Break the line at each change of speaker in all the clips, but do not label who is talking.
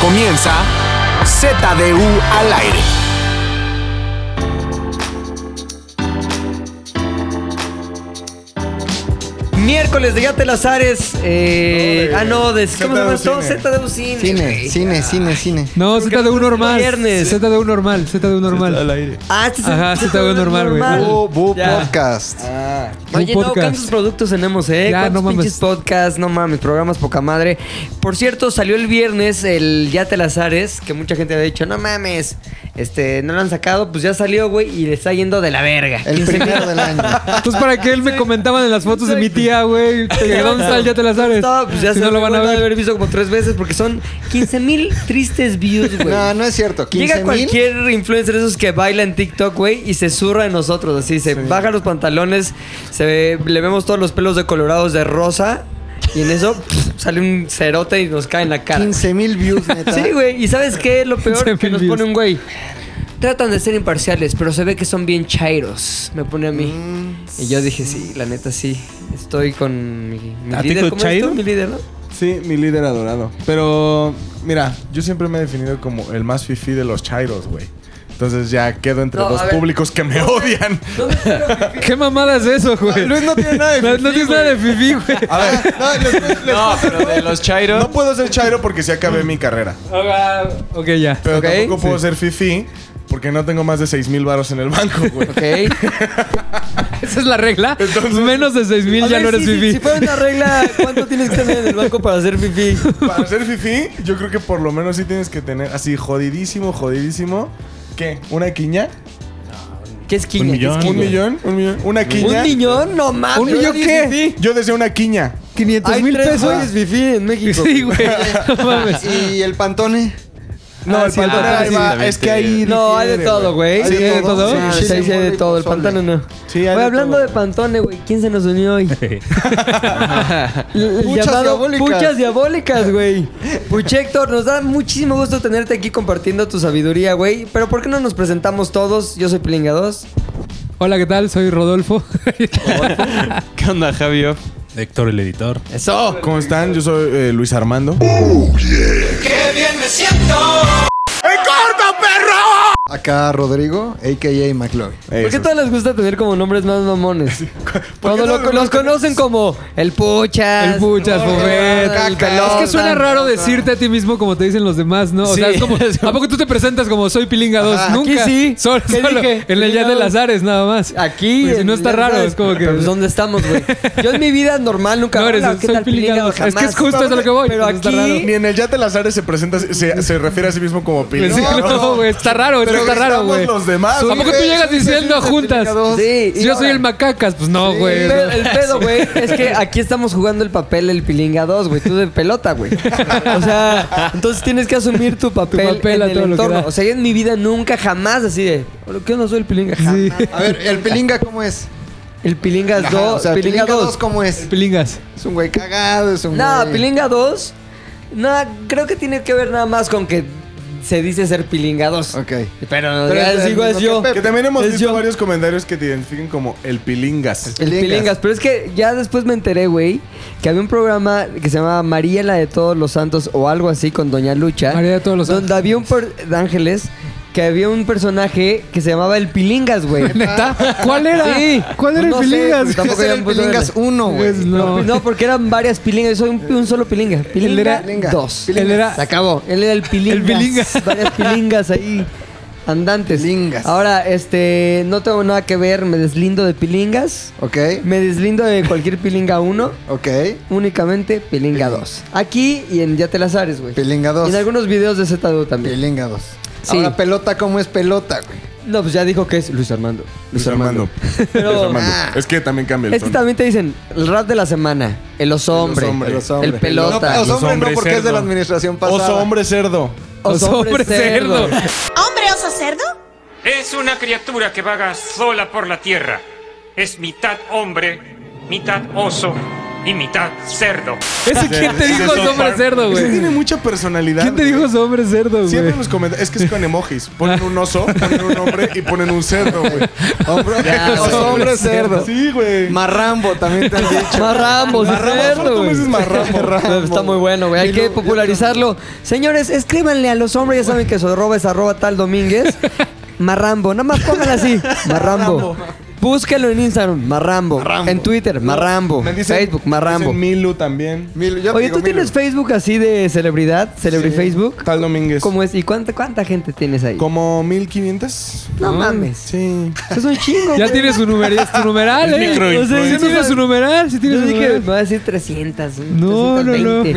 comienza ZDU al aire.
Miércoles de Yate Lazares. Eh, ah, no, de, ¿cómo se llama esto? ZDU Cine.
Cine, cine, cine, cine.
No, ZDU normal.
Viernes.
ZDU normal, ZDU normal.
Ah, este es
Ajá,
este es
ZDU normal, güey.
Bu, bu
Ya.
podcast.
Un
Ah. Oye, no,
podcast.
¿cuántos productos tenemos, eh?
Ya,
¿Cuántos
no mames.
pinches podcasts? No mames, programas poca madre. Por cierto, salió el viernes el Ya te las ares, que mucha gente ha dicho, no mames, este, no lo han sacado, pues ya salió, güey, y le está yendo de la verga.
El primero del año.
Entonces, ¿para qué él me comentaban en las fotos de mi tía, güey? Que ¿Dónde está el ya te la sabes?
No, pues ya
si
se
no lo van a ver.
haber visto como tres veces porque son 15 mil tristes views, güey.
No, no es cierto. 15
Llega cualquier influencer de esos que baila en TikTok, güey, y se zurra en nosotros. Así se baja los pantalones, se ve- le vemos todos los pelos decolorados de rosa, y en eso pff, sale un cerote y nos cae en la cara.
15 mil views, neta.
Sí, güey, y ¿sabes qué es lo peor?
15,000
Que nos
views.
pone un güey. Tratan de ser imparciales, pero se ve que son bien chairos. Me pone a mí. Y yo dije, sí, la neta sí. Estoy con mi, mi
¿A ti
líder.
con
¿Cómo es tú?
chairo?
Mi líder, ¿no?
Sí, mi líder adorado. Pero, mira, yo siempre me he definido como el más fifí de los chairos, güey. Entonces ya quedo entre
No,
dos
a ver.
públicos que me odian.
¿Qué mamada es eso, güey?
Ah,
Luis no tiene nada de
No- No
fifí,
tienes nada de fifí, güey.
A ver, no, les- les-
No, pero de los Chairo.
no puedo ser chairo porque sí acabé mi carrera.
Ok, ya.
Pero
Ok,
tampoco puedo ser fifí porque no tengo más de 6 mil varos en el banco, güey.
Ok.
Esa es la regla.
Entonces-
Menos de 6000
A
ya
ver,
no eres
sí, sí,
fifí.
Si fuera una regla, ¿cuánto tienes que tener en el banco para hacer fifí?
Para ser fifí, yo creo que por lo menos sí tienes que tener así jodidísimo, jodidísimo. ¿Qué? ¿Una quiña?
¿Qué es quiña?
Un
¿Qué es
millón.
quiña?
¿Un millón? ¿Un millón? ¿Una quiña?
¿Un millón? No mames.
¿Un millón qué?
Yo decía una quiña.
500
Hay
mil
tres
pesos.
güeyes fifí en México.
Sí, güey. No mames.
Y el pantone.
No, el pantalón
ah,
ahí
sí,
va.
obviamente.
Es que ahí.
No, hay de
difiere,
todo, güey.
¿Sí, hay de todo?
Ah,
Sí,
Sí, sí,
sí, sí,
hay de
mueve
todo. El
pozole.
pantano no.
Sí, hay de
Güey, hablando
todo,
de
güey.
Pantone, güey, ¿quién se nos unió hoy? El- el
Puchas
llamado
diabólicas.
Puchas diabólicas, güey. Puchector, nos da muchísimo gusto tenerte aquí compartiendo tu sabiduría, güey. Pero ¿por qué no nos presentamos todos? Yo soy Pilinga 2.
Hola, ¿qué tal? Soy Rodolfo.
¿Qué onda, Javio?
Héctor, el editor.
Oh, ¿Cómo están? Yo soy eh, Luis Armando.
Acá Rodrigo, a.k.a. McLovin.
¿Por qué
Eso.
a todos les gusta tener como nombres más mamones?
¿Por qué
Cuando
no
lo-
les
los conocen como el Puchas.
El Puchas,
el
Fobet,
Caca,
el
Pelón.
Es que suena raro decirte a ti mismo como te dicen los demás, ¿no? O sea,
Sí.
es como. ¿A poco tú te presentas como soy Pilinga 2?
Ajá, aquí
Nunca.
sí.
Solo,
¿Qué
solo
dije?
En el Ya
Pilinga
de
dos.
las Ares, nada más.
Aquí.
Pues si
en-
no está
ya
raro,
sabes,
es como que.
Pero, pues, ¿dónde estamos, güey? Yo en mi vida normal nunca.
No eres,
Hola, ¿qué
soy
tal,
Pilinga
Pilinga?
dos. Es que
Jamás.
es justo es a lo que voy.
Pero
pues, está
aquí-
raro.
Ni en el Yate Lazares se presenta, se, se refiere a sí mismo como
Pues
Pili.
sí, no, güey, está raro, es que
Pero
está raro,
estamos
güey.
los demás.
¿A poco tú
güey,
llegas
sí, sí,
diciendo
sí,
juntas?
Pilinga dos.
Sí, y
Si yo soy
ahora-
el macacas, pues no, güey.
El pedo- el pedo, güey, es que aquí estamos jugando el papel el Pilinga 2, güey. Tú de pelota, güey. O sea, entonces tienes que asumir tu papel, en
papel a
el
todo lo que
entorno.
da.
O sea, yo en mi vida nunca, jamás así de... ¿Qué onda soy el Pilinga?
Sí.
Jamás.
A ver, ¿el Pilinga cómo es?
El Pilinga 2...
Ajá, o sea,
Pilinga,
Pilinga
2.
2 cómo es?
Pilingas.
Es un güey cagado, es un
No,
güey...
Pilinga 2... No, creo que tiene que ver nada más con que se dice ser Pilinga 2.
Ok.
Pero,
Pero es
es
el
igual
mismo
es yo.
que
Que también hemos
Es
visto
yo.
varios comentarios que te identifican como el pilingas.
El
Pilingas.
Pilingas. Pero es que ya después me enteré, güey, que había un programa que se llamaba María la de todos los santos o algo así con Doña Lucha.
María de todos los
Donde
Santos.
había un... per- de Ángeles. Que había un personaje que se llamaba el Pilingas, güey.
¿Neta? ¿Cuál era?
Sí.
¿Cuál era
No
el
sé,
Pilingas?
pues, tampoco
Ese era
ya
el
me puse a
Pilingas
verle.
1, güey.
Pues no.
No, porque eran varias pilingas. Yo soy un, un solo pilinga. Pilinga
Él era-
dos.
Él era-
Se acabó. Él era el pilingas.
El pilingas.
Varias pilingas ahí andantes.
Pilingas.
Ahora, este, no tengo nada que ver. Me deslindo de pilingas.
Ok,
Me deslindo de cualquier pilinga 1.
ok.
Únicamente pilinga 2. Aquí y en Ya te las ares, güey.
Pilinga
Y
2.
En algunos videos de ZDU también.
Pilinga 2.
Sí.
Ahora, pelota, ¿cómo es pelota, güey?
No, pues ya dijo que es Luis Armando.
Luis Armando.
Pero-
Luis Armando. Es que también cambia el
Es que
tono.
también te dicen el rap de la semana, el oso hombre,
hombre.
el,
Los hombres.
pelota,
No, los
Los
hombres no,
hombres
porque es de la
cerdo.
administración pasada.
Oso hombre cerdo.
Oso hombre cerdo.
¿Hombre oso cerdo?
Es una criatura que vaga sola por la tierra. Es mitad hombre, mitad oso y mitad cerdo.
¿Ese quién te
Ese
dijo
es
es hombre
Park.
cerdo,
Ese tiene
güey?
mucha personalidad.
¿Quién te
güey.
dijo es hombre cerdo,
Siempre
güey?
en los comentarios. Es que es con emojis. Ponen un oso, ponen un hombre y ponen un cerdo, güey. Hombre,
Ya,
oso,
güey.
hombre, cerdo.
cerdo.
Sí, güey.
Marrambo también te han dicho.
Marrambo, sí, cerdo,
¿Cuántas
güey.
veces marramo?
Está muy bueno, güey. Hay que popularizarlo. Señores, escríbanle a los hombres, ya saben que su arroba es arroba tal domínguez. Marrambo, nada más pónganlo así. Marrambo. Búsquenlo en Instagram, Marrambo. En Twitter, Marrambo.
Me dicen-
Facebook, Marrambo.
dicen Milu también.
Milo, yo te
Oye,
digo
¿tú tienes
Milo.
Facebook así de celebridad? ¿Celebri Facebook?
Tal Domínguez.
¿Cómo es? ¿Y cuánta, cuánta gente tienes ahí?
Como 1500.
No mames.
Sí.
Es un chingo.
Ya
güey.
tienes su numeral, es tu numeral,
Es
¿eh?
microinfluencer.
O sea, diciendo que es su numeral, si tienes
Yo
su
dije, me
numeral.
voy a decir 300.
No, no, no.
320.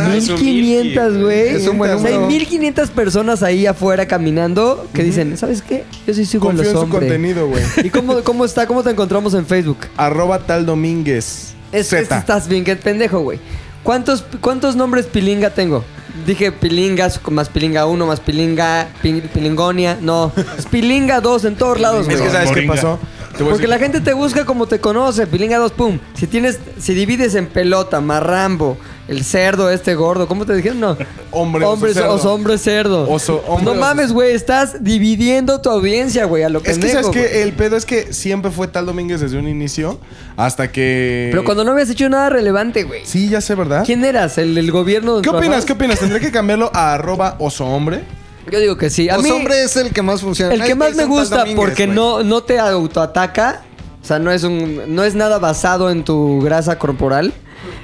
1500.
1500, güey.
Es un buen
O sea, hay
número.
1500 personas ahí afuera caminando que dicen, ¿sabes qué? Yo sí sigo a
Confío
los
en su
hombres.
contenido, güey.
¿Y cómo, cómo está? ¿Cómo te encontramos en Facebook?
Arroba tal Domínguez.
Es, es-
Z.
estás bien, que pendejo, güey. ¿Cuántos, ¿Cuántos nombres pilinga tengo? Dije pilingas, más pilinga 1, más pilinga, pi- pilingonia. No, es pilinga 2 en todos lados, güey.
Es que sabes qué
Moringa.
pasó. Te voy a
Porque
decir-
la gente te busca como te conoce, pilinga 2, pum. Si tienes, si divides en pelota, marrambo, el cerdo, este gordo, ¿cómo te dijeron? No.
Hombre,
Hombres,
oso, cerdo.
os hombre cerdo.
Oso,
Pues
hombre,
no
oso.
mames, güey, estás dividiendo tu audiencia, güey, a lo
Es que
pendejo,
sabes
güey.
que el pedo es que siempre fue tal Domínguez desde un inicio hasta que.
Pero cuando no habías hecho nada relevante, güey.
Sí, ya sé, ¿verdad?
¿Quién eras? ¿El, el gobierno?
¿Qué opinas?
trabajabas?
¿Qué opinas? ¿Tendré que cambiarlo a arroba oso hombre?
Yo digo que sí. A
Pues,
mí,
Los hombres Pues, es el que más funciona.
el
Ahí
que
está,
más
ahí
me
está el
gusta
Domínguez,
porque
güey.
no, no te autoataca, o sea, no es, un, no es nada basado en tu grasa corporal.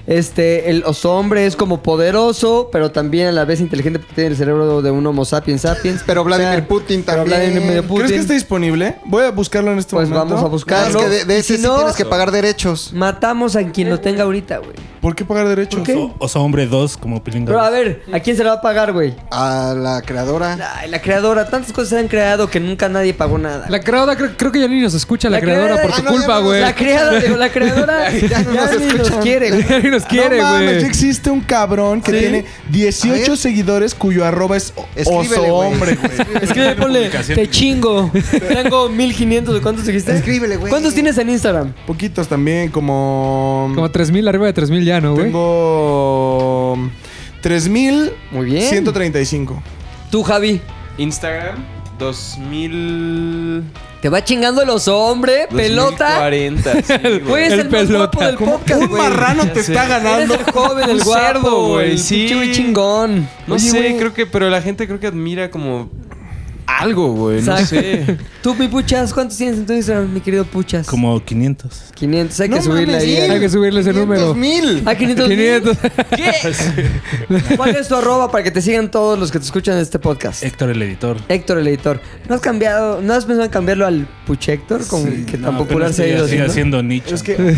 Este, el oso hombre es como poderoso, pero también a la vez inteligente porque tiene el cerebro de un homo sapiens sapiens.
Pero Vladimir
O sea,
Putin
pero
también.
Vladimir Putin.
¿Crees que está disponible? Voy a buscarlo en este
Pues
momento.
vamos a
Claro,
buscarlo.
es que de, de
Y
ese
si
sí
no,
tienes que pagar derechos.
matamos a quien lo tenga ahorita, güey.
¿Por qué pagar derechos?
¿Qué?
O sea, hombre dos como pilinga.
Pero a ver, ¿a quién se le va a pagar, güey?
A la creadora.
Ay, la creadora, tantas cosas se han creado que nunca nadie pagó nada.
La creadora, creo, creo que ya ni nos escucha la, creadora por
ah,
tu
no,
culpa,
ya no-
güey.
La creadora, digo, la creadora ya,
no nos
ni nos
escuchan.
quiere, güey.
Ya ni nos quiere,
no mames,
güey.
ya existe un cabrón que tiene
A
18
ver.
seguidores cuyo arroba es o- oso
Escríbele, güey.
hombre, güey.
Es que ponle,
publicación.
te chingo. Tengo 1500, ¿de cuántos dijiste?
Escríbele, güey.
¿Cuántos tienes en Instagram?
Poquitos también, como.
Como 3000, arriba de 3000 ya, ¿no, güey?
Tengo. 3000.
Muy bien.
135.
Tú, Javi,
Instagram 2000
te va chingando los hombres, pelota.
40.
Güey, es el,
El
más
pelota.
guapo del podcast,
Un
güey.
marrano te está
Eres
ganando.
el joven, el
Un
guapo,
cerdo,
güey.
güey,
Sí.
sí.
chingón.
No
Oye,
sé,
güey,
creo que pero la gente creo que admira como algo, güey, no
Exacto.
sé.
Tú, mi Puchas, ¿cuántos tienes en tu Instagram, mi querido Puchas?
Como 500.
500, hay que
No
subirle
mames,
ahí.
sí.
al-
Hay que subirle ese número.
mil.
Ah, 500.
500.
¿Qué? ¿Cuál es tu arroba para que te sigan todos los que te escuchan en este podcast?
Héctor el editor.
Héctor, el editor. ¿No has cambiado, no has pensado en cambiarlo al Puchector? Como que tan popular se ha ido
Sigue
haciendo.
haciendo nicho.
Es que.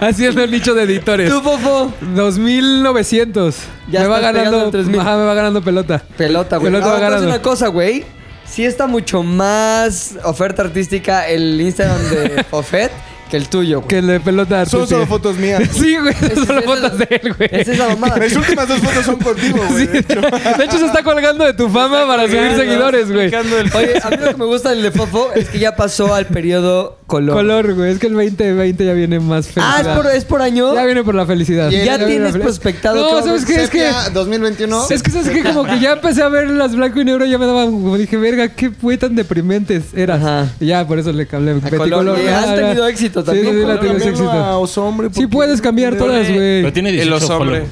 Haciendo el nicho de editores.
Tú, Fofo.
2900.
Ya
me va
estás pegando
ganando.
en 3000.
Ajá, me va ganando pelota.
Pelota, güey.
Pelota
No, te voy
va
a decir
ganando.
una cosa, güey. Sí está mucho más oferta artística el Instagram de Fofet que el tuyo, güey.
Que le pelota
Son
artística.
solo fotos mías.
Sí, güey,
Ese-
son solo
ese-
fotos de él, güey.
Esa es la mamada.
Mis últimas dos fotos son contigo,
Sí,
güey.
de hecho, se está colgando de tu fama para subir seguidores, güey.
Oye, a mí lo que me gusta del de Fofo es que ya pasó al periodo color.
Color, güey. Es que el 2020 ya viene más
Ah,
felicidad.
¿es por, es por año.
Ya viene por la felicidad.
Ya
viene
tienes
la fel-
prospectado
No,
todo.
¿sabes qué? Es que...
Sepia 2021.
Es que sabes que como que ya empecé a ver las blanco y negro ya me daba como dije, verga, qué güey tan deprimentes eras.
Ajá.
Y ya, por eso le hablé. metí
color,
color,
y
ya,
has
ya.
tenido éxito
Sí,
también,
Sí, sí,
color,
la tienes
Cambiarlo a
éxito.
oso hombre.
Sí
porque-
puedes cambiar todas,
Pero
güey.
tiene
El
18
oso hombre.
followers.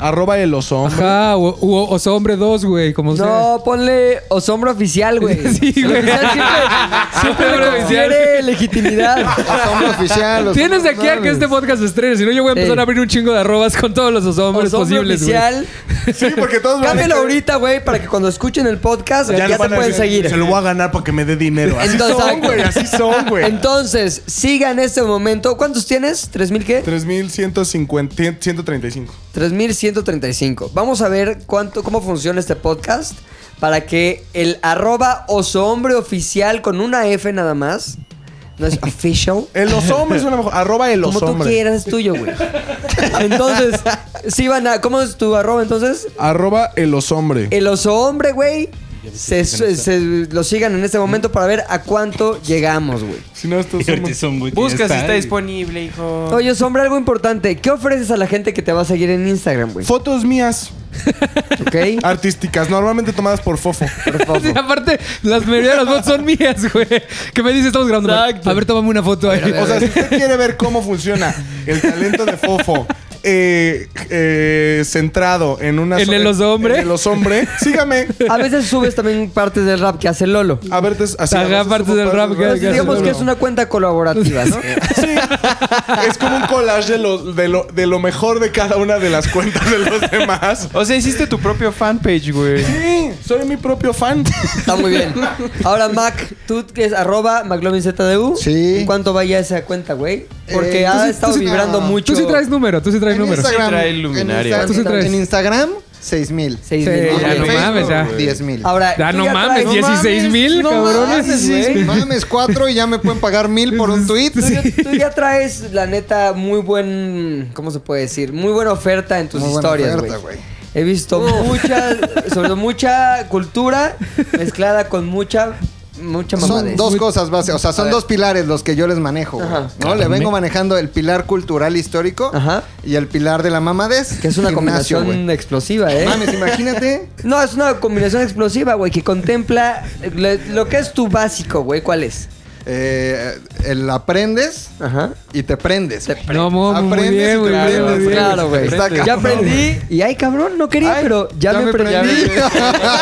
Arroba el oso hombre.
Ajá, o, o, o hombre 2, güey, como sea.
No, ponle Osombra Oficial, güey.
Sí, güey.
Oficial siempre, siempre le confiere legitimidad.
Asombro oficial. los-
Tienes de aquí a que este podcast se estrene, si no yo voy a empezar
Sí.
a abrir un chingo de arrobas con todos los hombres
Osombra
posibles, güey.
Oficial.
Sí, porque todos van a
Cámbialo
estar-
ahorita, güey, para que cuando escuchen el podcast ya,
le
te
van a
pueden
decir,
seguir.
Se lo voy a ganar para que me dé dinero. Así
Entonces-
son, güey. Así son, güey.
Entonces, siga en este momento. ¿Cuántos tienes? ¿3000 qué?
3150 135.
3135. Vamos a ver cuánto, cómo funciona este podcast para que el arroba osohombre oficial con una F nada más. No es official.
El los hombres suena mejor. Arroba el los
Como tú
hombres.
quieras, es tuyo, güey. Entonces, sí van a. ¿Cómo es tu arroba entonces?
Eh.
Arroba el los hombre.
El oso hombre, güey. se, se- se- lo sigan en este momento para ver a cuánto llegamos, güey.
Si no, estos
Y ahorita
somos...
es un güey que
Busca si está
ahí.
disponible, hijo.
Oye, hombre, algo importante. ¿Qué ofreces a la gente que te va a seguir en Instagram, güey?
Fotos mías
¿Ok?
artísticas, normalmente tomadas por Fofo.
Por favor.
Sí, aparte, las mayoría de las fotos son mías, güey. Que me dices, estamos grabando. A ver, tómame una foto ahí.
O sea, si usted quiere ver cómo funciona el talento de Fofo eh, eh, centrado en una...
¿En
so-
el los hombre?
En el los hombre. Sígame.
A veces subes también partes del rap que hace Lolo.
A ver, te- así, a
Ajá,
veces
partes
subo
del rap que-
Entonces,
del
digamos
rap.
que es una cuenta colaborativa, ¿no?
Sí. Es como un collage de lo, de, lo, de lo mejor de cada una de las cuentas de los demás.
O sea, hiciste tu propio fanpage, güey.
Sí, soy mi propio fan.
Está muy bien. Ahora, Mac, tú que es arroba MacLovinZDU.
Sí.
¿En cuánto vaya esa cuenta, güey? Porque
Eh, tú
ha
sí-
estado
tú sí-
vibrando
no.
mucho.
ah, Tú sí traes número, tú sí traes
En
número.
Instagram,
Sí trae
en
luminaria.
Insta-
Tú sí
en-
traes.
En Instagram, 6 mil.
Seis
Sí,
mil.
ya
Ok.
no mames, ya.
10 mil.
Ahora,
Ya
tú
no mames,
traes-
16 mil,
no
cabrones.
mames, güey.
Mames, 4 y ya me pueden pagar mil por un tweet.
Tú, ya- tú ya traes, la neta, muy buen. ¿Cómo se puede decir? Muy buena oferta en tus
Muy buena
historias,
oferta,
güey.
güey.
He visto mucha, sobre todo mucha cultura mezclada con mucha, mucha
Son
mamadez.
dos cosas básicas, o sea,
A
son
ver.
dos pilares los que yo les manejo. güey,
Ajá.
¿no? Le vengo manejando el pilar cultural histórico
Ajá.
y el pilar de la mamadez.
Que es una
gimnasio,
combinación
güey.
explosiva, ¿eh?
Mames, imagínate.
No, es una combinación explosiva, güey, que contempla lo, lo que es tu básico, güey. ¿Cuál es?
eh, el aprendes
Ajá.
y te prendes. güey.
No, mo- muy
Aprendes y
bien,
te
güey. muy bien,
aprendes,
muy bien.
Claro, güey.
Está
Ya
cabrón,
aprendí. Y ay, cabrón, no quería,
Ay,
pero ya, me aprendí.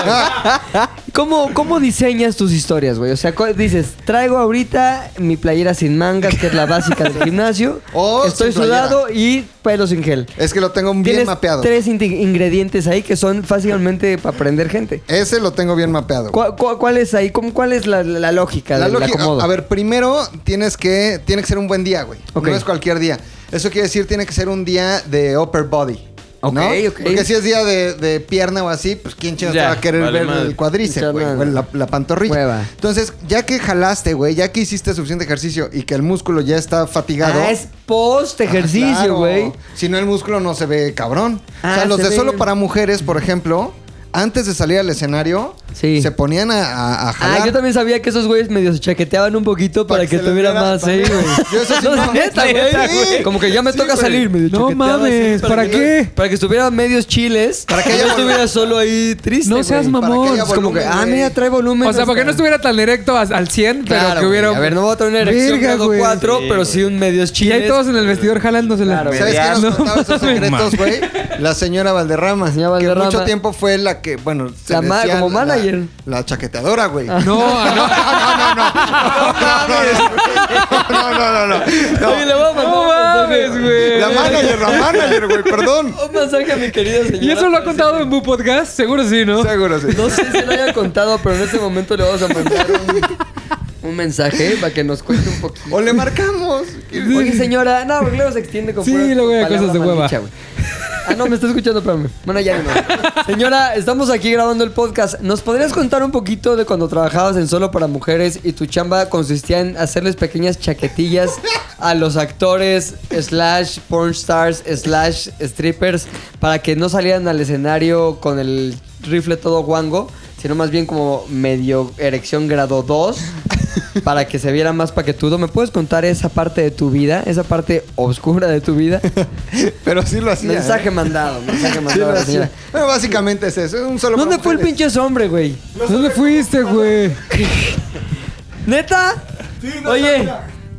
¿Cómo, ¿Cómo diseñas tus historias, güey? O sea, cu- dices, traigo ahorita mi playera sin mangas, que es la básica del gimnasio.
O
Estoy
sin playera.
sudado y pelo sin gel.
es que lo tengo bien
Tienes
mapeado.
tres in- ingredientes ahí que son fácilmente para aprender gente.
Ese lo tengo bien mapeado. güey.
¿Cuál, cuál, cuál es ahí? ¿Cómo- ¿Cuál es la, la- la lógica
La
del
lógica-
acomodo?
a ver, primero tienes que tiene que ser un buen día, güey.
Ok.
No es cualquier día. Eso quiere decir tiene que ser un día de upper body.
Ok,
¿no?
ok.
Porque si es día de, de pierna o así, pues quién chingados te
Ya,
va a querer
vale
ver
madre.
el cuadriceps,
Ya
güey,
nada.
o la, la pantorrilla.
Hueva.
Entonces, ya que jalaste, güey, ya que hiciste suficiente ejercicio y que el músculo ya está fatigado.
Ah, es post
Ah,
ejercicio,
claro.
güey.
Si no, el músculo no se ve cabrón. o
Ah,
sea, los
se
de
ve-
solo para mujeres, por ejemplo, antes de salir al escenario,
Sí.
se ponían a, a- a jalar.
Ah, yo también sabía que esos güeyes medio se chaqueteaban un poquito para,
Para
que,
que se les
tuviera
viera
más, ¿eh,
también.
güey.
Yo eso sí
No,
no,
neta,
neta,
güey.
güey.
Como que ya me
Sí,
toca
güey.
salir, medio
No
chaqueteaba así
mames,
para
¿para
que-
qué?
Para que estuviera medios chiles. Para
que
que yo
haya
estuviera solo ahí triste.
No seas
güey.
mamón.
Para que haya
Es como que,
volumen,
ah,
güey.
mira, trae volumen.
O sea, para que no
estuviera
estuviera tan directo as- al 100, pero que hubiera.
A ver, no voy a tener una erección
Verga,
grado
güey.
4, pero sí un medios
Y
chiles.
ahí todos en el vestidor jalándosela.
Claro,
¿Sabes quién nos
No
contaba esos
mames.
secretos, güey? La señora Valderrama.
Señora Valderrama.
Que mucho tiempo fue la que, bueno, se
La ma-
decía
como
la-
manager.
La, chaqueteadora, güey.
No, ah, no.
No, no, no, no.
Oye, le voy a mandar un mensaje,
mames, güey.
La manager, la manager, güey, perdón.
Un mensaje a mi querida señora.
¿Y eso lo ha contado en Bu Podcast? Seguro sí, ¿no?
Seguro sí.
No sé si lo haya contado, pero en este momento le vamos a mandar un, un mensaje para que nos cuente un poquito.
O le marcamos.
Oye, señora, no, porque luego se extiende con
Sí,
pura
luego hay
palabra
cosas de
mal
hueva.
dicha, güey. Ah, no, me está escuchando, espérame. Bueno, ya no. Señora, estamos aquí grabando el podcast. ¿Nos podrías contar un poquito de cuando trabajabas en Solo para Mujeres y tu chamba consistía en hacerles pequeñas chaquetillas a los actores, slash pornstars, slash strippers, para que no salieran al escenario con el rifle todo guango, sino más bien como medio erección grado 2? para que se viera más paquetudo. ¿Me puedes contar esa parte de tu vida? Esa parte oscura de tu vida.
Pero sí lo hacía.
mensaje
¿eh?
mandado, mensaje
Sí
mandado
lo
a la
hacía.
señora.
Bueno, básicamente es eso. Es un solo
¿Dónde
para
fue el
mujeres.
pinche hombre, güey?
¿Dónde fuiste, güey?
¿Neta? Oye,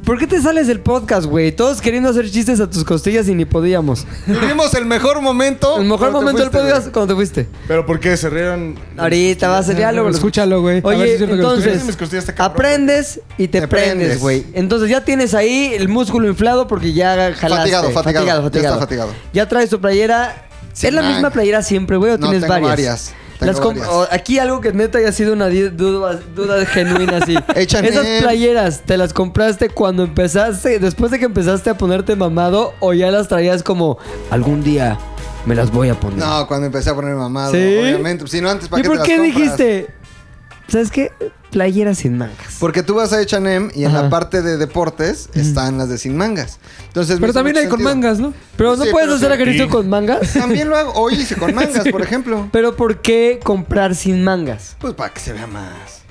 ¿por qué te sales del podcast, güey? Todos queriendo hacer chistes a tus costillas y ni podíamos.
Vivimos el mejor momento.
El mejor
cuando te
momento del
fuiste,
podcast cuando te fuiste.
¿eh?
Pero ¿por qué? Se rieron...
Ahorita va a ser diálogo.
Escúchalo, güey. A ver si
Oye,
es cierto que lo
entonces,
escuché. Mis costillas está cabrón,
aprendes y te,
Te
prendes,
prendes.
güey. Entonces ya tienes ahí el músculo inflado porque ya jalaste.
Fatigado, fatigado. Ya está fatigado.
Ya traes tu playera.
Sí,
¿Es la
man.
misma playera siempre, güey, o
No,
tienes
tengo
varias?
varias, tengo
Las com-
varias.
o- aquí algo que neta haya sido una di- duda, duda genuina así.
Hecha en
Esas
él.
playeras, ¿te las compraste cuando empezaste, después de que empezaste a ponerte mamado o ya las traías como algún día me las voy a poner?
No, cuando empecé a poner mamado,
¿Sí?
obviamente. Si no, antes para
¿Y
qué
por
te las
qué
compras?
dijiste? ¿Sabes qué? Playera sin mangas.
Porque tú vas a H&M y en
Ajá.
la parte de deportes están las de sin mangas. Entonces, me
Pero
hizo
también
mucho
hay con
sentido.
mangas, ¿no?
Pero no
Sí,
puedes
pero
hacer
sí.
agarito con mangas.
También lo hago. O hice con mangas, por ejemplo.
Pero ¿por qué comprar sin mangas?
Pues para que se vea más.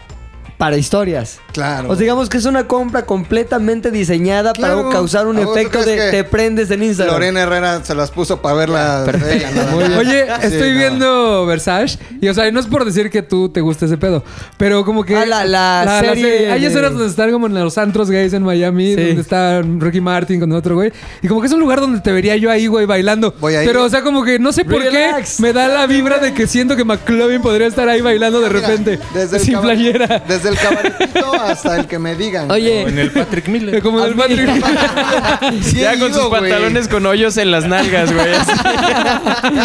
Para historias.
Claro.
O sea, digamos que es una compra completamente diseñada
Claro.
para causar un
¿A vos tú
efecto de
crees que
te prendes en Instagram.
Lorena Herrera se las puso para verla.
Perfecto.
Oye, estoy viendo Versace y, o sea, y no es por decir que tú te gusta ese pedo, pero como que...
Ah, la- la serie de-
Hay escenas donde están como en los antros gays en Miami,
Sí.
donde está Ricky Martin con otro güey. Y como que es un lugar donde te vería yo ahí, güey, bailando.
Voy a ir.
Pero, o sea, como que no sé por
Relax.
qué me da la vibra de que siento que McLovin podría estar ahí bailando de repente, sin playera.
Desde el cabaretito hasta el que me digan.
O en
Oye,
el Patrick Miller.
Como del Patrick.
Sí he
ya con
ido,
sus
güey.
pantalones con hoyos en las nalgas, güey.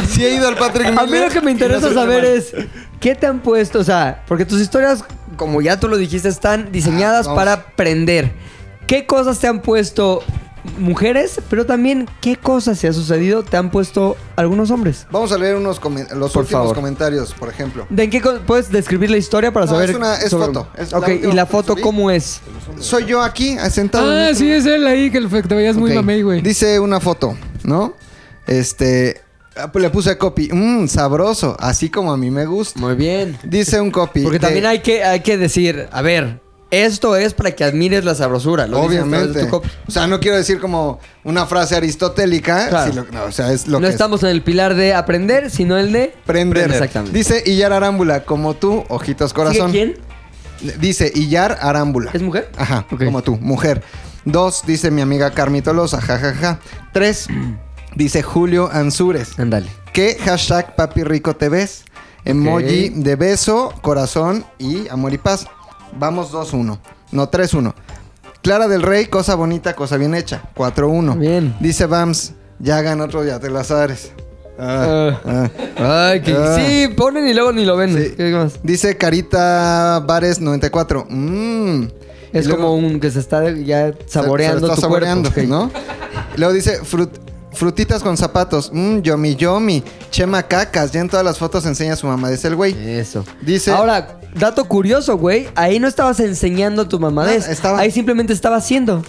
Sí he ido al Patrick Miller.
a mí lo que me interesa saber es qué te han puesto, o sea, porque tus historias, como ya tú lo dijiste, están diseñadas
Ah, vamos.
para prender. ¿Qué cosas te han puesto mujeres, pero también qué cosas se ha sucedido te han puesto algunos hombres?
Vamos a leer unos comen- los
Por
últimos
favor.
comentarios, por ejemplo.
¿De en qué co- puedes describir la historia para
No,
saber?
es una- es
sobre-
foto. Es la
ok,
última
¿y la
que
foto
subí.
cómo es?
Soy yo aquí, eh, sentado. en
ah,
otro-
sí, es él ahí que el- que te veías muy
Ok.
mamey, güey.
Dice una foto, ¿no? Este. ah, Le puse copy. Mmm, sabroso. Así como a mí me gusta.
Muy bien.
Dice un copy.
Porque
de-
también hay que, hay que decir, a ver, esto es para que admires la sabrosura. lo dices a través de
Obviamente.
tu copia.
O sea, no quiero decir como una frase aristotélica.
Claro.
si lo- no, o sea, es lo
no
que es.
estamos en el pilar de aprender, sino el de...
Prender.
Exactamente.
Dice Iyar Arámbula, como tú, ojitos
¿Sigue
corazón.
¿Quién?
Dice Iyar Arámbula.
¿Es mujer?
Ajá,
Ok.
como tú, mujer. Dos, dice mi amiga Carmi Tolosa, jajaja. Tres, dice Julio Ansures.
Ándale.
¿Qué hashtag papi rico te ves? Emoji de beso, corazón y amor y paz. Vamos 2-1. No, 3-1. Clara del Rey, cosa bonita, cosa bien hecha. 4-1.
Bien.
Dice Bams, ya hagan otro ya te las sabes. Ah, ah.
Ay, que...
Ah.
Sí, ponen y luego ni lo ven.
Sí.
¿Qué más?
Dice Carita Bares 94. Mmm.
Es
Y luego-
como un que se está ya
Se- se lo
saboreando
está
tu
saboreando,
cuerpo. Ok.
¿no? Luego dice "Frut- frutitas con zapatos. Mmm, yomi yomi. Chema cacas. Ya en todas las fotos enseña a su mamá. Dice el güey.
Eso.
Dice-
Ahora, dato curioso, güey. Ahí no estabas enseñando a tu mamadez.
No, estaba-
Ahí simplemente estaba haciendo.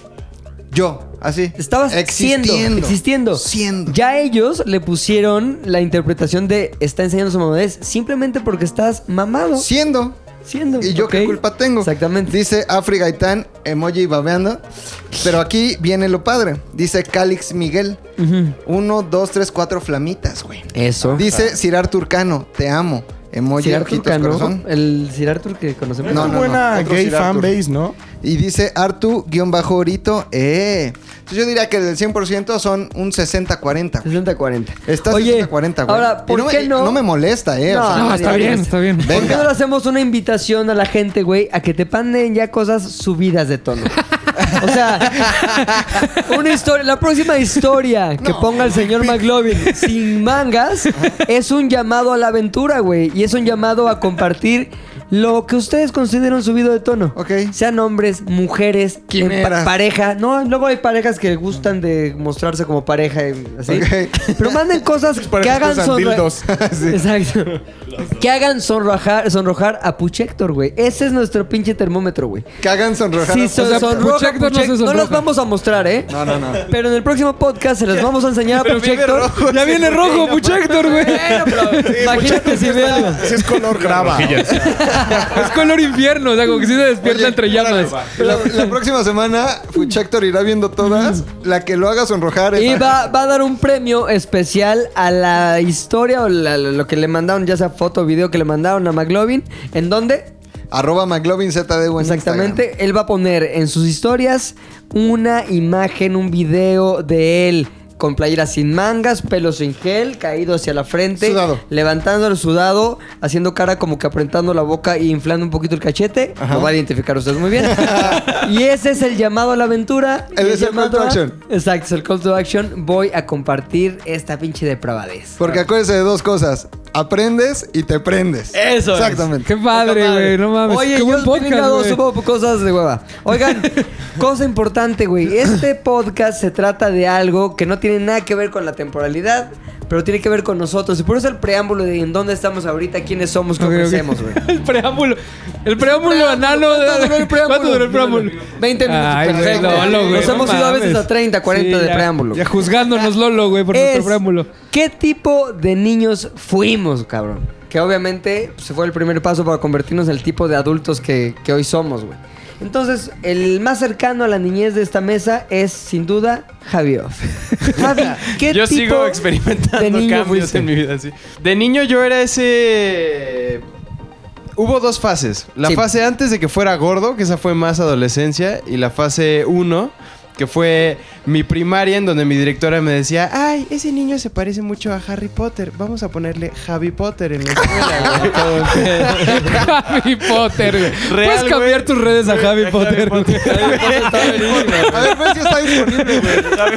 Yo, así.
Estabas siendo, existiendo.
Siendo.
Ya ellos le pusieron la interpretación de está enseñando su mamadez simplemente porque estás mamado.
Siendo.
Siendo.
¿Y yo qué
¿ok?
culpa tengo?
Exactamente.
Dice Afri Gaitán, emoji babeando. Pero aquí viene lo padre. Dice Calix Miguel. Uno, dos, tres, cuatro flamitas, güey.
Eso.
Dice Cirar Turcano, te amo. Emoji
Sir Arthur
ojitos,
Cano,
corazón.
el Sir Arthur que conocemos.
No,
Una
no, no.
buena
Otro
gay
Sir Arthur.
fanbase, ¿no?
Y dice Artu-Orito, eh. Entonces yo diría que del 100% son un 60-40. güey.
60-40.
Está
Oye,
60-40, güey.
Ahora,
Y
¿por
no me-
qué no?
No me molesta, eh.
No,
o sea,
No, está bien, está bien.
¿Por qué
Venga.
no le hacemos una invitación a la gente, güey, a que te panden ya cosas subidas de tono? O sea, una historia, la próxima historia que ponga el señor McLovin sin mangas es un llamado a la aventura, güey, y es un llamado a compartir lo que ustedes consideran subido de tono.
Ok.
Sean hombres, mujeres, en pa-
Quimeras.
pareja. No, luego hay parejas que gustan de mostrarse como pareja y así.
Ok.
Pero manden cosas que
parejas
hagan
usan
sonreír.
dildos.
Exacto. Que hagan sonrojar, sonrojar a Puchector, güey. Ese es nuestro pinche termómetro, güey.
Que hagan sonrojar.
Si
a-
son,
sea,
sonroja
Puchector no se
Puchec- no,
sonroja.
los vamos a mostrar, ¿eh?
No, no, no.
Pero en el próximo podcast se les vamos a enseñar a Puchector.
Ya viene rojo, Puchector, güey.
Bueno, pero imagínate si vean.
Si es color grava.
Es color infierno, o sea, como que sí se despierta
Oye,
entre llamas.
La, la próxima semana, Fuchector irá viendo todas. La que lo haga sonrojar.
Y
es-
va, va a dar un premio especial a la historia o la- lo que le mandaron, ya sea foto o video que le mandaron a McLovin. ¿En dónde?
Arroba McLovinZDU en
Exactamente,
Instagram.
él va a poner en sus historias una imagen, un video de él con playera sin mangas, pelo sin gel, caído hacia la frente,
Sudado.
levantando el sudado, haciendo cara como que apretando la boca y inflando un poquito el cachete. Lo va a identificar usted muy bien. y ese es el llamado a la aventura.
Él
Y
es el call to
llamado a-
action.
Exacto, es el call to action. Voy a compartir esta pinche depravadez.
Porque
Ah.
acuérdese de dos cosas. Aprendes y te prendes.
Eso es.
Exactamente.
Qué padre, güey, no mames.
Oye,
Qué
yo
buen
el
podcast,
Pringado
güey.
subo cosas de hueva. Oigan, cosa importante, güey. Este podcast se trata de algo que no tiene nada que ver con la temporalidad, pero tiene que ver con nosotros. Y por eso el preámbulo de en dónde estamos ahorita, quiénes somos, qué
Ok, ok.
ofrecemos, güey.
El preámbulo. El preámbulo analo.
¿Cuánto duró el preámbulo?
¿Cuánto duró el preámbulo?
20 minutos.
Ay, güey,
perfecto.
Lolo, güey.
Nos
no
hemos ido a veces
mames.
a 30, 40
Sí,
de
ya-
preámbulo.
Ya juzgándonos, Lolo, güey, por nuestro
Es,
preámbulo.
¿Qué tipo de niños fuimos, cabrón? Que obviamente pues, se fue el primer paso para convertirnos en el tipo de adultos que, que hoy somos, güey. Entonces, el más cercano a la niñez de esta mesa es, sin duda, Javi Off. Javi, ¿qué
yo
tipo
sigo
de
experimentando
niño
cambios
fuiste?
en mi vida, sí. De niño yo era ese... Hubo dos fases. La
Sí.
fase antes de que fuera gordo, que esa fue más adolescencia, y la fase 1, que fue mi primaria, en donde mi directora me decía, ay, ese niño se parece mucho a Harry Potter, vamos a ponerle Javi Potter en la escuela. güey". Como que-
Javi Potter, güey.
Real,
Puedes cambiar
güey.
tus redes a Javi Potter.
A ver, pues si está disponible, güey. Harry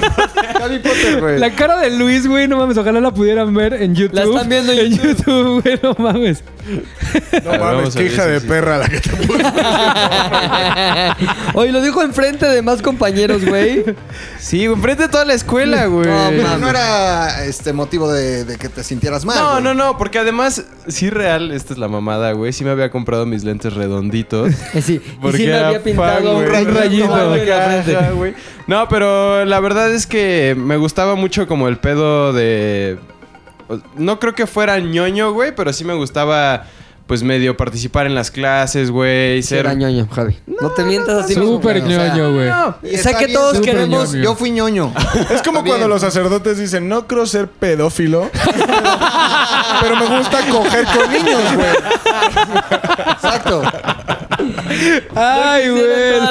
Potter, güey.
La cara de Luis, güey, no mames, ojalá la pudieran ver en YouTube.
La están viendo en
en YouTube, güey, no mames.
No mames,
vamos a
qué
ver
hija
si
de
sí.
perra la que te puse.
Oye, lo dijo enfrente de más compañeros, güey.
sí, güey, enfrente de toda la escuela, güey.
No, mames.
Pero no era este motivo de, de que te sintieras mal.
No,
güey.
no, no, porque además, sí real, esta es la mamada, güey. Sí me había comprado mis lentes redonditos.
Eh, Sí, y
Porque
sí me
era
había pintado
fan,
un
güey.
rayito,
Ajá,
güey, en la
ajá,
frente.
güey. No, pero la verdad es que me gustaba mucho como el pedo de... pues, No creo que fuera ñoño, güey, pero sí me gustaba pues medio participar en las clases, güey.
Sí, era
Ser...
ñoño, Javi. No, te mientas así mismo.
Súper
güey, o sea,
ñoño, güey.
Sé
Y está
que
bien,
todos
súper
queremos...
ñoño.
Yo fui ñoño.
Es como cuando los sacerdotes dicen, no creo ser pedófilo, pero me gusta coger con niños, güey.
Exacto.
Ay, güey.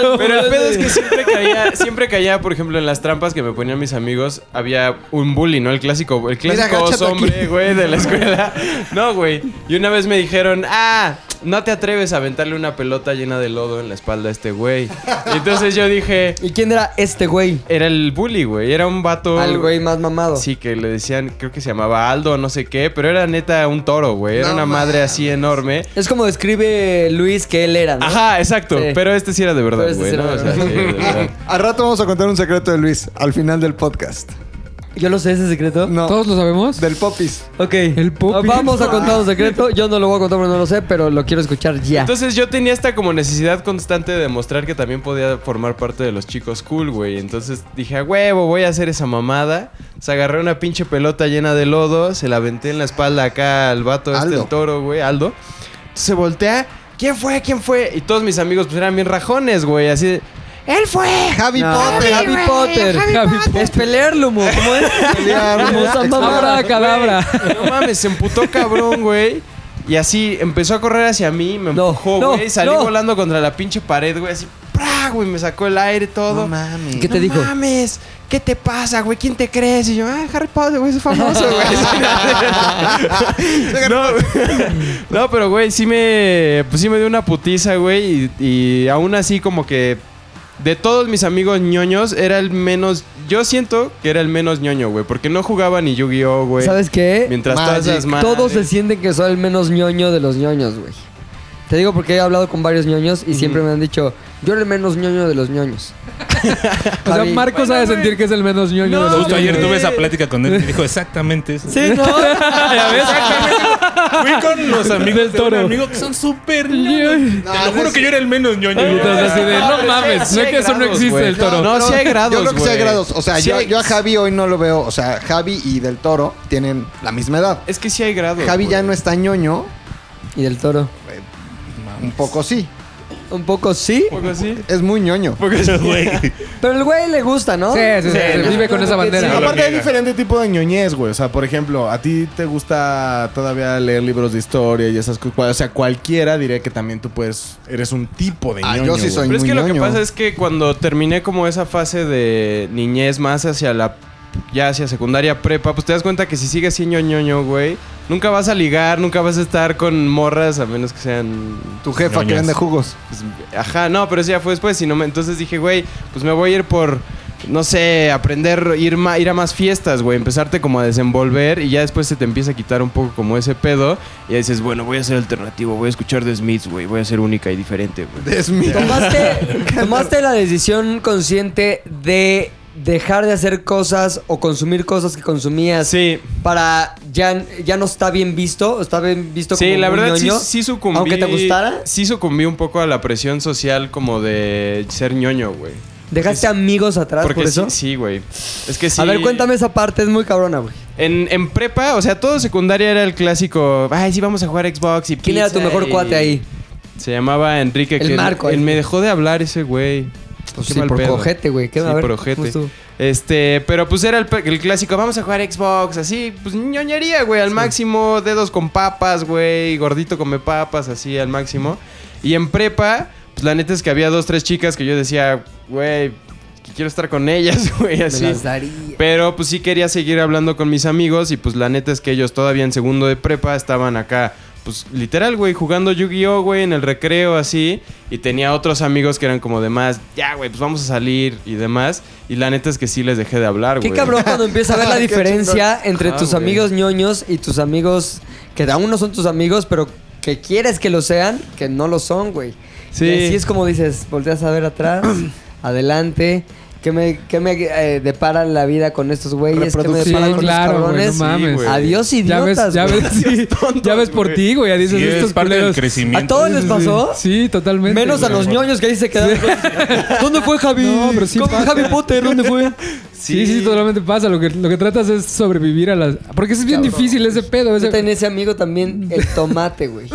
no
Pero
mames.
el pedo es que siempre caía, siempre caía, por ejemplo, en las trampas que me ponían mis amigos, había un bully, ¿no? El clásico, el
Mira,
clásico
agáchate
oso hombre, güey, de la escuela. No, güey. Y una vez me dijeron, ah, no te atreves a aventarle una pelota llena de lodo en la espalda a este güey. Y entonces yo dije,
¿Y quién era este güey?
era el bully, güey. Era un vato.
Al güey más mamado.
Sí, que le decían, creo que se llamaba Aldo, no sé qué, pero era neta un toro, güey. Era
No
una madre así enorme.
Es como describe Luis que él era, ¿no?
Ajá, exacto.
Sí.
Pero este sí era de verdad,
Pero este sí
güey.
era
¿no?
de
O sea,
verdad.
sí, de verdad.
Al rato vamos a contar un secreto de Luis al final del podcast.
Yo lo sé ese secreto.
No.
¿Todos lo sabemos?
Del popis.
Ok.
El Popis.
Vamos a contar un secreto. Yo no lo voy a contar porque no lo sé, pero lo quiero escuchar ya.
Entonces yo tenía esta como necesidad constante de demostrar que también podía formar parte de los chicos cool, güey. Entonces dije, a huevo, voy a hacer esa mamada. Se agarré una pinche pelota llena de lodo, se la aventé en la espalda acá al vato este,
Aldo.
el toro, güey, Aldo. Entonces se voltea, ¿quién fue? ¿quién fue? Y todos mis amigos pues eran bien rajones, güey, así de, ¡él fue!
Javi
No,
Potter.
Harry Potter.
Javi
Es Pelerlumo. ¿Cómo es? Hermosa
Abra
mamá.
cadabra.
No mames, se emputó cabrón, güey. Y así empezó a correr hacia mí, me
No,
empujó,
no,
güey. salí
no.
volando contra la pinche pared, güey. Así, ¡pra! güey, me sacó el aire todo.
No mames.
¿Qué te
no
dijo?
mames, ¿qué te pasa, güey? ¿Quién te crees? Y yo, ah, Harry Potter, güey, es famoso, güey. no, no, pero, güey, sí me, pues, sí me dio una putiza, güey. Y, y aún así, como que de todos mis amigos ñoños, era el menos. Yo siento que era el menos ñoño, güey, porque no jugaba ni Yu-Gi-Oh, güey.
¿Sabes qué?
Mientras todas
Magic.
esas madres-
Todos se sienten que soy el menos ñoño de los ñoños, güey. Te digo porque he hablado con varios ñoños y siempre me han dicho, yo era el menos ñoño de los ñoños.
O sea,
Javi.
Marcos ha de sentir que es el menos ñoño
No,
de los
Justo ayer
ñoños.
tuve esa plática con él y me dijo exactamente eso.
Sí, no.
Fui con los amigos del toro. amigos que son súper ñoños.
No,
Te
no
lo juro
es-
que yo era el menos ñoño.
Y entonces así de, no mames,
sí
sé
hay
que eso no
grados,
existe
güey.
el toro.
No, sí hay grados,
Yo creo que sí hay
güey.
grados. O sea,
Sí
yo,
hay-
yo a Javi hoy no lo veo. O sea, Javi y Del Toro tienen la misma edad.
Es que sí hay grados.
Javi ya
güey.
no está ñoño.
Y del toro.
Un poco sí.
Un poco sí,
Un poco así.
Es muy ñoño.
güey.
pero el güey le gusta, ¿no?
Sí, sí, sí, sí, vive con esa bandera.
No lo
Aparte hay
niega.
diferente tipo de ñoñez, güey. O sea, por ejemplo, a ti te gusta todavía leer libros de historia y esas cosas. O sea, cualquiera diría que también tú puedes... Eres un tipo de
Ah,
ñoño,
yo sí
güey.
soy
Pero es
muy
que lo que
ñoño.
pasa es que cuando terminé como esa fase de niñez más hacia la... Ya hacia secundaria prepa, pues te das cuenta que si sigues siendo ñoño, güey, nunca vas a ligar, nunca vas a estar con morras a menos que sean...
Tu jefa que
Ñoñas.
vende jugos.
pues, ajá, no, pero eso ya fue después. sino me- entonces dije, güey, pues me voy a ir por... No sé, aprender, ir, ma- ir a más fiestas, güey, empezarte como a desenvolver y ya después se te empieza a quitar un poco como ese pedo y ya dices, bueno, voy a ser alternativo, voy a escuchar The Smiths, güey, voy a ser única y diferente, güey.
Es mi...
Tomaste, tomaste la decisión consciente de dejar de hacer cosas o consumir cosas que consumías
Sí.
para ya, ya no está bien visto, está bien visto
Sí,
como
la
muy
verdad sí,
ñoño,
sí sucumbí.
Aunque te gustara,
Sí sucumbí un poco a la presión social como de ser ñoño, güey.
dejaste
Es-
amigos atrás
Porque
por eso.
sí, sí, güey. Es que sí.
A ver, cuéntame esa parte, es muy cabrona, güey.
En, en prepa, o sea, todo secundaria era el clásico. Ay, sí, vamos a jugar Xbox y
¿Quién era tu
pizza
mejor
y- pues
cuate ahí?
Se llamaba Enrique.
El
que
Marco,
Él
ahí.
me dejó de hablar ese güey.
Pues
Qué
sí,
mal
por
pedo.
cojete, güey. ¿Qué
Sí,
a ver,
por
¿cómo
ojete.
estuvo?
Este, pero pues era el, pe- el clásico, vamos a jugar Xbox, así, pues ñoñería, güey, al máximo, dedos con papas, güey, gordito come papas, así, al máximo. Y en prepa, pues la neta es que había dos, tres chicas que yo decía, güey, que quiero estar con ellas, güey,
Me
así.
las daría.
Pero pues sí quería seguir hablando con mis amigos y pues la neta es que ellos todavía en segundo de prepa estaban acá. Pues literal, güey, jugando Yu-Gi-Oh, güey, en el recreo así. Y tenía otros amigos que eran como de más, ya, güey, pues vamos a salir y demás. Y la neta es que sí les dejé de hablar, güey.
Qué cabrón cuando empieza a ver la
Qué
diferencia entre
Ah,
tus
güey.
amigos ñoños y tus amigos que aún no son tus amigos, pero que quieres que lo sean, que no lo son, güey.
Sí.
Y así es como dices, volteas a ver atrás, adelante. ¿Qué me, qué me eh, depara la vida con estos güeyes? ¿Qué me
Reproducción.
depara con
Claro,
los
güey,
cabrones?
no mames.
güey.
Adiós,
Ya ves,
idiotas.
ya
güey.
ves, sí, ya ves por ti, güey. Ya dices,
Sí,
estos
es parte del
culeros-
¿A
crecimiento.
todos les pasó?
Sí, totalmente.
Menos a
güey.
los ñoños que ahí se quedaron. ¿Dónde fue Javi?
No, pero sí
¿Cómo
pasa.
Javi Potter? ¿Dónde fue?
Sí, sí, totalmente pasa. Lo que, lo que tratas es sobrevivir a las. Porque es bien
Cabrón.
difícil ese pedo.
Yo
Ese...
tenía ese amigo también, el tomate, güey.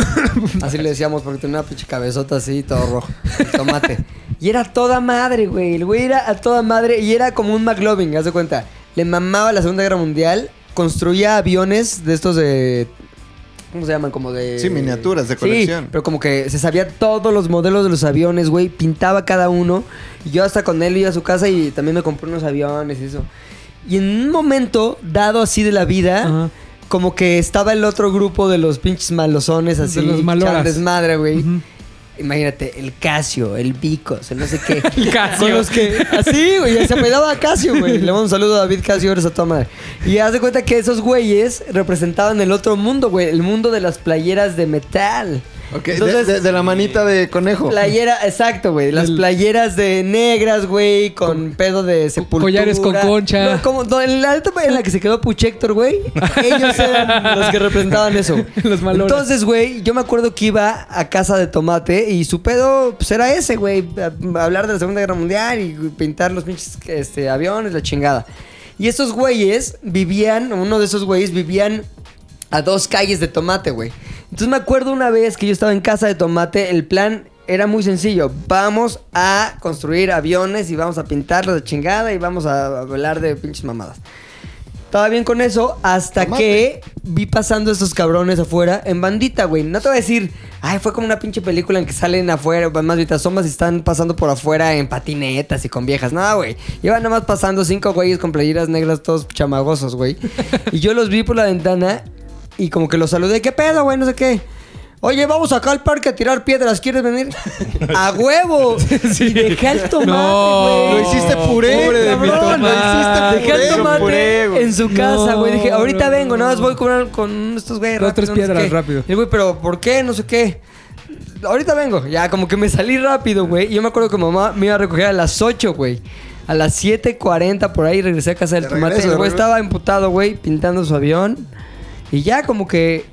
Así le decíamos, porque tenía una pinche cabezota así, todo rojo. El tomate. Y era toda madre, güey. El güey era a toda madre y era como un McLovin, haz de cuenta. Le mamaba la Segunda Guerra Mundial, construía aviones de estos de. ¿Cómo se llaman? Como de.
Sí, miniaturas de
Sí,
colección.
pero como que se sabía todos los modelos de los aviones, güey. Pintaba cada uno. Y yo hasta con él iba a su casa y también me compré unos aviones y eso. Y en un momento dado así de la vida,
Ajá.
como que estaba el otro grupo de los pinches malosones así.
De los maloras.
echando desmadre, güey.
Ujú.
Imagínate, el Casio, el Vicos, el no sé qué.
El Casio.
Con los que. Así, güey. Se apellidaba a Casio, güey. Le mando un saludo a David Casio, eres a toda madre. Y haz de cuenta que esos güeyes representaban el otro mundo, güey. El mundo de las playeras de metal.
Ok, de- de, de la manita de conejo.
Playera, exacto, güey. Las
El-
playeras de negras, güey, con pedo de sepultura.
collares con concha.
No, como, no, en, la, etapa en la que se quedó Puchector, güey, ellos eran los que representaban eso. güey.
Los malones.
Entonces, güey, yo me acuerdo que iba a casa de Tomate y su pedo pues, era ese, güey. a- a Hablar de la Segunda Guerra Mundial y pintar los pinches este, aviones, la chingada. Y esos güeyes vivían, uno de esos güeyes vivían a dos calles de tomate, güey. Entonces me acuerdo una vez que yo estaba en casa de tomate, el plan era muy sencillo. Vamos a construir aviones y vamos a pintarlos de chingada y vamos a hablar de pinches mamadas. Estaba bien con eso hasta que vi pasando estos cabrones afuera en bandita, güey. No te voy a decir, ay, fue como una pinche película en que salen afuera, van más bien asomas y están pasando por afuera en patinetas y con viejas. No, güey. Iban nomás pasando cinco güeyes con playeras negras, todos chamagosos, güey. y yo los vi por la ventana y como que los saludé, ¿qué pedo, güey? No sé qué. Oye, vamos acá al parque a tirar piedras, ¿quieres venir? ¡A huevo! Y dejé al tomate,
No.
güey.
Lo hiciste puré,
Pobre de mi
cabrón, lo
tomate.
hiciste
Dejé
puré,
al tomate
puré, güey.
en su
No,
casa, güey. Dije, ahorita
no,
vengo, nada más
no.
voy con, con estos güeyes
Dos,
rápido,
tres
no sé
piedras,
qué".
rápido.
Y el güey, pero ¿por qué? No sé qué. Ahorita vengo. Ya, como que me salí rápido, güey. Yo me acuerdo que mamá me iba a recoger a las 8, güey. A las 7.40 por ahí regresé a casa del
De
tomate.
regreso,
el
de
güey
regreso.
estaba emputado, güey, pintando su avión. Y ya como que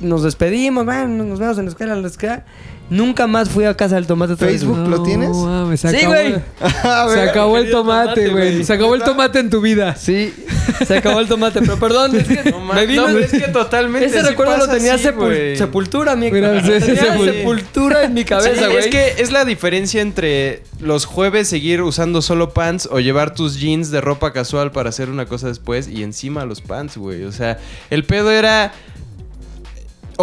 nos despedimos, bueno, nos vemos en la escuela, en la escuela. Nunca más fui a casa del tomate otra vez,
Facebook.
güey.
¿Lo tienes?
mames, se
Sí,
acabó-
güey.
A
Se
ver.
acabó el
Querido tomate,
tomate, güey.
güey.
Se acabó el tomate en tu vida.
Sí, se acabó el tomate, pero perdón, es que
No,
me
mames,
vino-
no, es que totalmente.
ese
así
recuerdo lo
pasa
tenía pues,
así,
sepul-
güey.
sepultura, mi
Mira, sí, sí,
Tenía
sepul-
sepultura en mi cabeza,
Sí,
güey.
es que es la diferencia entre los jueves seguir usando solo pants o llevar tus jeans de ropa casual para hacer una cosa después y encima los pants, güey. O sea, el pedo era...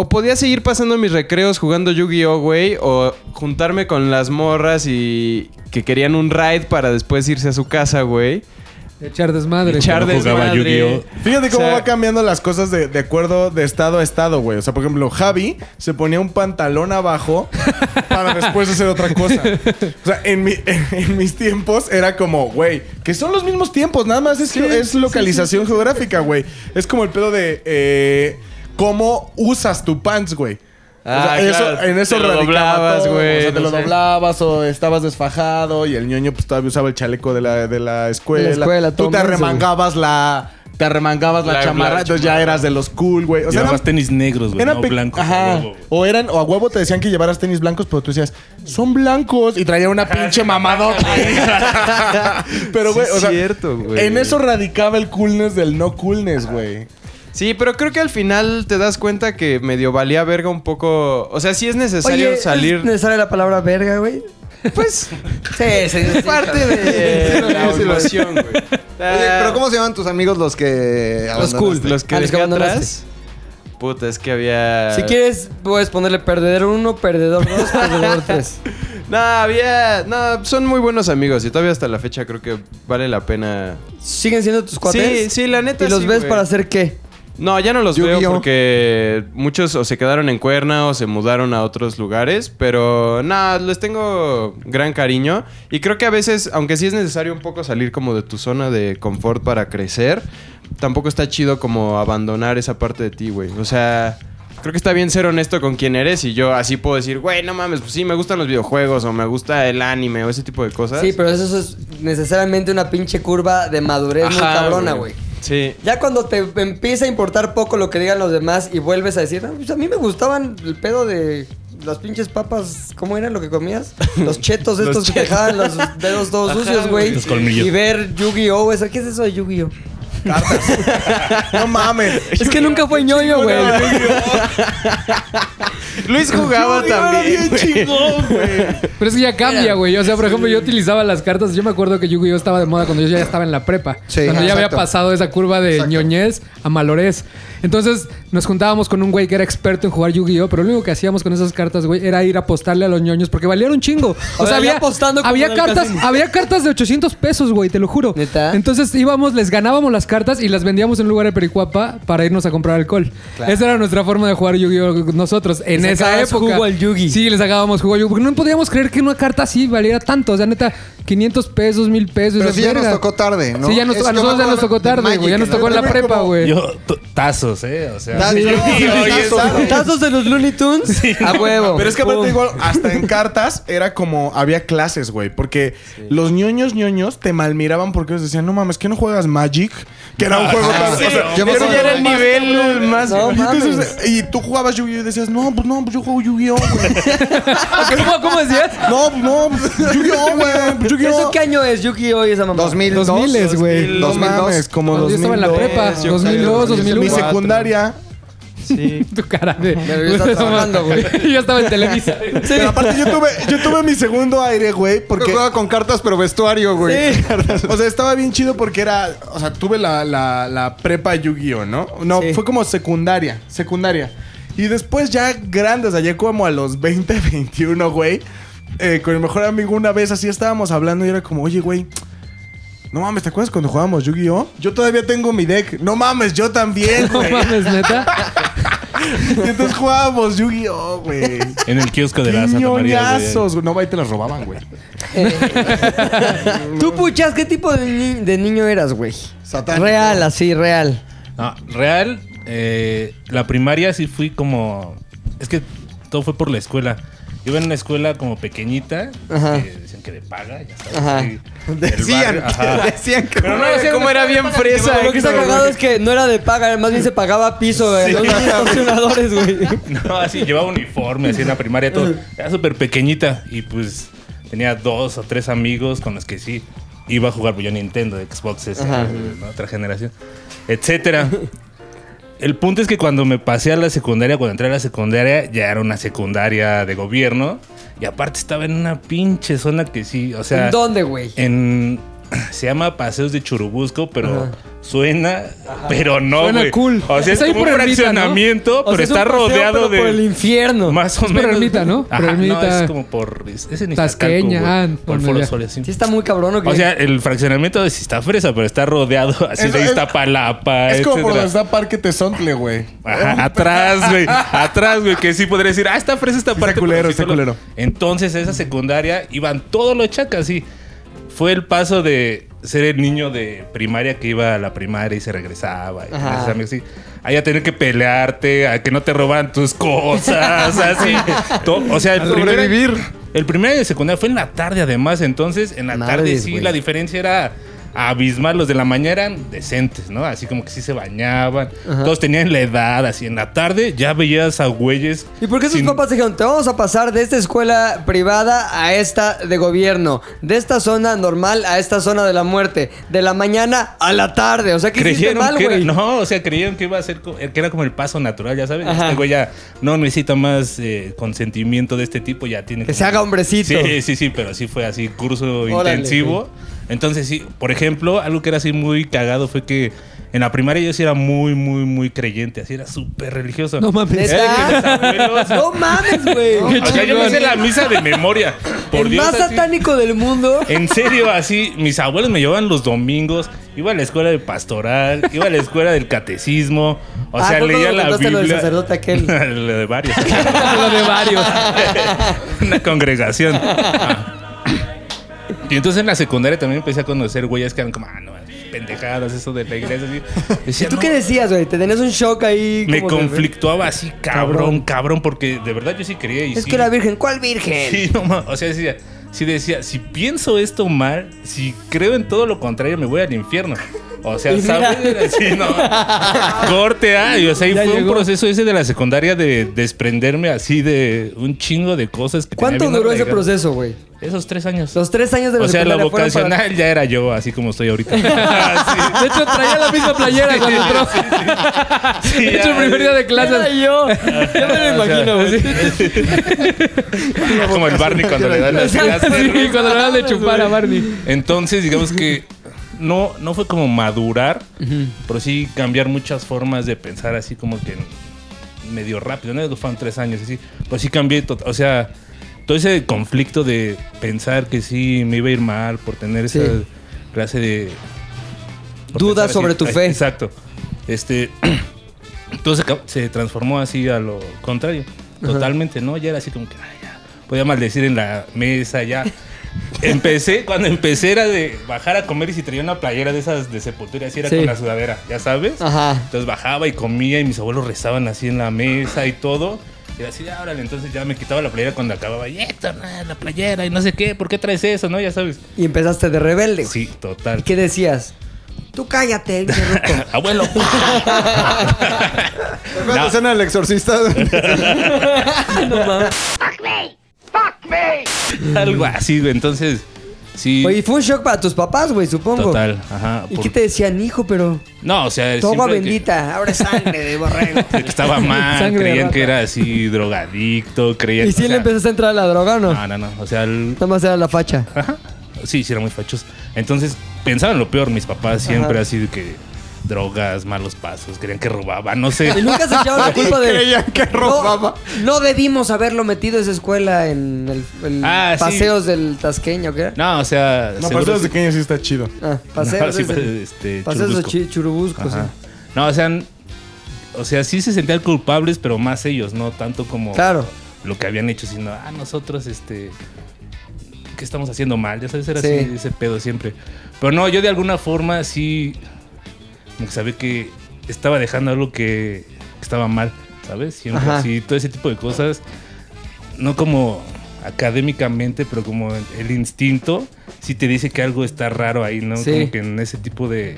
O podía seguir pasando mis recreos jugando Yu-Gi-Oh, güey, o juntarme con las morras y que querían un ride para después irse a su casa, güey.
Echar desmadre.
Echar
Cuando jugaba
desmadre.
Yu-Gi-Oh.
Fíjate cómo
O sea-
va cambiando las cosas de, de acuerdo de estado a estado, güey. O sea, por ejemplo, Javi se ponía un pantalón abajo para después hacer otra cosa. O sea, en, mi- en- en mis tiempos era como, güey, que son los mismos tiempos, nada más es, es localización geográfica, güey. Es como el pedo de eh, cómo usas tu pants, güey.
Ah,
o sea, eso-
claro,
en eso
te lo
radicaba
doblabas,
todo,
güey,
O sea, te
no
lo
sé.
doblabas o estabas desfajado y el ñoño pues todavía usaba el chaleco de la, de la escuela.
De la escuela,
Tú
todo
te
menso,
arremangabas la... Te arremangabas la,
La- la
chamarra, entonces ya
chamarra.
eras de los cool, güey. O sea,
Llevabas
eran-
tenis negros, güey,
eran
no
pe-
blancos.
Ajá.
huevo, güey.
o eran, o a huevo te decían que llevaras tenis blancos, pero tú decías, son blancos. Y traía una pinche mamadota. pero, güey,
Sí,
o sea,
cierto, güey.
en eso radicaba el coolness del no coolness, güey.
Sí, pero creo que al final te das cuenta que medio valía verga un poco. O sea, sí es necesario
Oye, ¿Es
salir.
necesaria la palabra verga, güey?
Pues
Sí, sí,
es parte de la
sí lo es.
emoción, güey.
Oye, pero ¿cómo se llaman tus amigos los que...
Los cool, los que
Ah, los que
dejé
abandonaste.
atrás. Puta, es que había.
Si quieres, puedes ponerle perdedor 1, perdedor 2, perdedor 3.
No, había. No, son muy buenos amigos y todavía hasta la fecha creo que vale la pena.
¿Siguen siendo tus cuates?
Sí, sí, la neta.
¿Y los
sí,
ves
güey.
para hacer qué?
No, ya no los
Yu-Gi-Oh.
veo porque muchos o se quedaron en Cuerna o se mudaron a otros lugares, pero nada, les tengo gran cariño y creo que a veces, aunque sí es necesario un poco salir como de tu zona de confort para crecer, tampoco está chido como abandonar esa parte de ti, güey. O sea, creo que está bien ser honesto con quién eres y yo así puedo decir, güey, no mames, pues sí, me gustan los videojuegos o me gusta el anime o ese tipo de cosas.
Sí, pero eso es necesariamente una pinche curva de madurez muy
Ajá,
cabrona, güey.
Sí.
Ya cuando te empieza a importar poco lo que digan los demás y vuelves a decir, "Ah, pues a mí me gustaban el pedo de las pinches papas, ¿cómo era lo que comías? Los chetos estos que te dejaban los dedos todos sucios, güey.
Los colmillos.
Y ver Yu-Gi-Oh! eso. ¿Qué es eso de Yu-Gi-Oh?
No mames.
Es que nunca fue ñoño, güey.
Luis jugaba también. güey.
Pero es que ya cambia, güey. O sea, por ejemplo, yo utilizaba las cartas. Yo me acuerdo que Yu-Gi-Oh estaba de moda cuando yo ya estaba en la prepa.
Sí,
cuando ya había
exacto.
pasado esa curva de
Exacto.
ñoñez a malorés. Entonces nos juntábamos con un güey que era experto en jugar Yu-Gi-Oh, pero lo único que hacíamos con esas cartas, güey, era ir a apostarle a los ñoños porque valían un chingo. O
sea,
sea,
ya
había,
apostando como en
había
el
cartas,
casino.
había cartas de 800 pesos, güey, te lo juro.
¿Neta?
Entonces íbamos, les ganábamos las cartas y las vendíamos en un lugar de Pericuapa para irnos a comprar alcohol. Esa era nuestra forma de jugar Yu-Gi-Oh nosotros en
Le
esa
sacabas
época.
jugo al Yugi.
Sí, le sacábamos jugo al Yugi. Porque no podíamos creer que una carta así valiera tanto. O sea, neta, 500 pesos, 1000 pesos.
Pero
o sea,
sí ya
verga.
nos tocó tarde, ¿no?
Sí, ya nos-
Es
a
que
nosotros
me
ya nos
acuerdo
tocó
de
tarde,
Magic,
güey. Ya nos
¿no?
tocó en la
Yo me
prepa,
acuerdo-
güey.
Yo, t- tazos, ¿eh? O sea.
Tazos.
Tazos de los Looney Tunes a huevo.
Pero es que aparte
Pum.
igual, hasta en cartas era como había clases, güey. Porque los ñoños ñoños te malmiraban porque ellos decían, no mames, ¿qué no juegas Magic? Que era un juego tan.
sí.
o sea,
Yo me
pero
acuerdo
ya era el
más
nivel más.
No
y, entonces, eh,
mames.
y tú jugabas Yu-Gi-Oh! y decías, no, pues no, pues yo juego Yu-Gi-Oh! güey".
¿Cómo, cómo decías?
no, pues no, pues Yu-Gi-Oh! güey. pues
¿Eso
Yu-Gi-Oh!
qué año es Yu-Gi-Oh! y esa mamá?
2002.
2000, güey.
No
2002.
mames, como
Cuando yo estaba en la
2002,
prepa,
yo
2002,
creo,
Mi
2001.
2004.
secundaria.
Sí.
Tu cara de.
Pero yo estaba trabajando, güey.
Yo estaba en Televisa.
Pero aparte yo tuve, yo tuve mi segundo aire, güey, porque...
Yo jugaba con cartas pero vestuario, güey.
O sea, estaba bien chido porque era. O sea, tuve la, la, la prepa Yu-Gi-Oh, ¿no? No,
Sí.
fue como secundaria. Secundaria. Y después ya grandes, allá como a los 20, 21, güey. eh, con mi mejor amigo una vez así estábamos hablando y era como, oye, güey. No mames, ¿te acuerdas cuando jugábamos Yu-Gi-Oh? Yo todavía tengo mi deck. No mames, yo también,
No
güey.
mames, neta.
Y entonces jugábamos Yu-Gi-Oh, güey.
En el kiosco de la Santa María. güey.
Piñonazos, güey. No, va y te las robaban, güey.
Eh. Tú, puchas, ¿qué tipo de, ni- de niño eras, güey?
Satánico.
Real, así, real.
No, real, eh, la primaria sí fui como. Es que todo fue por la escuela. Yo iba en una escuela como pequeñita,
Ajá.
que decían que de paga, ya sabes.
Ajá.
ahí, del
Decían,
barrio, ajá.
decían que...
Pero no, cómo era bien fresa.
Lo que está
Héctor,
cagado
güey.
es que no era de paga, más bien se pagaba piso, güey. Los patrocinadores, güey.
No, así llevaba uniforme, así en la primaria, todo. Era súper pequeñita y pues tenía dos o tres amigos con los que sí iba a jugar pues, yo Nintendo, Xbox, ese, ¿no? otra generación, etcétera. El punto es que cuando me pasé a la secundaria, cuando entré a la secundaria, ya era una secundaria de gobierno y aparte estaba en una pinche zona que sí, o sea,
¿En dónde, güey?
en se llama Paseos de Churubusco, pero suena, pero no,
Suena
güey.
cool.
O sea,
Es
es,
ahí
como un
por Ermita,
fraccionamiento,
O
pero
sea, es un
está
paseo,
rodeado
pero
de
por el infierno.
más o
Es por
menos.
Ermita, ¿no?
Ajá,
Por
no,
Ermita.
es como por es, es en
Tasqueña, ah,
Tasqueña, por
bueno,
Foro
ya.
Sol, así.
Sí está muy cabrón, ¿o qué?
O sea, el fraccionamiento de sí está fresa, pero está rodeado así
Es-
de
es-
Iztapalapa,
Es como por
etcétera.
donde está Parque Tezontle, güey.
Ajá, atrás, güey. Atrás, güey. Que sí podría decir, ah, está fresa esta parte. pero
culero,
sí
está
solo-
culero.
Entonces, esa secundaria iban todos los chacas, sí. Fue el paso de ser el niño de primaria que iba a la primaria y se regresaba. Y tenía sus amigos, sí. Ahí a tener que pelearte, a que no te roban tus cosas, así. To- o sea, el primer, El primer año de secundaria fue en la tarde, además. Entonces, en la tarde
Madres,
sí,
güey.
la diferencia era abismal. Los de la mañana eran decentes, ¿no? Así como que sí se bañaban. Todos tenían la edad, así. En la tarde ya veías a güeyes.
¿Y por qué sus
sin-
papás dijeron, te vamos a pasar de esta escuela privada a esta de gobierno? De esta zona normal a esta zona de la muerte. De la mañana a la tarde. O sea, que hiciste
creyeron
mal,
que era,
güey.
no, o sea, creyeron que iba a ser co- que era como el paso natural, ya sabes.
Ajá.
Este güey ya no necesita más eh, consentimiento de este tipo, ya tiene
Que se haga hombrecito.
Sí, sí, sí, pero sí fue así curso
Órale,
intensivo. Entonces, sí, por ejemplo, algo que era así muy cagado fue que en la primaria yo sí era muy muy muy creyente, así era súper religioso.
No mames.
Era de que mis abuelos-
No mames, güey.
o sea, yo me hice la misa de memoria. Por
el
Dios,
más
así.
satánico del mundo.
En serio, así, mis abuelos me llevaban los domingos, iba a la escuela de pastoral, iba a la escuela del catecismo, o
Ah,
sea,
¿fue
leía
cuando
la
contaste
Biblia.
lo del sacerdote aquel?
Lo de varios.
Lo de varios.
Una congregación. Ah. Y entonces en la secundaria también empecé a conocer güeyes que eran como, ah, no, pendejadas, eso de la iglesia. Así.
¿Y
Decía,
tú
"No,
qué decías, güey? ¿Te tenías un shock ahí?
Me
como de-
conflictuaba así,
Cabrón.
cabrón, cabrón, porque de verdad yo sí creía. Y
Es
sí-
que la virgen. ¿Cuál virgen?
Sí, no ma- o sea, decía, si decía, si pienso esto mal, si creo en todo lo contrario, me voy al infierno. O
Y
sea,
mira.
¿sabes? Sí, no. Corte, ah, y, o sea, y
Ya
fue
llegó.
un proceso ese de la secundaria de desprenderme así de un chingo de cosas que tenía
¿Cuánto
bien
duró ese
arraigadas.
proceso, güey?
Esos tres años.
Los tres años de la
o sea, la
secundaria fueron para-
vocacional ya era yo, así como estoy ahorita. Sí,
De hecho, traía la misma playera cuando entró.
sí,
De hecho,
ya.
el primer día de
Era
clases.
yo. Ya me lo imagino, güey.
Ah, Como el Barney cuando le dan las clases.
Sí, cuando le daban de chupar a Barney.
Entonces, digamos que no, no fue como madurar, pero sí cambiar muchas formas de pensar así como que medio rápido. No fueron tres años, así. Pero sí cambié, tot- o sea, todo ese conflicto de pensar que sí me iba a ir mal por tener
Sí.
esa clase de... por
Dudas
pensar
sobre tu fe.
Exacto. Este, todo se, acab- se transformó así a lo contrario. Totalmente, ¿no? Ya era así como que, ay, ya. Podía maldecir en la mesa, ya. Empecé, cuando empecé era de bajar a comer y si traía una playera de esas de sepultura, así era
Sí.
con la sudadera, ya sabes.
Ajá.
Entonces bajaba y comía y mis abuelos rezaban así en la mesa y todo. Y era así, "Ah, órale, entonces ya me quitaba la playera cuando acababa. Y esto, no, la playera y no sé qué, ¿por qué traes eso? No, ya sabes.
Y empezaste de rebelde, güey.
Sí, total.
¿Y qué decías? Tú cállate, pinche ruco.
Abuelo.
La
No.
escena del exorcista.
Algo así, güey. Entonces, sí.
Oye, y fue un shock para tus papás, güey, supongo.
Total, ajá.
¿Y
por-
qué te decían, hijo, pero?
No, o sea,
Tu agua
siempre que-
bendita, ahora es sangre de borrego.
de que estaba mal,
Sangre de
creían
rata.
que era así drogadicto, creían.
¿Y
o
si
sea, Ah.
le empezaste a entrar a la droga o no?
No, no, no. O sea, el-
Nada más era la facha.
ajá, sí, sí, eran muy fachos. Entonces pensaban lo peor, mis papás siempre
Ajá.
así de que drogas, malos pasos, creían que robaba, no sé.
Y nunca se echaron la culpa de.
Creían que robaba.
No, no debimos haberlo metido a esa escuela en el, el
Ah, sí.
paseos del Tasqueño, ¿qué era?
No, o sea,
No, pero
seguro sí-
desde pequeño sí está chido.
Ah, paseos.
No, sí,
es el-
este,
paseos de
Churubusco.
chi- Churubusco, sí.
Ajá. No, o sea, n- o sea, sí se sentían culpables, pero más ellos, no tanto como
Claro.
lo que habían hecho, sino ah, nosotros este ¿qué estamos haciendo mal? Ya sabes, era
Sí.
así ese pedo siempre. Pero no, yo de alguna forma sí como que sabía que estaba dejando algo que, que estaba mal, ¿sabes? Siempre
Ajá.
así, todo ese tipo de cosas no como académicamente, pero como el instinto sí te dice que algo está raro ahí, ¿no?
Sí.
Como que en ese tipo de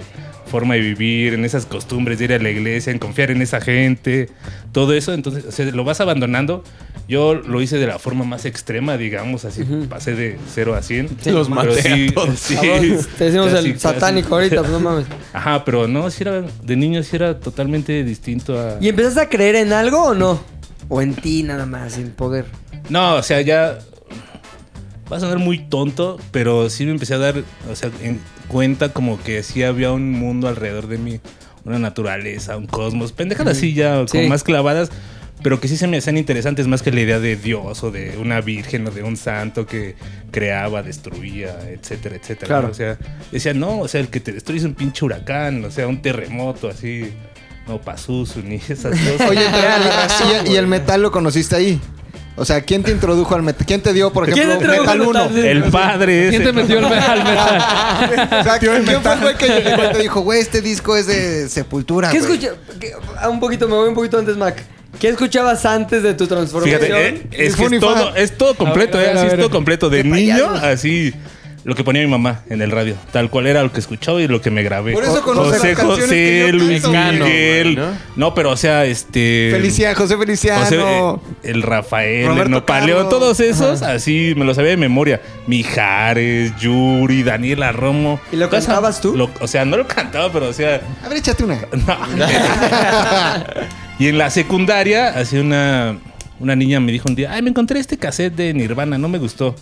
forma de vivir, en esas costumbres de ir a la iglesia, en confiar en esa gente, todo eso, entonces, o sea, lo vas abandonando. Yo lo hice de la forma más extrema, digamos, así, pasé de 0 a 100.
Los
pero sí, sí,
Cabrón, Te decimos
casi,
el
casi.
satánico ahorita, pues no mames.
Ajá, pero no, si era, de niño sí era totalmente distinto a...
¿Y empezaste a creer en algo o no? O en ti nada más, en poder.
No, o sea, ya. Va a sonar muy tonto, pero sí me empecé a dar, o sea, en cuenta como que sí había un mundo alrededor de mí, una naturaleza, un cosmos, pendejadas así ya,
Sí.
como más clavadas, pero que sí se me hacían interesantes más que la idea de Dios o de una virgen o de un santo que creaba, destruía, etcétera, etcétera.
Claro.
¿no? O sea, decía, no, o sea, el que te destruye es un pinche huracán, o sea, un terremoto así, no pasó ni esas cosas.
Oye, pero, ¿y- y, y el metal lo conociste ahí. O sea, ¿quién te introdujo al metal? ¿Quién te dio, por
¿Quién
ejemplo,
introdujo
Metal
al
1?
metal?
El padre ese.
¿Quién te metió el al metal?
O sea, ¿quién fue el güey que llegó y te dijo, güey, este disco es de Sepultura,
¿Qué
güey"?
escucha? qué- a Un poquito, me voy un poquito antes, Mac. ¿Qué escuchabas antes de tu transformación?
Fíjate, eh, es, que
Funny
es todo, es todo completo,
A ver, a
eh, así
ver, a
es
ver.
todo completo. De
Qué
niño,
payasos.
así lo que ponía mi mamá en el radio. Tal cual era lo que escuchaba y lo que me grabé.
Por eso conoce
José
las canciones que
José,
yo
Luis
canto, güey.
Miguel.
Mecano, güey,
¿no? pero o sea, este.
Feliciano, José Feliciano.
José, eh, el Rafael,
Roberto
el Nopaleo,
Carlos.
todos esos, así me lo sabía de memoria. Mijares, Yuri, Daniela Romo.
¿Y lo
Todas-
cantabas tú?
lo- o sea, no lo cantaba, pero o sea.
A ver, échate una.
No. y en la secundaria, así una, una niña me dijo un día, ay, me encontré este cassette de Nirvana, no me gustó.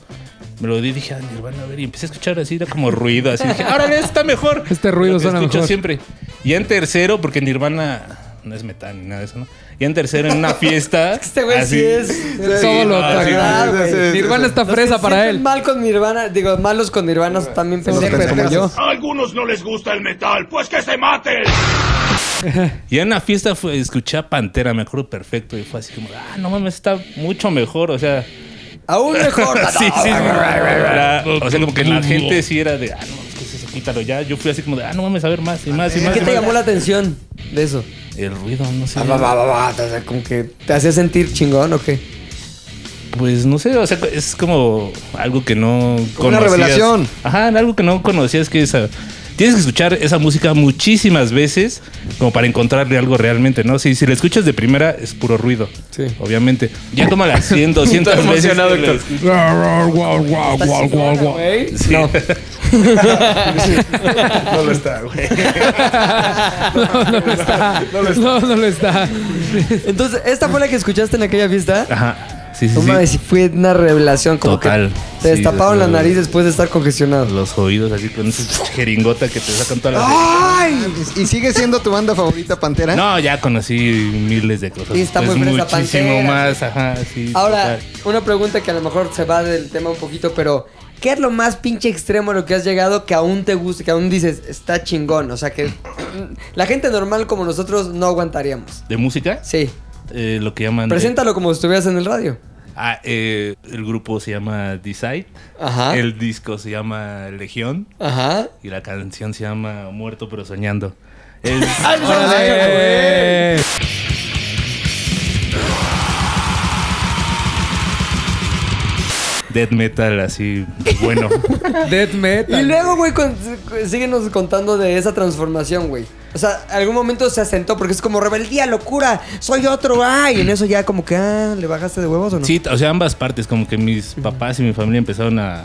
Me lo di, dije, ah, Nirvana, a ver, y empecé a escuchar así, era como ruido, así dije, ahora está mejor.
Este ruido
Lo que
suena
escucho
mejor.
siempre. Y en tercero, porque Nirvana no es metal ni nada de eso, ¿no? Y en tercero, en una fiesta.
Este güey sí
así-
es.
Todo lo
no, sí,
sagrado,
sí,
güey.
sí, sí, sí.
Nirvana está
Los que
fresa para
sienten
él.
mal con Nirvana, digo, malos con Nirvana también pendejos
pendejos.
como yo.
A algunos no les gusta el metal, pues que se maten.
Y en una fiesta fue, escuché a Pantera, me acuerdo perfecto, y fue así como, ah, no mames, está mucho mejor, o sea.
Aún mejor.
sí, sí. La- o sea, como que la gente sí era de, ah, no, es que es eso, quítalo ya. Yo fui así como de, ah, no mames, a ver más y más y más.
¿Qué
y
te
más.
llamó Ah, la atención de eso?
El ruido, no sé.
O sea, como que te hacía sentir chingón o qué.
Pues no sé, o sea, es como algo que no conocías.
Una revelación.
Ajá, algo que no conocías que esa. Tienes que escuchar esa música muchísimas veces como para encontrarle algo realmente, ¿no? Si, si la escuchas de primera es puro ruido. Sí. Obviamente. Ya como las 100, 200
Todo
veces. que
emocionado,
la
Héctor.
escuchas.
Sí.
No.
No lo está, güey.
No, no lo está. No, no lo está.
Entonces, ¿esta fue la que escuchaste en aquella fiesta?
Ajá. Ah, Sí, sí,
No
sí.
mames, sí fue una revelación. Como
Total.
Que te
Sí,
destaparon la
desde luego.
nariz después de estar congestionado.
los oídos así con esa jeringota que te sacan todas
¡Ah!
las...
¡Ay! ¿Y sigue siendo tu banda favorita, Pantera?
No, ya conocí miles de cosas.
¿Eh? Sí, está
Pues
muy fresa
muchísimo
Pantera.
más, ajá, sí.
Ahora,
total.
una pregunta que a lo mejor se va del tema un poquito, pero ¿qué es lo más pinche extremo a lo que has llegado que aún te gusta, que aún dices, está chingón? O sea, que mm, la gente normal como nosotros no aguantaríamos.
de música,
Sí.
eh, lo que llaman
Preséntalo como si estuvieras en el radio.
Ah, eh, el grupo se llama Decide,
Ajá.
el disco se llama Legión
Ajá.
y la canción se llama Muerto pero soñando. Es-
Órale.
death metal así bueno.
Death
Y
metal.
luego, güey, con- síguenos contando de esa transformación, güey. O sea, algún momento se asentó porque es como rebeldía, locura, soy otro, ay. Y en eso ya como que, ah, ¿le bajaste de huevos o no?
Sí, o sea, ambas partes, como que mis papás y mi familia empezaron a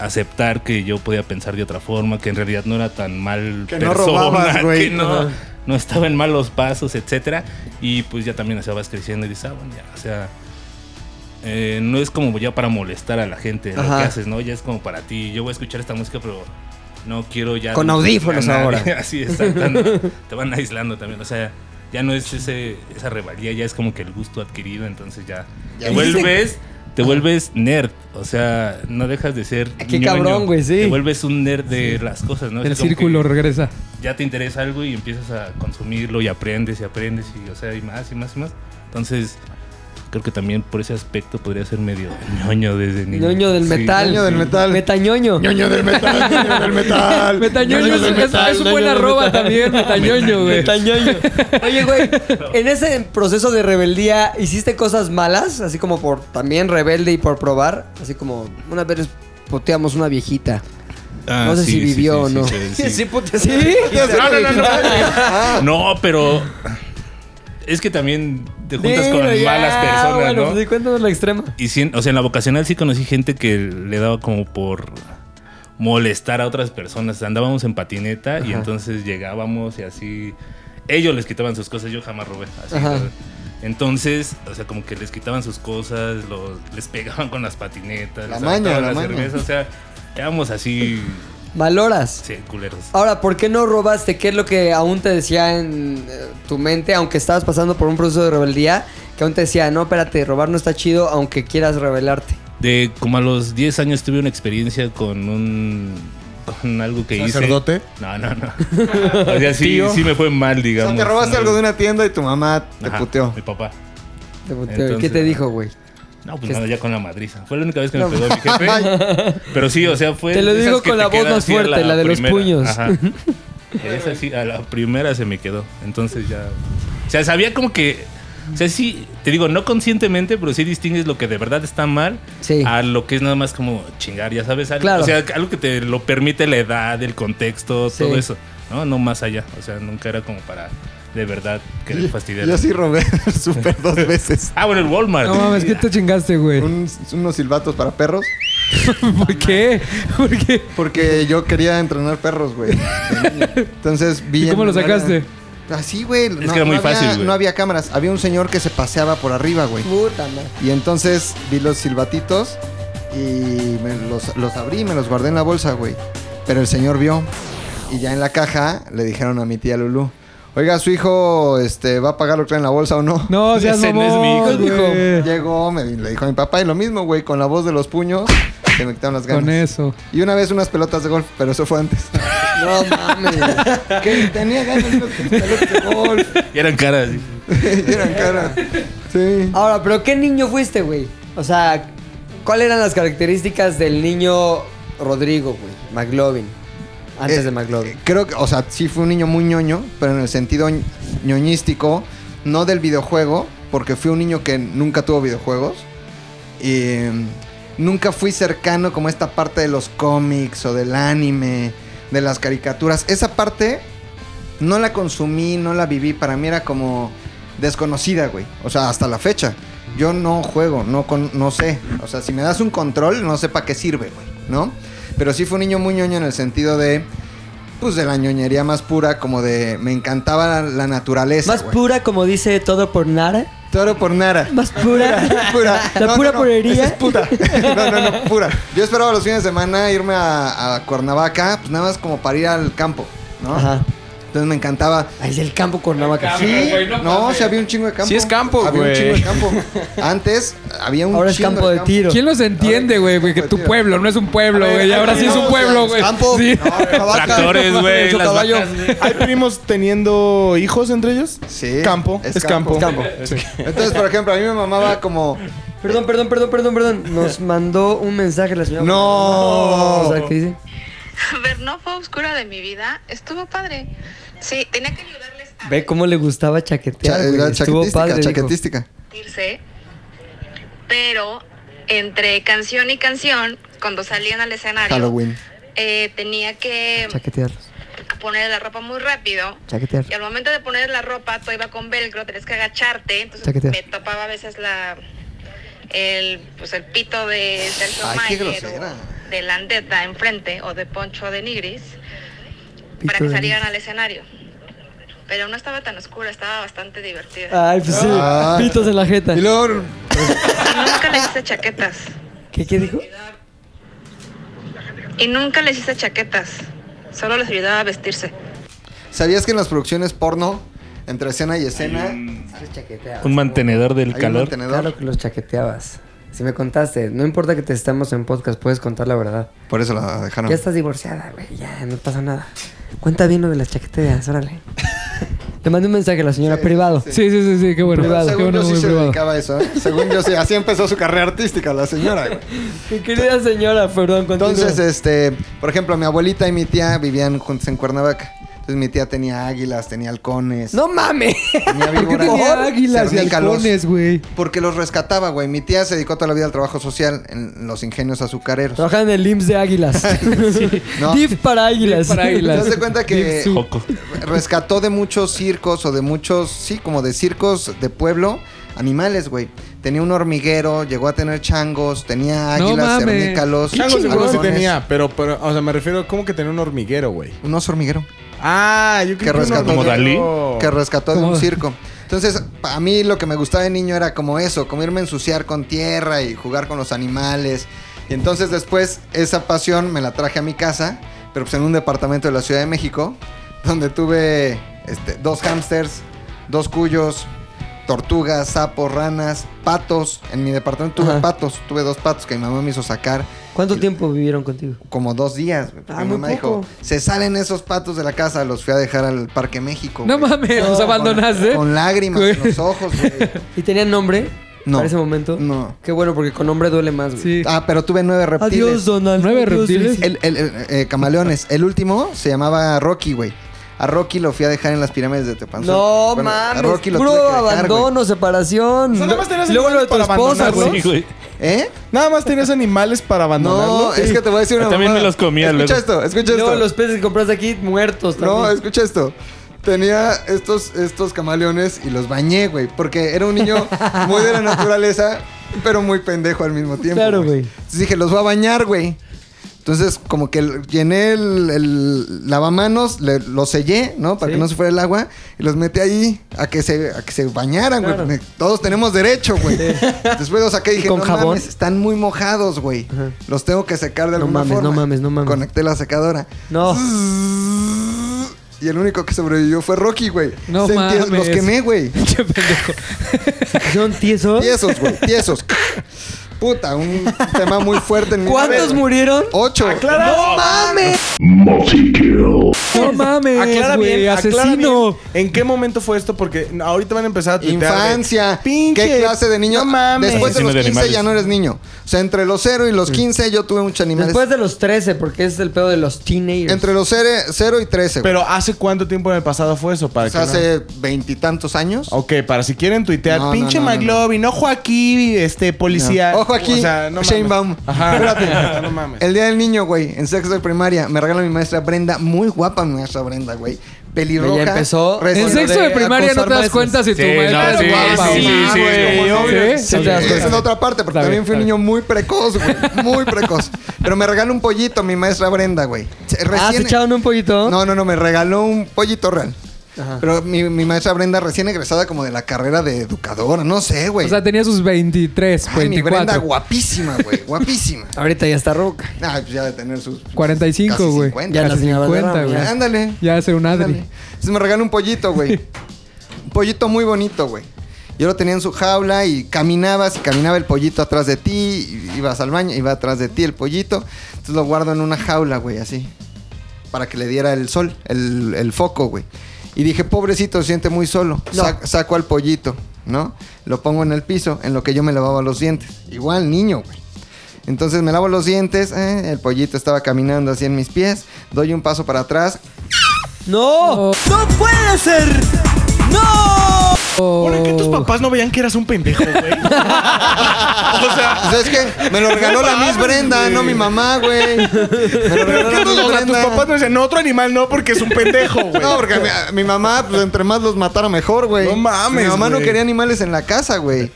aceptar que yo podía pensar de otra forma, que en realidad no era tan mal
Que no
persona,
robabas, güey.
que no,
Ajá.
no estaba en malos pasos, etcétera. Y pues ya también o sea, vas creciendo y dices, ah, bueno, ya, o sea, eh, no es como ya para molestar a la gente lo
Ajá.
que haces, ¿no? Ya es como para ti, yo voy a escuchar esta música, pero no quiero ya...
Con audífonos
a nadie.
ahora.
Así es, te van aislando también, o sea... Ya no es ese, esa revalía, ya es como que el gusto adquirido, entonces ya
Ya
te vuelves, te vuelves nerd. O sea, no dejas de ser.
Ah, qué cabrón, güey, sí.
Te vuelves un nerd de las cosas, ¿no?
El
Es como que
círculo regresa.
Ya te interesa algo y empiezas a consumirlo y aprendes y aprendes y, o sea, y más y más y más. Entonces, creo que también por ese aspecto podría ser medio ñoño desde niño.
Ñoño del
Sí.
metal.
ñoño del metal.
Metañoño.
Ñoño del metal, ñoño del metal.
Metañoño es,
del
es- es un buen arroba también, metañoño, güey.
Oye, güey, en ese proceso de rebeldía, ¿hiciste cosas malas? Así como por también rebelde y por probar. Así como una vez poteamos una viejita.
Ah,
no sé
sí,
si
sí,
vivió
sí,
o no.
sí, sí, sí.
¿Sí?
No, no, no, no. No, pero. Es que también te juntas con
Dilo ya,
malas personas,
bueno,
¿no?
pues, sí, cuéntanos la extrema.
Y sí, o sea, en la vocacional sí conocí gente que le daba como por molestar a otras personas. Andábamos en patineta y entonces llegábamos y así. Ellos les quitaban sus cosas, yo jamás robé. así,
Ajá.
¿sabes? Entonces, o sea, como que les quitaban sus cosas, los- les pegaban con las patinetas,
La
les
maña,
aventaban
la
las
maña.
cervezas, o sea, éramos así,
Valoras.
sí, culeros.
Ahora, ¿por qué no robaste? ¿Qué es lo que aún te decía en eh, tu mente, aunque estabas pasando por un proceso de rebeldía? Que aún te decía, no, espérate, robar no está chido, aunque quieras rebelarte.
De como a los 10 años tuve una experiencia con un con algo que
¿Sacerdote?
hice. No, no, no. O sea, sí, sí me fue mal,
O
digamos.
sea, te robaste
¿no?
algo de una tienda y tu mamá te
Ajá,
puteó.
Mi papá.
Te- te- ¿Qué
Entonces,
te dijo, güey?
No, pues
Que pues,
nada, ya con la madriza. Fue la única vez que me pegó mi jefe. Pero sí, o sea, fue.
Te lo
de esas
digo
que
con
te
la voz
quedas
más
así a
fuerte, la de los puños.
Ajá. Esa sí, a la primera se me quedó. Entonces ya. O sea, sabía como que. O sea, sí, te digo, no conscientemente, pero sí distingues lo que de verdad está mal
Sí.
a lo que es nada más como chingar, ya sabes. Algo,
Claro.
O sea, algo que te lo permite la edad, el contexto,
Sí.
todo eso. ¿no? no más allá. O sea, nunca era como para de verdad que le fastidiar.
Yo sí robé el super dos veces.
Ah, bueno, el Walmart.
No mames, ¿qué te chingaste, güey?
Un- unos silbatos para perros.
¿Por qué? ¿Por qué?
Porque yo quería entrenar perros, güey. Entonces vi.
¿Y cómo
en
lo
un
sacaste?
área- Así, güey.
que era muy
había-
fácil, güey.
No había cámaras. Había un señor que se paseaba por arriba, güey.
Puta madre.
Y entonces vi los silbatitos y me los, los abrí, me los guardé en la bolsa, güey. Pero el señor vio. Y ya en la caja le dijeron a mi tía Lulú. Oiga, su hijo este, va a pagar lo que trae en la bolsa o no.
No, seas
Ese no es mi hijo,
mamón,
dijo.
güey.
Llegó, me, le dijo a mi papá y lo mismo, güey, con la voz de los puños, se me quitaron las ganas.
Con eso.
Y una vez unas pelotas de golf, pero eso fue antes. No mames. que tenía ganas de unas pelotas de golf.
Y eran caras.
Y eran cara. Sí.
Ahora, ¿pero qué niño fuiste, güey? O sea, ¿cuáles eran las características del niño Rodrigo, güey? McLovin. Antes
Eh,
de McLovin.
eh, Creo que, o sea, sí fue un niño muy ñoño, pero en el sentido ñ- ñoñístico, no del videojuego, porque fui un niño que nunca tuvo videojuegos. Y mm, nunca fui cercano como a esta parte de los cómics o del anime, de las caricaturas. Esa parte no la consumí, no la viví, para mí era como desconocida, güey. O sea, hasta la fecha. Yo no juego, no, con, no sé. O sea, si me das un control, no sé para qué sirve, güey, ¿no? Pero sí fue un niño muy ñoño en el sentido de, pues, de la ñoñería más pura, como de, me encantaba la, la naturaleza.
Más
güey.
pura, como dice todo por nada.
Toro por nada.
Más pura.
Pura.
La pura purería.
esa es puta. No, no, no, pura. Yo esperaba los fines de semana irme a, a Cuernavaca, pues nada más como para ir al campo, ¿no?
Ajá.
Entonces me encantaba
Ahí es el campo Cuernavaca.
Sí, no, sí había un chingo de campo.
Sí es campo,
Había un
güey.
chingo de campo. Antes había un
Ahora es
chingo
campo de tiro.
¿Quién los entiende, güey? Porque tu pueblo no es un pueblo, güey. Ahora sí es un pueblo, güey.
Campo.
Sí.
No, Cuernavaca.
Tractores, güey.
Mucho
las
caballo.
vacas.
¿Hay primos teniendo hijos entre ellos?
Sí.
Campo. Es, campo.
Entonces, por ejemplo, a mí me mamaba como.
Perdón, perdón, perdón, perdón, perdón. Nos mandó un mensaje la señora.
No.
O sea, ¿qué dice?
Ver, no fue oscura de mi vida. Estuvo padre. Sí, tenía que ayudarles a
Ve cómo le gustaba chaquetear.
cha-
güey.
la
Estuvo
chaquetística,
padre. dijo.
chaquetística.
divertirse. Pero entre canción y canción, cuando salían al escenario,
Halloween.
eh, tenía que
Chaquetearlos.
poner la ropa muy rápido.
Chaquetear.
Y al momento de poner la ropa, todo iba con velcro, tenías que agacharte. Entonces
Chaquetea.
me topaba a veces la el, pues el pito de Sergio
Ay, qué
Mayer
grosera.
o de Landeta enfrente o de Poncho de Nigris
Pito
para que
de
salieran al escenario. Pero no estaba tan oscura, estaba bastante divertida.
Ay, pues sí.
Ah.
Pitos en la jeta.
Y luego.
Nunca les hice chaquetas.
¿Qué, ¿Qué dijo?
Y nunca les hice chaquetas. Solo les ayudaba a vestirse.
¿Sabías que en las producciones porno, entre escena y escena, hay
Un mantenedor del
un
calor.
mantenedor?
Claro que los chaqueteabas. Si me contaste, no importa que te estemos en podcast, puedes contar la verdad.
Por eso la dejaron.
Ya estás divorciada, güey, ya no pasa nada. Cuenta bien lo de las chaqueteas, órale. Te mandé un mensaje a la señora privado.
Sí, sí, sí, sí, qué bueno.
Pero
Qué
Según
bueno,
yo sí
muy
se
privado.
dedicaba a eso. ¿eh? Según yo sí. Así empezó su carrera artística la señora, güey.
Mi querida señora, perdón, continúa.
Entonces, este, por ejemplo, mi abuelita y mi tía vivían juntos en Cuernavaca. Entonces mi tía tenía águilas, tenía halcones,
¡No mames!
tenía
¿Por qué
víboras,
tenía águilas y
cernícalos.
halcones, güey?
Porque los rescataba, güey. Mi tía se dedicó toda la vida al trabajo social en los ingenios azucareros.
Trabajan en el IMSS de águilas.
No.
DIF para águilas.
para águilas.
¿Te das de cuenta que
Dipsu.
Joco.
rescató de muchos circos o de muchos, sí, como de circos de pueblo, animales, güey? Tenía un hormiguero, llegó a tener changos, tenía
No
águilas,
mames.
cernícalos.
Chango seguro sí
halcones.
tenía, pero, pero, o sea, me refiero, ¿cómo que tenía un hormiguero, güey?
Un oso hormiguero.
Ah, yo
que
creo que
rescató
un
¿Como Dalí?
hormiguero-
que rescató de
Oh.
¿Cómo?
un circo. Entonces, a mí lo que me gustaba de niño era como eso, como irme a ensuciar con tierra y jugar con los animales. Y entonces después esa pasión me la traje a mi casa, pero pues en un departamento de la Ciudad de México, donde tuve este, dos hámsters, dos cuyos, tortugas, sapos, ranas, patos. En mi departamento tuve
Ajá.
patos. Tuve dos patos que mi mamá me hizo sacar
¿Cuánto tiempo vivieron contigo?
como dos días. güey, porque
Ah,
mi
muy
mamá
poco.
dijo, se salen esos patos de la casa. Los fui a dejar al Parque México.
No
güey.
mames, los
Con-
abandonaste.
Con lágrimas en los ojos, güey.
¿Y tenían nombre?
No.
Para ese momento.
No.
Qué bueno, porque con nombre duele más, güey.
Sí.
Ah, pero tuve nueve reptiles.
Adiós, Donald.
¿Nueve
Adiós,
reptiles?
Daisy.
El, el- el- eh, camaleones. El último se llamaba Rocky, güey. A Rocky lo fui a dejar en las pirámides de Tepanzón.
No
Bueno,
mames.
A Rocky lo
puro
tuve que dejar, güey.
abandono, separación.
sea, nada más tenías
Luego lo de tu
para
esposa,
abandonarlos.
güey.
Sí, güey.
¿Eh?
Nada más tenías animales para abandonarlo.
No, es que te voy a decir
Yo
una
también
mamada.
me los comía
Escucha esto,
Y
escucha
luego
esto.
los peces que compraste aquí muertos también.
No, escucha esto. Tenía estos, estos camaleones y los bañé, güey. Porque era un niño muy de la naturaleza, pero muy pendejo al mismo tiempo.
Claro, güey.
Entonces dije, los voy a bañar, güey. Entonces, como que l- llené el, el lavamanos, le- lo sellé, ¿no? Para
Sí.
que no se fuera el agua. Y los metí ahí a que se, a que se bañaran, güey.
Claro.
Me- Todos tenemos derecho, güey. Después los saqué y dije,
con
no
jabón?
mames, están muy mojados, güey.
Ajá.
Los tengo que secar de
No
alguna
mames, no
forma.
mames, no mames.
Conecté la secadora.
No.
Y el único que sobrevivió fue Rocky, güey.
No
Se entie-
mames.
Los quemé, güey.
Che pendejo.
¿Son tiesos?
Tiesos, güey. Tiesos. Puta, un tema muy fuerte en mi
¿Cuántos
cabeza.
murieron?
Ocho.
¡No mames!
No mames,
Aclara
güey,
bien, aclara
asesino.
bien ¿En qué momento fue esto? Porque ahorita van a empezar a tuitear de,
Infancia.
Pinche.
¿Qué clase de niño?
No mames.
Después de
Asesino
los
de
15
animales.
ya no eres niño. O sea, entre los 0 y los 15 yo tuve muchos animales.
Después de los 13, porque es el pedo de los teenagers.
Entre los 0 y 13, güey.
Pero ¿hace cuánto tiempo en el pasado fue eso? Para
O sea,
que no-
hace veintitantos años.
Ok, para si quieren tuitear,
No, no,
pinche
no, no,
McLovin, ojo aquí, este, policía.
No. Ojo aquí, Shane Baum.
Ajá, espérate, no mames.
El día del niño, güey, en sexto de primaria, me regala mi maestra Brenda, muy guapa mi maestra Brenda, güey. Pelirroja.
Ya empezó.
En
recio-
Bueno,
sexto
de
de primaria no
acosar
te das
maestros.
cuenta si tu
Sí,
maestra
no,
es
sí,
guapa o
sí,
no.
sí,
güey,
sí,
obvio.
Sí,
Sí, te das
Esa es
cuenta.
la otra parte, porque
Está bien,
también fui un
está
niño muy precoz, güey. Muy precoz. Pero me regaló un pollito mi maestra Brenda, güey. Se-
Ah,
¿Has
recién-
echado Ah, un pollito?
No, no, no, me regaló un pollito real. Pero mi, mi maestra Brenda, recién egresada como de la carrera de educadora, no sé, güey.
O sea, tenía sus 23,
Ay, mi Brenda
24,
guapísima, güey. Guapísima.
Ahorita ya está roca.
Ah, pues ya de tener sus.
45,
casi
güey.
50.
Ya
Casi
la señora
50,
Valderrama,
güey.
ya.
Ándale.
Ya ser un
Ándale.
Adri.
Entonces me regaló un pollito, güey. un pollito muy bonito, güey. Yo lo tenía en su jaula y caminabas, y caminaba el pollito atrás de ti, y ibas al baño, iba atrás de ti el pollito. Entonces lo guardo en una jaula, güey, así. Para que le diera el sol, el, el foco, güey. Y dije, pobrecito, se siente muy solo. Sac- saco al pollito, ¿no? Lo pongo en el piso, en lo que yo me lavaba los dientes. Igual, niño, güey. Entonces me lavo los dientes, eh, el pollito estaba caminando así en mis pies, doy un paso para atrás,
¡No! ¡No puede ser! ¡No!
¿Por qué
Oh.
tus papás no veían que eras un pendejo, güey? o sea,
¿Sabes qué? Me lo regaló la Miss Brenda, no mi mamá, güey. Me lo regaló la
o sea,
Miss
tus papás
Brenda.
no decían, no, otro animal no, porque es un pendejo, güey.
No, porque mi, mi mamá, pues entre más los matara mejor, güey.
No mames,
Mi mamá no
güey.
quería animales en la casa, güey.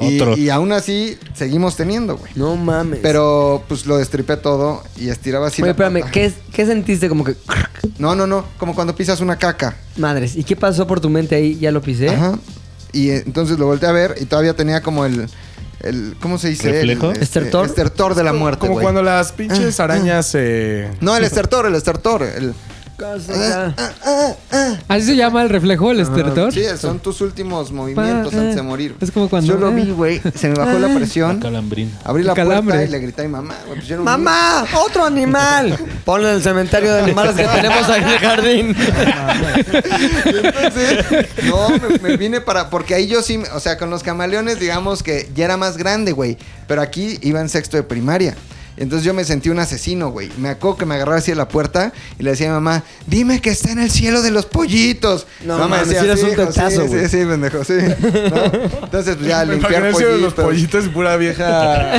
Y,
Otro.
y aún así, seguimos teniendo, güey.
No mames.
Pero pues lo destripé todo y estiraba así.
Oye,
la
espérame,
pata.
¿qué, ¿qué sentiste como que...
No, no, no. Como cuando pisas una caca.
Madres, ¿y qué pasó por tu mente ahí? ¿Ya lo pisé?
Ajá. Y eh, entonces lo volteé a ver y todavía tenía como el. el ¿Cómo se dice?
¿Reflejo?
El, este,
¿Estertor?
Estertor de la muerte.
Como
güey. Ah,
cuando las pinches arañas eh,
No, el estertor, el estertor. El. Ah,
Casa, ya.
Así se llama el reflejo, el estertor.
Sí, son tus últimos movimientos antes de morir.
Es como cuando-
Yo lo vi, güey. Se me bajó la presión.
Calambrina.
Abrí la puerta
Calambre.
y le grité a mi mamá. güey, pues yo era un
¡Mamá! ¡Otro animal! Ponlo en el cementerio de animales que tenemos ahí en el jardín.
niño. Entonces, no, me, me vine para. Porque ahí yo sí. me- O sea, con los camaleones, digamos que ya era más grande, güey. Pero aquí iba en sexto de primaria. Entonces yo me sentí un asesino, güey. Me acuerdo que me agarraba así de la puerta y le decía a mi mamá, dime que está en el cielo de los pollitos.
No
Mi mamá
mames, sí eras un
hijo,
tetazo,
sí,
güey".
sí, sí, pendejo, sí. ¿No? Entonces, pues ya,
Me
limpiar Ah,
imaginé eso de los pollitos y pura vieja.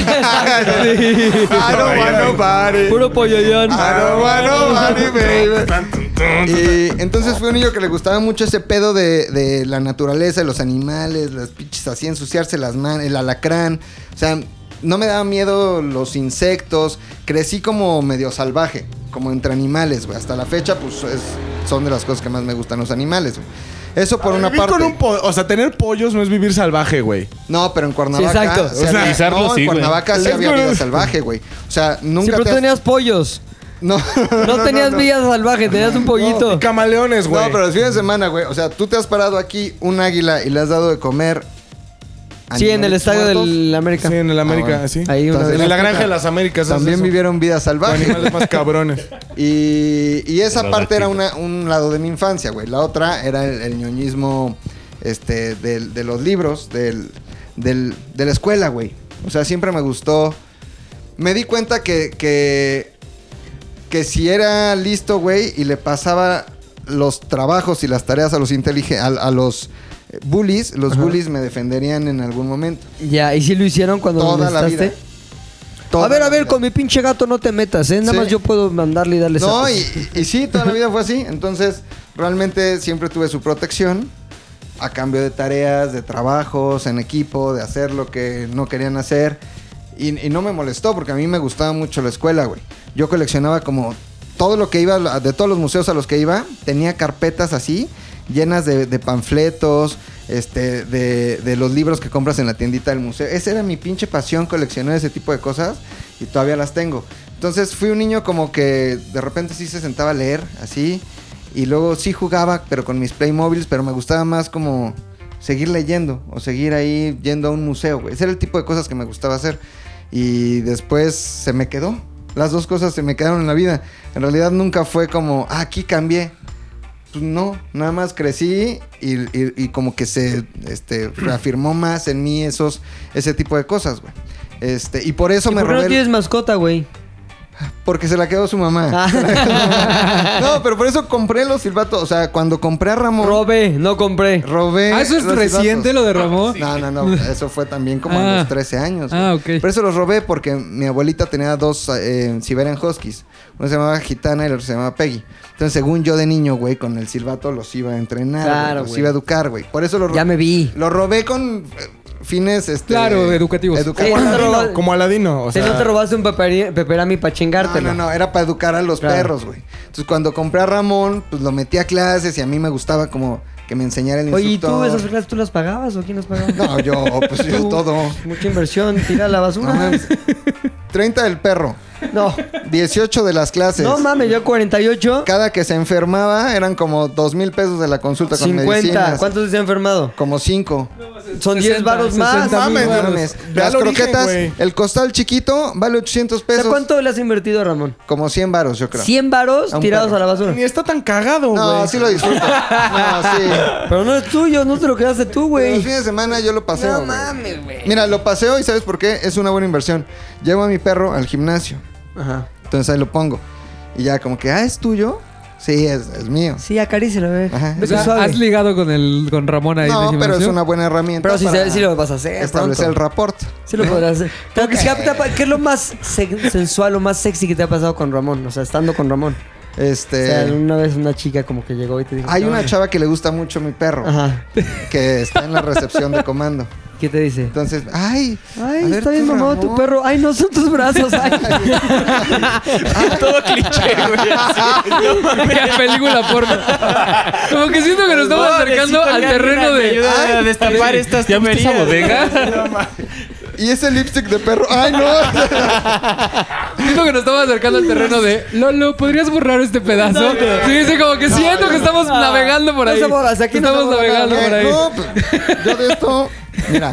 I don't want nobody.
Puro polloyón.
I don't want nobody, baby. Y entonces fue un niño que le gustaba mucho ese pedo de, de la naturaleza, de los animales, las pinches así, ensuciarse las manos, el alacrán. O sea, no me daba miedo los insectos. Crecí como medio salvaje, como entre animales, güey. Hasta la fecha, pues es- son de las cosas que más me gustan los animales, güey. Eso por una
Vivir
parte.
con un po- o sea, tener pollos no es vivir salvaje, güey.
No, pero en Cuernavaca.
Sí, exacto.
se
O sea,
había-
pisarlo
no,
sí,
en
güey.
Cuernavaca sí
Es
había
como-
vida salvaje, güey. O sea, nunca
Sí, pero
te
tú
has-
tenías pollos.
No,
No tenías vida salvaje, tenías un pollito.
Y camaleones, güey.
No, pero los fines de semana, güey. O sea, tú te has parado aquí un águila y le has dado de comer.
sí, en el
animales
estadio
muertos.
del América.
Sí, en el América,
Ah, bueno.
sí.
Ahí una
Entonces,
de
en
las-
la granja de las Américas.
También
haces eso.
vivieron vida
Con
salvaje.
animales más cabrones.
Y, y esa
Los
parte era una,
gatitos.
un lado de mi infancia, güey. La otra era el, el ñoñismo este, del- de los libros, del, del- de la escuela, güey. O sea, siempre me gustó. Me di cuenta que, que, que si era listo, güey, y le pasaba los trabajos y las tareas a los intelige- a, a los eh, bullies, los bullies me defenderían en algún momento.
Ya, ¿y si lo hicieron cuando lo
Toda la vida.
necesitaste?
Toda
eh? a ver, a
la
ver,
vida.
con mi pinche gato no te metas, ¿eh? Nada
Sí.
más yo puedo mandarle y darle
No,
zapes.
y, y- y sí, toda la vida fue así. Entonces, realmente siempre tuve su protección a cambio de tareas, de trabajos, en equipo, de hacer lo que no querían hacer. Y, y no me molestó porque a mí me gustaba mucho la escuela, güey. Yo coleccionaba como todo lo que iba, a la- de todos los museos a los que iba, tenía carpetas así, llenas de, de panfletos, este, de, de los libros que compras en la tiendita del museo. Esa era mi pinche pasión, coleccionar ese tipo de cosas y todavía las tengo. Entonces fui un niño como que de repente sí se sentaba a leer, así. Y luego sí jugaba, pero con mis Playmobiles, pero me gustaba más como seguir leyendo o seguir ahí yendo a un museo, güey. Ese era el tipo de cosas que me gustaba hacer. Y después se me quedó. Las dos cosas se me quedaron en la vida. En realidad nunca fue como, ah, aquí cambié. Pues no, nada más crecí y, y- y como que se este, reafirmó más en mí esos, ese tipo de cosas, güey. Este, y por eso
¿Y
me
por qué no
rebel-
tienes mascota, güey?
porque se la quedó su mamá.
Ah.
no, pero por eso compré los silbatos. O sea, cuando compré a Ramón,
Robe, no compré.
robé.
Ah, eso es
los
reciente
silbatos.
lo de Ramón.
No, no, no. Eso fue también como
Ah.
a los 13 años.
Ah,
güey.
ok.
Por eso los robé porque mi abuelita tenía dos eh, Siberian Huskies. Uno se llamaba Gitana y el otro se llamaba Peggy. Entonces, según yo de niño, güey, con el silbato los iba a entrenar.
Claro,
güey, los
güey.
iba a educar, güey. Por eso los
Ya me vi.
Lo robé con eh, fines, este...
Claro, educativos.
Sí,
Educativos.
no te robaste-
Como Aladino. O
sí,
sea,
no te robaste un peperi- peperami para
No,
chingártelo.
no, no, era para educar a los
Claro.
perros, güey. Entonces, cuando compré a Ramón, pues lo metí a clases y a mí me gustaba como que me enseñara el
Oye, ¿y
instructor.
tú esas clases tú las pagabas o quién las pagaba?
No, yo, pues yo
Tú.
todo.
Mucha inversión, tira a la
No
basura.
mames. 30 del perro,
No,
18 de las clases.
no mames, yo 48,
Cada que se enfermaba eran como dos mil pesos de la consulta con
50.
medicinas.
¿Cuántos se han enfermado?
Como 5.
Son 10 varos más.
60 mil
Mames,
varos.
mames. Ya
Las
lo dije,
croquetas,
güey.
el costal chiquito vale 800
O sea,
pesos.
¿cuánto le has invertido, Ramón?
Como 100 varos, yo creo.
100 varos
A un
tirados
perro.
a la basura.
Ni está tan cagado, güey.
No, sí lo disfruto. No, sí.
Pero no es tuyo, no te lo quedaste tú,
Los
güey.
fines de semana yo lo paseo.
No
güey.
mames, güey.
Mira, lo paseo y ¿sabes por qué? Es una buena inversión. Llevo a mi perro al gimnasio.
Ajá.
Entonces ahí lo pongo. Y ya como que, ah, ¿es tuyo? Sí, es, es mío.
Sí, acarícelo, güey.
Ajá.
Ve
O
que
sea,
suave.
has ligado con el con Ramón ahí. en el
No, pero es
gimnasio.
una buena herramienta
Pero si,
para
se, si lo vas a hacer.
establecer el
pronto.
rapport.
Sí lo podrás hacer. Pero ¿qué, te ha pa- qué es lo más se- sensual o más sexy que te ha pasado con Ramón? O sea, estando con Ramón. O
Este...
sea, una vez una chica como que llegó y te dijo...
hay
"No,
una
güey".
chava que le gusta mucho mi perro,
Ajá.
que está en la recepción de comando.
¿Qué te dice?
Entonces, ay,
Ay,
a ver
está
tú,
bien mamado tu
Ramón.
perro. Ay, no son tus brazos. Ay.
Todo cliché, güey. así. No mames.
Qué película porno. Como que siento que nos estamos acercando al terreno de. Ah,
Ayuda a destapar estas
¿Ya viste esa
tuberías.
bodega?
Y ese lipstick de perro, ay no.
Siento que nos estamos acercando al terreno de. Lolo, ¿podrías borrar este pedazo? Sí, sí, como que siento que estamos navegando por
No
ahí.
se borra, hasta aquí no
estamos
se borra nada,
navegando
¿Qué?
por ahí.
Eh, No, pues, yo de esto, mira,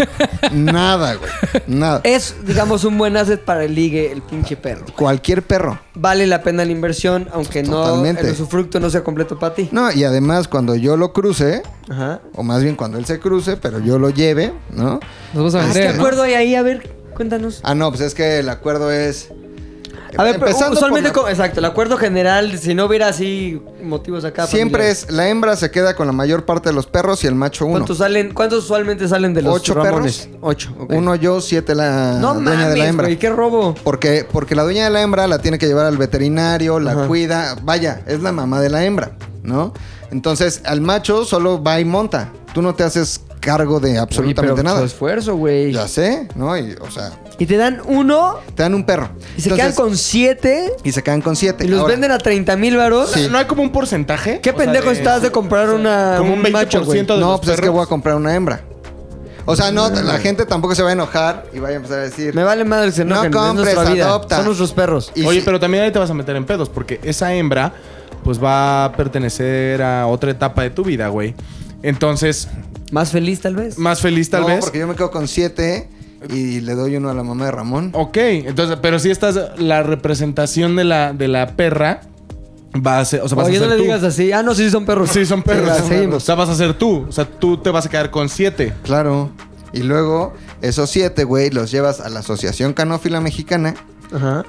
nada, güey, nada.
es, digamos, un buen asset para el ligue, el pinche perro.
Cualquier perro.
Vale la pena la inversión, aunque no
Totalmente.
el usufructo no sea completo para ti.
No, y además cuando yo lo cruce,
Ajá.
o más bien cuando él se cruce, pero yo lo lleve, ¿no?
Nos vamos a
¿Qué
meter. ¿no?
acuerdo hay ahí? A ver, cuéntanos.
Ah, no, pues es que el acuerdo es...
A ver, pero
Empezando
usualmente,
por
co- exacto, el acuerdo general, si no hubiera así motivos acá. pues,
la- Siempre
familiares.
es, la hembra se queda con la mayor parte de los perros y el macho uno.
¿Cuántos, salen, ¿Cuántos usualmente salen de los
¿Ocho
Ramones? Ocho. ok.
Uno yo, siete la
No
dueña
mames,
de la hembra.
güey, qué robo.
Porque, porque la dueña de la hembra la tiene que llevar al veterinario, la
Ajá.
cuida. Vaya, es la mamá de la hembra, ¿no? Entonces, al macho solo va y monta. Tú no te haces cargo de absolutamente
Oye, pero pues, su
nada.
esfuerzo, güey.
Ya sé, ¿no? Y, o sea,
Y te dan uno
te dan un perro.
y se
Entonces-
quedan con siete
Y se quedan con siete.
y los
Ahora,
venden a 30 mil varos.
Sí.
¿No hay como un porcentaje?
¿Qué
O sea,
pendejo
de-
estás de comprar una,
como
un
un
macho, güey?
20% de
No,
los
pues es que
perros.
voy a comprar una hembra. O sea, no, la gente tampoco se va a enojar y vaya a empezar a decir.
Me vale madre que se
No
enojen, es
compres,
nuestra vida.
adopta.
Son nuestros perros.
Y
Oye,
si-
pero también ahí te vas a meter en pedos, porque esa hembra, pues va a pertenecer a otra etapa de tu vida, güey. Entonces,
Más feliz tal vez.
más feliz tal
no,
vez.
porque yo me quedo con siete y le doy uno a la mamá de Ramón.
Ok, entonces, pero si estás la representación de la, de la perra, va a ser. O sea, vas
Oye,
a
no
ser
le
tú.
digas así. Ah, no, sí son perros.
Sí, son perros.
Sí, la
o
seguimos.
sea, vas a ser tú. O sea, tú te vas a quedar con siete.
Claro. Y luego, esos siete, güey, los llevas a la Asociación Canófila Mexicana.
Ajá.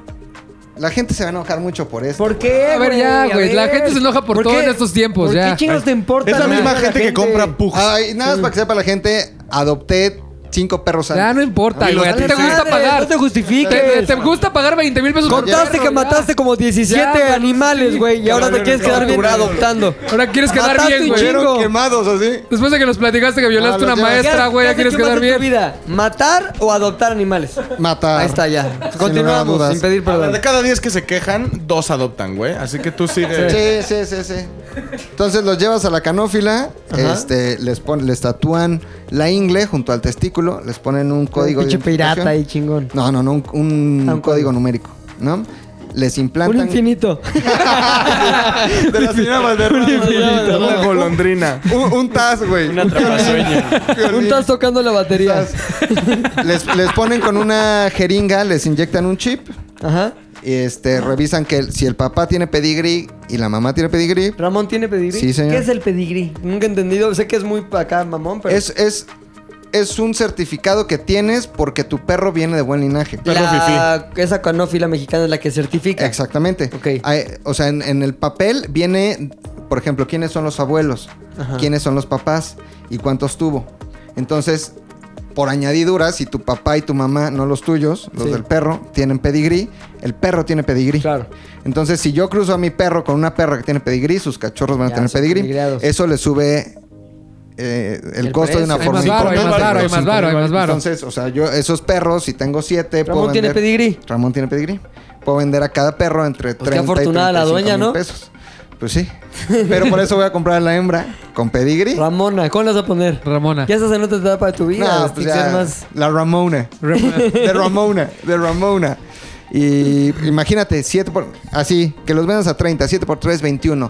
La gente se va a enojar mucho por eso.
¿Por qué?
A ver, ya, güey, la gente se enoja por todo
qué?
en estos tiempos,
¿Por
ya.
¿Qué chingados te importa?
Es la misma
güey?
gente que compra pugs.
Ay, nada más para que sepa la gente, adopté cinco perros al
Ya no importa, güey. A ti
Dale
te gusta
madre,
pagar.
No te
Te,
justifiques.
te gusta pagar 20 mil pesos. por
Contaste
perro,
que
ya.
mataste como 17
Ya, güey,
animales,
sí.
güey, y ahora te quieres quedar bien
torturado.
adoptando.
Ahora quieres quedar
Mataste un
bien, güey.
chingo.
quemados así.
Después de que nos platicaste que violaste
Ah,
una
los llevas.
maestra, güey,
¿Qué
ya
hace-
quieres
qué más
quedar
en tu
bien.
vida? ¿Matar o adoptar animales?
Ah.
Matar.
Ahí está, ya.
Sin
Continuamos
lugar a dudas.
sin pedir
A ver,
perdón.
De cada diez que se quejan, dos adoptan, güey. Así que tú sigues.
Sí, sí, sí, sí. Entonces los llevas a la canófila, este, les pon, les tatúan la ingle junto al testículo, les ponen un código
pinche
identificación.
pirata ahí, chingón.
No, no, no, un,
Ah,
un
un código.
código numérico, ¿no? Les
Un
implantan.
infinito.
De la señora Valderrama. Una golondrina.
Un, un TAS, güey.
Una trapasueña.
Violín.
Un estás tocando la batería.
les, les ponen con una jeringa, les inyectan un chip.
Ajá.
Y este, revisan que el- si el papá tiene pedigrí y la mamá tiene pedigrí,
Ramón tiene pedigrí.
Sí, señor.
¿Qué es el pedigrí? Nunca he entendido. Sé que es muy pa' acá, mamón, pero.
es, es, es un certificado que tienes porque tu perro viene de buen linaje.
la, esa canófila mexicana es la que certifica.
Exactamente.
Ok.
Ay, o sea, en, en el papel viene, por ejemplo, quiénes son los abuelos,
Ajá.
quiénes son los papás y cuántos tuvo. Entonces, por añadidura, si tu papá y tu mamá, no los tuyos, los
Sí.
del perro, tienen pedigrí, el perro tiene pedigrí.
Claro.
Entonces, si yo cruzo a mi perro con una perra que tiene pedigrí, sus cachorros van a
Ya,
tener
son
pedigrí.
pedigreados.
Eso le sube eh, el,
El
costo de
precio.
una
Hay
forma
más varo, hay más
importante.
varo, hay más varo, hay más varo.
Entonces, o sea, yo esos perros, si tengo siete,
Ramón
puedo
tiene
vender-
pedigrí.
Ramón tiene pedigrí. Puedo vender a cada perro entre
Pues
30
qué afortunada
y
la
35
dueña,
mil
¿no?
pesos. Pues sí. Pero por eso voy a comprar a la hembra con pedigrí.
Ramona, ¿cómo la vas a poner?
Ramona.
Ya estás en otra etapa de tu
No,
vida.
pues
Sticks,
ya,
es más.
La Ramona. De Ramona. De Ramona. Y imagínate, 7 por... Así, que los vendas a 30. 7 por 3, 21.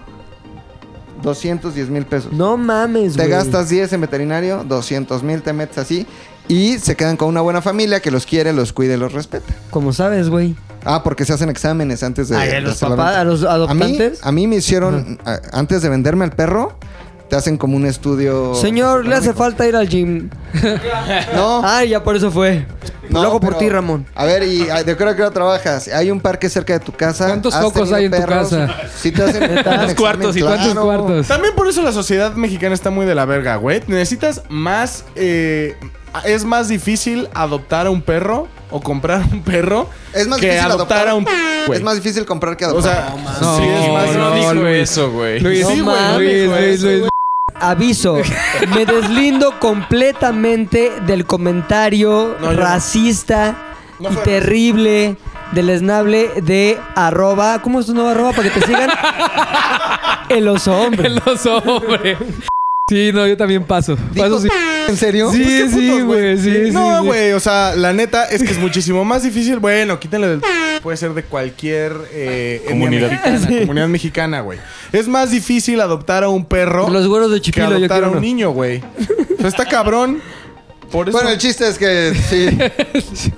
210 mil pesos.
No mames,
Te
güey.
gastas 10 en veterinario, 200 mil te metes así y se quedan con una buena familia que los quiere, los cuide, los respeta.
Como sabes, güey.
Ah, porque se hacen exámenes antes de...
Ay, a
de
Ah, los
hacer la
papás,
venta.
a los adoptantes.
A mí, a mí me hicieron, a- antes de venderme al perro, te hacen como un estudio...
Señor, le hace Ah, falta ir al gym.
No,
Ay, ya por eso fue.
no,
Lo hago por
pero-
ti, Ramón.
A ver, ¿y a- de qué hora, qué hora trabajas? ¿Hay un parque cerca de tu casa?
¿Cuántos
¿Has
focos
tenido
hay en tu casa?
Sí te hacen... te hacen examen,
cuartos y cuántos
claro.
cuartos?
También por eso la sociedad mexicana está muy de la verga, güey. Necesitas más. eh, es más difícil adoptar a un perro o comprar un perro
Es más
que
difícil
adoptar a un. güey.
Es más difícil comprar que
O
adoptar.
sea,
No,
sí, es más
No, no
difícil.
dijo
Luis.
eso, güey.
Luis,
No mames,
Luis,
güey.
Luis, Luis, Luis.
Aviso, me deslindo completamente del comentario
No, yo no.
racista
No
y
fue
terrible, deleznable de arroba. ¿Cómo es tu nuevo arroba para que te sigan? El oso hombre.
Los hombres. Sí, no, yo también paso. Paso sí.
"Ah,
¿En serio?
Sí,
Pues, ¿qué
sí,
putos,
güey, sí, sí,
No,
sí.
güey, o sea, la neta es que es muchísimo más difícil. Bueno, quítale del. Puede ser de cualquier eh, etnia
Comunidad.
mexicana, comunidad mexicana, güey. Es más difícil adoptar a un perro
Los güeros de
que
Chipilo, yo
adoptar a
quiero
un
uno.
niño, güey. O sea, está cabrón. Por eso.
Bueno, el chiste es que sí,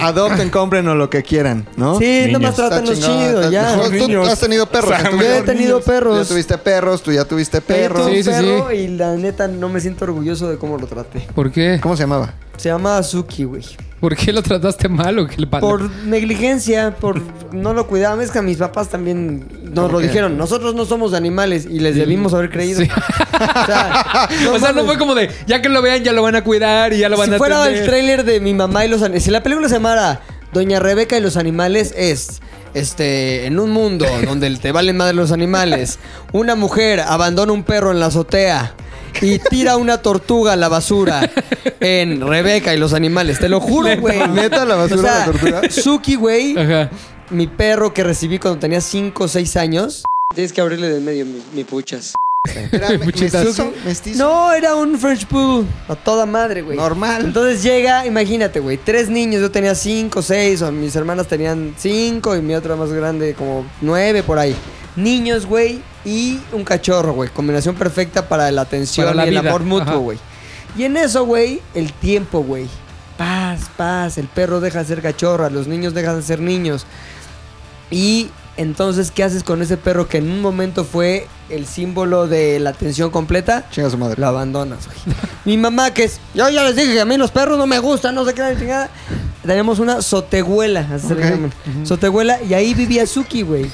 adopten, compren o lo que quieran, ¿no?
Sí, nada más
Niños.
trátanos
Está chingón,
chido,
está-
ya.
Tú- Tú,
Niños.
has tenido perros.
O sea,
en tu
Yo
vida.
he tenido
Ya
perros.
tuviste perros, tú ya tuviste
Perro,
perros.
Sí, sí,
perro,
sí.
Y la neta no me siento orgulloso de cómo lo traté.
¿Por qué?
¿Cómo se llamaba?
Se llama Azuki, güey.
¿Por qué lo trataste mal o qué le pasó?
Por negligencia, por no lo cuidaban. Es que a mis papás también nos lo
qué?
dijeron. Nosotros no somos animales y les debimos haber creído.
Sí.
O sea,
o sea, no
mames.
fue como de, ya que lo vean, ya lo van a cuidar y ya lo van
Si
a
fuera el
atender.
tráiler de mi mamá y los animales. Si la película se llamara Doña Rebeca y los animales es. Este, en un mundo donde te valen madre los animales, una mujer abandona un perro en la azotea y tira una tortuga a la basura en Rebeca y los animales. Te lo juro, güey.
¿Neta la basura, la tortuga?
Suki, güey,
Ajá.
mi perro que recibí cuando tenía 5 o 6 años. Tienes que abrirle de medio mi, mi puchas.
Era me-
Muchitas.
mestizo, mestizo.
No, era un French Poodle. A toda madre, güey.
Normal.
Entonces llega, imagínate, güey, tres niños. Yo tenía cinco, seis, o mis hermanas tenían cinco y mi otra más grande como nueve por ahí. Niños, güey, y un cachorro, güey. Combinación perfecta para la atención
Para la
y el
vida.
amor
Ajá.
mutuo, güey. Y en eso, güey, el tiempo, güey. Paz, paz. El perro deja de ser cachorra, los niños dejan de ser niños. Y entonces, ¿qué haces con ese perro que en un momento fue el símbolo de la atención completa?
Chinga su madre.
Lo abandonas, güey. Mi mamá, que es. Yo ya les dije que a mí los perros no me gustan, no sé qué, la chingada. Tenemos una sotehuela, así se le
Ok.
llaman. Sotehuela, y ahí vivía Suki, güey.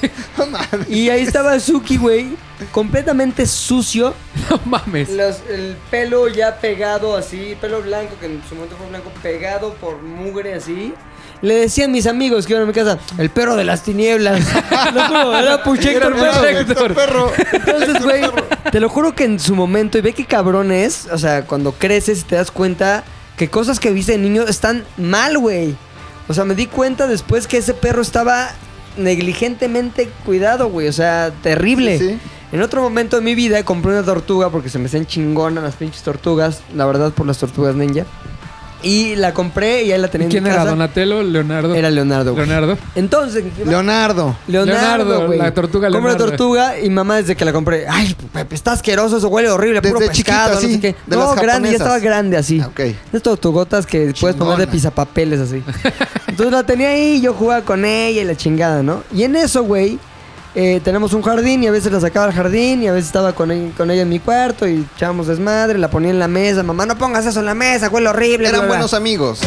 y ahí estaba Suki, güey, completamente sucio.
No mames.
Los- el pelo ya pegado así, pelo blanco, que en su momento fue blanco, pegado por mugre así. Le decían mis amigos que iban a mi casa, el perro de las tinieblas. Lo juro, era Puchector perro. güey.
Héctor.
Entonces, güey, te lo juro que en su momento, y ve qué cabrón es, o sea, cuando creces y te das cuenta que cosas que viste de niño están mal, güey. O sea, me di cuenta después que ese perro estaba negligentemente cuidado, güey. O sea, terrible.
Sí, sí.
En otro momento de mi vida compré una tortuga porque se me hacían chingonas las pinches tortugas, la verdad, por las tortugas ninja. Y la compré y ahí la tenía en
¿Quién
mi
era?
casa.
¿Donatello? ¿Leonardo?
Era Leonardo. güey.
Leonardo.
Entonces,
Leonardo.
Leonardo,
Leonardo,
güey.
la tortuga
Compré
Leonardo.
la tortuga y mamá desde que la compré, ay, Pepe, está asqueroso, eso huele horrible, puro
Desde chiquito,
pescado, no
así,
sé qué.
de
no,
las
grande, ya
japonesas.
estaba grande así.
Ah, ok.
De tortugotas que puedes poner de
Chingona.
pizapapeles así. Entonces la tenía ahí, yo jugaba con ella y la chingada, ¿no? Y en eso, güey, eh, tenemos un jardín y a veces la sacaba al jardín y a veces estaba con ella, con ella en mi cuarto y echábamos desmadre, la ponía en la mesa, mamá, no pongas eso en la mesa, huele horrible. bla,
Eran
bla".
buenos amigos.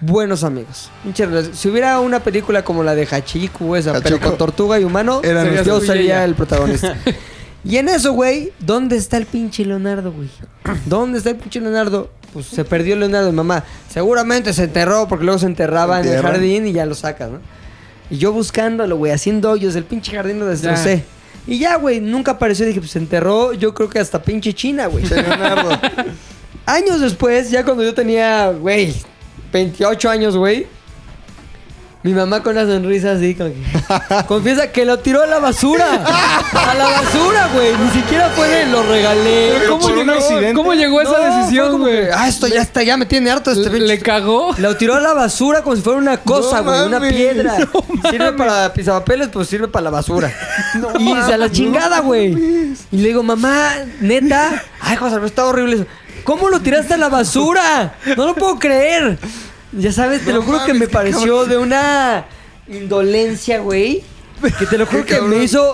buenos amigos. Pinche relación. Si hubiera una película como la de Hachiku, esa, pero
Hachiko.
con tortuga y humano,
Eran
ustedes.
yo
Tú y ella.
sería el protagonista. y en eso, güey, ¿dónde está el pinche Leonardo, güey? ¿Dónde está el pinche Leonardo? Pues se perdió Leonardo, mamá. Seguramente se enterró porque luego se enterraba en el
Entierran.
jardín y ya lo sacas, ¿no? Y yo buscándolo, güey, haciendo hoyos, el pinche jardín lo destrocé. Y ya, güey, nunca apareció. Dije, pues se enterró, yo creo que hasta pinche China, güey.
Leonardo.
Años después, ya cuando yo tenía, güey, 28 años, güey. Mi mamá con una sonrisa así, como que... Confiesa que lo tiró a la basura. A la basura, güey. Ni siquiera fue de lo regalé.
¿Cómo llegó, ¿Cómo llegó esa
No, fue
decisión,
como
güey?
que, Ah, esto ya está, ya me tiene harto este
Le,
pinche-
cagó.
Lo tiró a la basura como si fuera una cosa, güey. una
mames,
piedra.
no
sirve para pisapapeles, pues sirve para la basura. y dice, a la chingada, güey. y le digo, mamá, neta. Ay, José, Alberto, está horrible eso. ¿Cómo lo tiraste a la basura? No lo puedo creer. Ya sabes, te lo juro que me pareció de una indolencia, güey. Que te lo juro que me hizo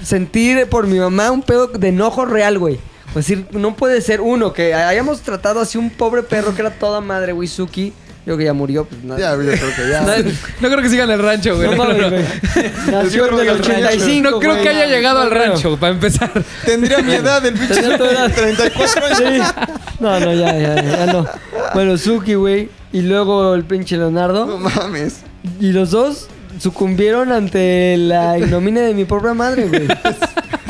eh, sentir por mi mamá un pedo de enojo real, güey. Es decir, no puede ser uno que hayamos tratado así un pobre perro que era toda madre, güey, Suki. Yo que ya murió, pues nada.
Ya, yo creo que ya.
Nadie-
No creo que sigan el rancho, güey.
no
No, no,
mames,
no.
güey. Nació en el 85.
No creo
güey.
que haya llegado al
No creo.
rancho, para empezar.
Tendría mi edad el pinche.
Tenía tu edad.
34 años.
Sí. No, no, ya, ya, ya no. Bueno, Suki, güey. Y luego el pinche
No
Leonardo.
mames.
Y los dos sucumbieron ante la ignominia de mi propia madre, güey.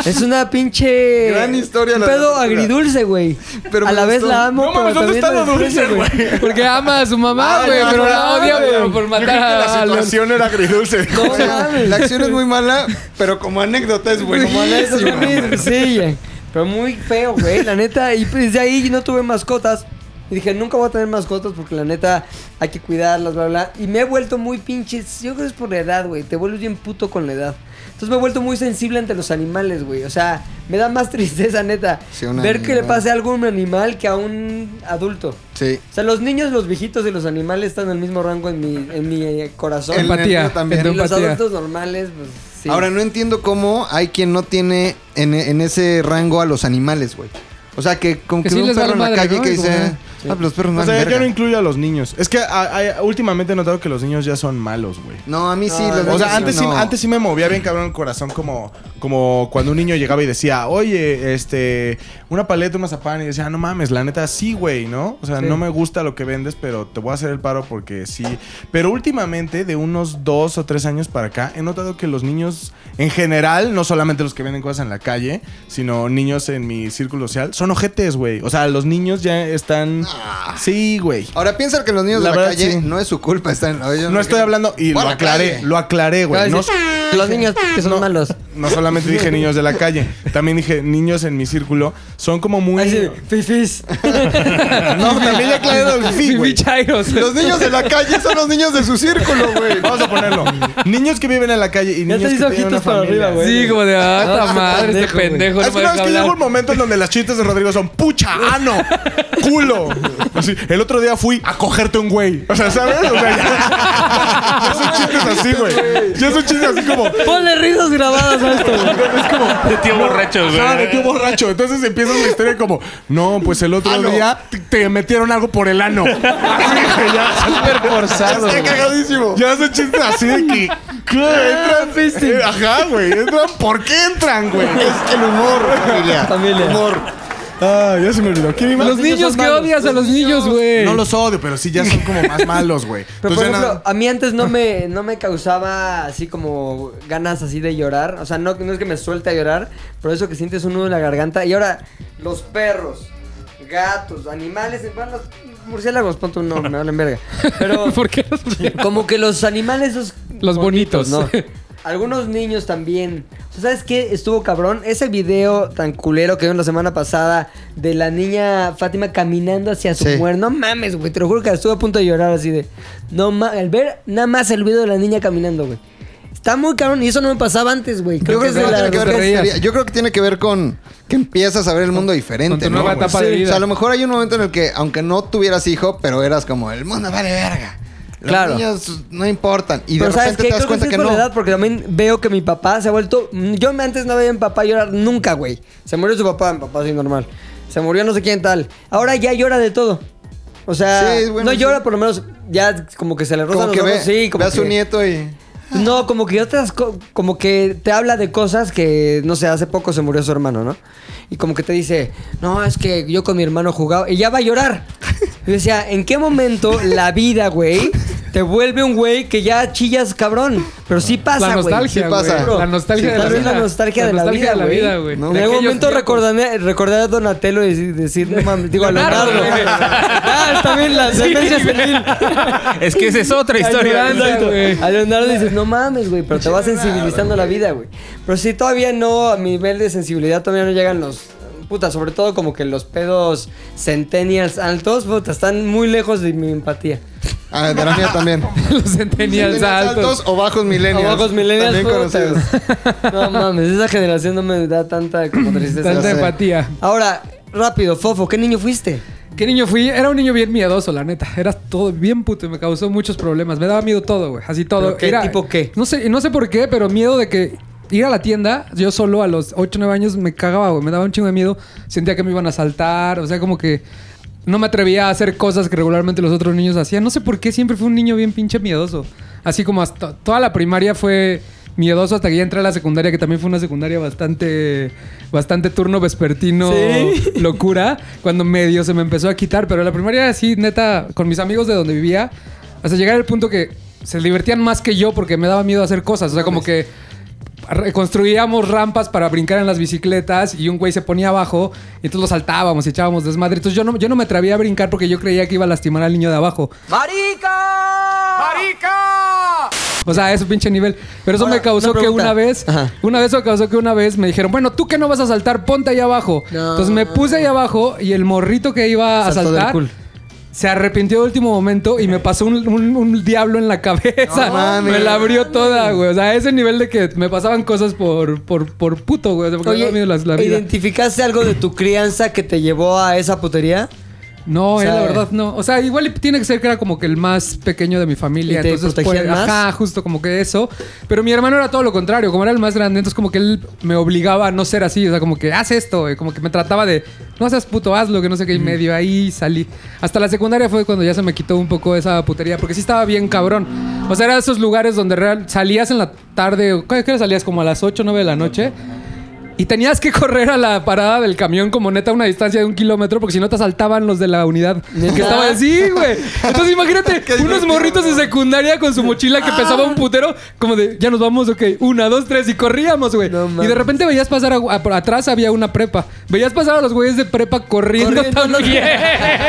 Es una pinche.
Gran historia,
Un
la de la
pedo
tortuga.
agridulce, güey.
Pero
A
me
la vez
gustó.
la amo,
No
pero
mames, ¿dónde
también
está
la
lo
desprecio,
dulce, güey?
Porque ama a su mamá, güey, pero la odia por, por
Yo creo que
matar
la
a los...
situación era agridulce.
No
O sea,
mames.
la acción es muy mala, pero como anécdota es
Sí,
buenísima.
sí, sí, ya. pero muy feo, güey. La neta, y pues de ahí no tuve mascotas. Y dije, nunca voy a tener mascotas porque la neta hay que cuidarlas, bla, bla. Y me he vuelto muy pinches. Yo creo que es por la edad, güey. Te vuelves bien puto con la edad. Entonces me he vuelto muy sensible ante los animales, güey. O sea, me da más tristeza, neta.
Sí, un
ver que le
animal.
pase algo a un animal que a un adulto.
Sí.
O sea, los niños, los viejitos y los animales están en el mismo rango en mi, en mi eh, corazón.
El-
Empatía.
nervio también.
en tu
y los
empatía.
adultos normales, pues sí.
Ahora, no entiendo cómo hay quien no tiene en, en ese rango a los animales, güey. O sea, que como
Que
que,
sí
ve un
les vale
perro en la
madre,
calle
¿no?
que
Y como,
dice,
ah,
ah, pues los perros no
O sea,
valen
yo no
verga".
incluyo a los niños. Es que a- a- últimamente he notado que los niños ya son malos, güey.
No, a mí sí. los
O
niños
sea, antes,
no.
sí, antes sí me movía bien cabrón el corazón como, como cuando un niño llegaba y decía, oye, este, una paleta, un mazapán, y decía, no mames, la neta, sí, güey, ¿no? O sea, no me gusta lo que vendes, pero te voy a hacer el paro porque sí. Pero últimamente, de unos dos o tres años para acá, he notado que los niños en general, no solamente los que venden cosas en la calle, sino niños en mi círculo social, son ojetes, güey. O sea, los niños ya están... Sí, güey.
Ahora piensa que los niños
La
de la
verdad,
calle
sí.
no es su culpa, están.
No estoy hablando, y lo
Por la
aclaré,
calle.
lo aclaré, güey.
Claro,
No,
sí. Los niños que son malos.
No solamente dije niños de la calle, también dije niños en mi círculo. Son como muy.
Ay, sí, fifis.
No, también ya aclaré el fi, güey.
Chairos.
Los niños de la calle son los niños de su círculo, güey. Vamos a ponerlo. Niños que viven en la calle y
Ya
niños
te
que
hizo
tienen una
ojitos para
familia.
arriba, güey.
Sí, como de, ah,
No,
esta
este
madre, este
pendejo, güey.
pendejo,
Es
no
que
me
una
deja
vez que llega un
hablar.
momento en donde las chistes de Rodrigo son pucha, ano, culo. Así, el otro día fui a cogerte un güey. O sea, ¿sabes? O sea, ya, ya son chistes así, güey. Ya son chistes así como.
Ponle risas grabadas a esto, güey.
De tío borracho, güey.
Ah, de tío borracho. Entonces empieza la historia como, no, pues el otro
Ano.
día te- te metieron algo por el ano.
Súper forzado.
Está cagadísimo.
Ya hacen chistes así de que. ¿Qué? Entran. eh, ajá, güey. Entran. ¿Por qué entran, güey?
Es el humor, familia.
Familia.
Humor.
Ah, ya se me olvidó. ¿Quién iba?
Los niños que odias a los niños, güey.
No los odio, pero sí ya son como más malos, güey.
Pero
Entonces,
por ejemplo,
nada-
a mí antes no me, no me causaba así como ganas así de llorar. O sea, no, no es que me suelte a llorar, pero eso que sientes un nudo en la garganta. Y ahora, los perros, gatos, animales, bueno, los murciélagos, ponte un nombre, me valen verga. Pero
¿Por qué los niños?
como que los animales, esos
Los bonitos.
¿no? Algunos niños también. O sea, ¿Sabes qué? Estuvo cabrón. Ese video tan culero que vimos la semana pasada de la niña Fátima caminando hacia su
Sí.
muerte. No mames, güey. Te lo juro que estuve a punto de llorar así de. No ma- Al ver nada más el video de la niña caminando, güey. Está muy cabrón y eso no me pasaba antes, güey.
Yo
Creo que
creo,
es
que
de
no
la-
tiene que ver
te
con
reías.
historia. Yo creo que tiene que ver con que empiezas a ver el mundo diferente.
Con tu
¿no,
nueva
güey?
etapa de
O
vida.
sea, a lo mejor hay un momento en el que, aunque no tuvieras hijo, pero eras como, el mundo vale verga. Los
Claro.
niños no importan. Y
Pero
de
¿sabes
repente
qué?
te das
Creo que,
cuenta
sí
que,
es por
no.
la edad, porque también veo que mi papá se ha vuelto... Yo antes no veía a mi papá llorar nunca, güey. Se murió su papá, mi papá así normal. Se murió no sé quién tal. Ahora ya llora de todo. O sea,
Sí, bueno,
no
sí.
llora, por lo menos ya como que se le rozan
Como
los
que ve,
ojos. Sí, como
ve a su
que-
nieto y...
No, como que otras... co- Como que te habla de cosas que, no sé, hace poco se murió su hermano, ¿no? Y como que te dice, no, es que yo con mi hermano jugaba... Y ya va a llorar. Y decía, ¿en qué momento la vida, güey, te vuelve un güey que ya chillas cabrón? Pero sí pasa,
La
güey.
nostalgia,
sí pasa.
güey. La
Sí,
nostalgia de la
tal vez
vida.
la nostalgia de la vida, güey.
güey.
En
De
algún
aquellos
momento
tiempos.
recordaré, recordaré a Donatello y dec- decir, no mames, digo a
Leonardo,
Leonardo.
güey.
ah, está bien, la sentencia senil.
Es que esa es otra historia.
Ayudando.
Exacto.
güey.
A Leonardo dices, no mames, güey, pero te vas sensibilizando a la vida, güey. Pero si todavía no, a mi nivel de sensibilidad todavía no llegan los... Puta, sobre todo como que los pedos centennials altos, puta, están muy lejos de mi empatía.
Ah, de la mía también.
Los centenials altos.
altos o bajos millennials.
Abajos millennials,
También
puta,
conocidos.
güey. No mames, esa generación no me da tanta como tristeza.
Tanta
sé.
empatía.
Ahora, rápido, Fofo, ¿qué niño fuiste?
¿Qué niño fui? Era un niño bien miedoso, la neta. Era todo bien puto y me causó muchos problemas. Me daba miedo todo, güey. Así todo.
¿Pero qué?
Era-
¿Tipo qué?
No sé, no sé por qué, pero miedo de que ir a la tienda, yo solo a los 8 o 9 años me cagaba, güey. Me daba un chingo de miedo. Sentía que me iban a asaltar. O sea, como que no me atrevía a hacer cosas que regularmente los otros niños hacían. No sé por qué siempre fui un niño bien pinche miedoso. Así como hasta toda la primaria fue miedoso hasta que ya entré a la secundaria, que también fue una secundaria bastante, bastante turno vespertino, locura, cuando medio se me empezó a quitar, pero la primaria sí, neta, con mis amigos de donde vivía, hasta llegar al punto que se divertían más que yo porque me daba miedo hacer cosas, o sea, como que reconstruíamos rampas para brincar en las bicicletas y un güey se ponía abajo y entonces lo saltábamos y echábamos desmadre. Entonces yo no, yo no me atrevía a brincar porque yo creía que iba a lastimar al niño de abajo. O sea, a ese pinche nivel. Pero eso
Ahora,
me causó
una
que
pregunta.
una vez,
Ajá.
una vez me causó que una vez me dijeron, bueno, tú que no vas a saltar, ponte ahí abajo.
No.
Entonces me puse ahí abajo y el morrito que iba a
Saltó del
saltar
cul.
se arrepintió de último momento y me pasó un, un- un diablo en la cabeza.
No mames.
me la abrió toda, güey. O sea, a ese nivel de que me pasaban cosas por, por, por puto, güey. O sea, porque me daba miedo la- la vida.
¿identificaste algo de tu crianza que te llevó a esa putería?
No,
O
eh, la
sea,
verdad no. O sea, igual tiene que ser que era como que el más pequeño de mi familia.
¿Y te
entonces,
protegían
pues,
más?
ajá, justo como que eso. Pero mi hermano era todo lo contrario. Como era el más grande, entonces como que él me obligaba a no ser así. O sea, como que haz esto. Y como que me trataba de no seas puto, hazlo, que no sé qué. Y medio ahí salí. Hasta la secundaria fue cuando ya se me quitó un poco esa putería. Porque sí estaba bien cabrón. O sea, era esos lugares donde real, salías en la tarde. ¿Qué qué hora salías? Como a las 8 9 de la noche. Y tenías que correr a la parada del camión como neta a una distancia de un kilómetro porque si no te asaltaban los de la unidad. Que estaba así, güey. Entonces imagínate unos morritos de secundaria con su mochila que pesaba
Ah.
un putero como de, ya nos vamos, ok, una, dos, tres y corríamos, güey.
No mames.
y de repente veías pasar, a- a- por atrás había una prepa. Veías pasar a los güeyes de prepa corriendo,
Corriendo,
también.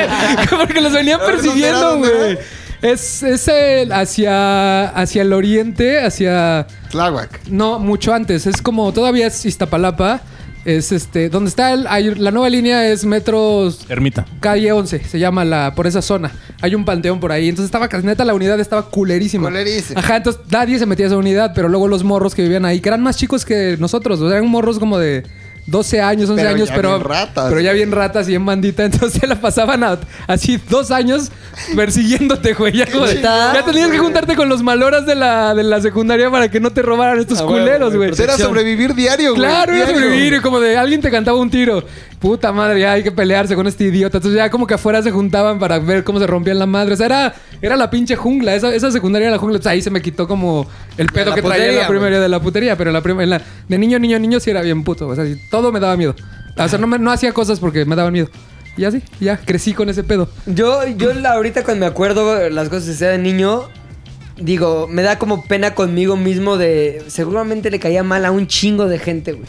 porque los venían
A ver, ¿dónde era?
persiguiendo,
¿Dónde
güey.
era?
Es, es el- hacia, hacia el oriente, hacia...
Tláhuac.
No, mucho antes. Es como todavía es Iztapalapa. Es este... Donde está el... hay- la nueva línea es metros...
Ermita.
Calle 11, se llama la por esa zona. Hay un panteón por ahí. Entonces estaba casi- neta la unidad estaba culerísima.
Culerísima.
Ajá, entonces nadie se metía a esa unidad, pero luego los morros que vivían ahí, que eran más chicos que nosotros, o sea, eran morros como de 12 años, 11
Pero
años,
ya
pero
bien ratas.
pero ya bien ratas y en bandita, entonces la pasaban a- así dos años persiguiéndote, güey. Ya, como de-
Neta.
ya tenías que juntarte con los maloras de la, de la secundaria para que no te robaran estos
Ah, bueno,
culeros,
güey,
güey.
Pues Era sobrevivir diario, güey.
Claro, era
diario.
sobrevivir. y Como de alguien te cantaba un tiro. Puta madre, ya hay que pelearse con este idiota. Entonces ya como que afuera se juntaban para ver cómo se rompían la madre. O sea, era, era la pinche jungla. Esa, esa secundaria era la jungla. Entonces ahí se me quitó como el pedo
la
que traía en
putería,
la primaria de la putería. Pero en la, prim- en la- de niño, niño, niño sí era bien puto. O sea, sí, todo me daba miedo. O sea, no, me- no hacía cosas porque me daban miedo. Y así, ya crecí con ese pedo.
Yo, yo la- ahorita cuando me acuerdo las cosas que sea de niño, digo, me da como pena conmigo mismo de. Seguramente le caía mal a un chingo de gente, güey.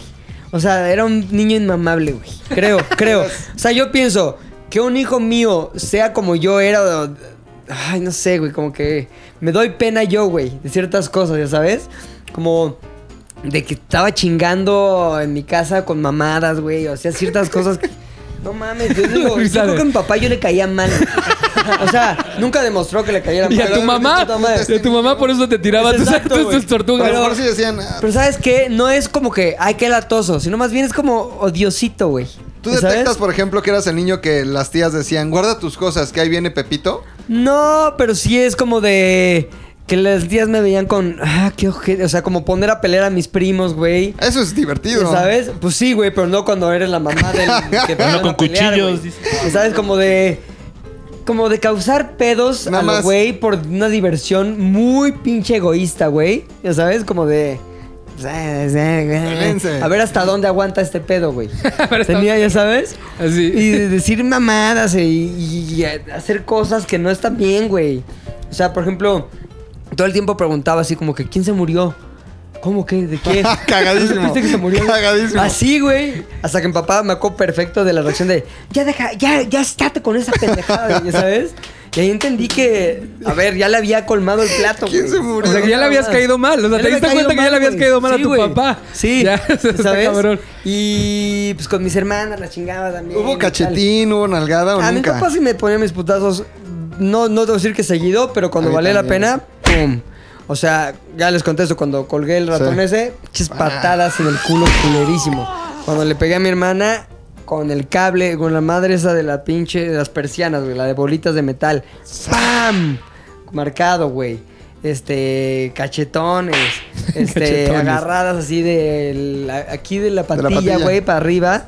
O sea, era un niño inmamable, güey. Creo, creo. O sea, yo pienso que un hijo mío sea como yo era. o- Ay, no sé, güey. Como que me doy pena yo, güey, de ciertas cosas, ya sabes. Como. De que estaba chingando en mi casa con mamadas, güey. O sea, ciertas cosas que... No mames, yo digo, yo
Risa
creo
de-
que a mi papá yo le caía mal. O sea, nunca demostró que le cayera mal.
Y a tu
Pero,
mamá,
puta madre.
y a tu mamá por eso te tiraba
Es
tus,
exacto,
tus-
güey.
tus tortugas.
A lo
Pero-
mejor sí decían, ah,
Pero ¿sabes qué? No es como que, ay, qué latoso, sino más bien es como odiosito, güey.
¿Tú
¿Sabes?
detectas, por ejemplo, que eras el niño que las tías decían, guarda tus cosas, que ahí viene Pepito?
No, pero sí es como de... Que las tías me veían con... Ah, qué ojete. O sea, como poner a pelear a mis primos, güey.
Eso es divertido.
¿Sabes? Pues sí, güey, pero no cuando eres la mamá del que te
No,
van a
con
pelear,
cuchillos,
güey.
dice.
¿Sabes? Como de. Como de causar pedos
Nada
a lo
más.
güey por una diversión muy pinche egoísta, güey. Ya sabes, como de. pues, eh,
Relájense.
A ver hasta dónde aguanta este pedo, güey.
ver hasta
Tenía, ya sabes.
Así.
Y de decir mamadas eh, y, y- y hacer cosas que no están bien, güey. O sea, por ejemplo, todo el tiempo preguntaba así como que ¿quién se murió? ¿Cómo que? ¿De qué?
Cagadísimo.
¿Supiste que se murió?
Cagadísimo.
Así, güey. Hasta que mi papá me acuerdo perfecto de la reacción de ya deja, ya, ya estate con esa pendejada, ya sabes. Y ahí entendí que, a ver, ya le había colmado el plato,
¿Quién
güey.
se murió?
O sea, que ya le habías caído mal. O
Ya
sea, te
le había
diste
caído
cuenta que ya le habías
güey.
caído mal a
Sí,
tu
güey.
papá.
Sí,
Ya,
¿sabes?
está cabrón.
Y pues con mis hermanas la chingaba también. y
¿Hubo
tal.
cachetín, hubo nalgada o
A mi
nunca?
papá sí me ponía mis putazos. No, no debo decir que seguido, pero cuando
A mí
valía la
también.
pena, ¡pum! O sea, ya les contesto, cuando colgué el ratón
Sí.
ese, chis patadas en el culo culerísimo. Cuando le pegué a mi hermana con el cable, con la madre esa de la pinche, de las persianas, güey, la de bolitas de metal. ¡Pam! Marcado, güey. Este, cachetones, este,
Cachetones.
agarradas así del, aquí de la
la
patilla,
patilla.
güey, para arriba.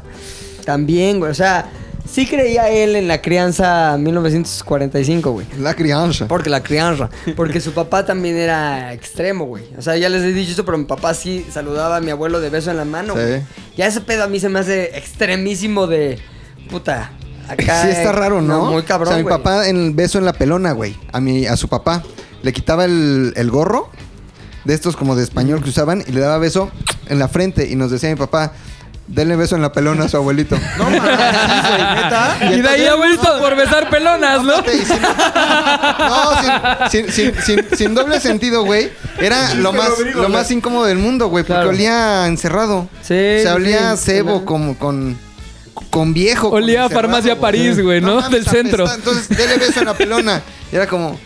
También, güey. O sea, sí creía él en la crianza 1945, güey.
La crianza.
Porque la crianza. Porque su papá también era extremo, güey. O sea, ya les he dicho esto, pero mi papá sí saludaba a mi abuelo de beso en la mano,
Sí.
güey. Ya ese pedo a mí se me hace extremísimo de. Puta. Acá.
Sí está raro, ¿no?
Muy cabrón.
O sea, mi
güey.
papá en el beso en la pelona, güey. A mi, a su papá. Le quitaba el, el gorro de estos como de español que usaban y le daba beso en la frente. Y nos decía mi papá, denle beso en la pelona a su abuelito. no mames, sí, güey, neta.
Y de ahí ha vuelto por besar pelonas, ¿no?
Y sin- no, sin, sin- sin- sin- sin doble sentido, güey. Era lo más, lo más incómodo del mundo, güey. Porque
Claro.
olía a encerrado.
Sí,
Se olía a
sí,
cebo
claro.
como con. Con viejo. con
Olía a
encerrado,
farmacia
güey.
París, güey, ¿no?
mames,
Del
apesta.
centro.
Entonces, dele beso en la pelona. Y era como.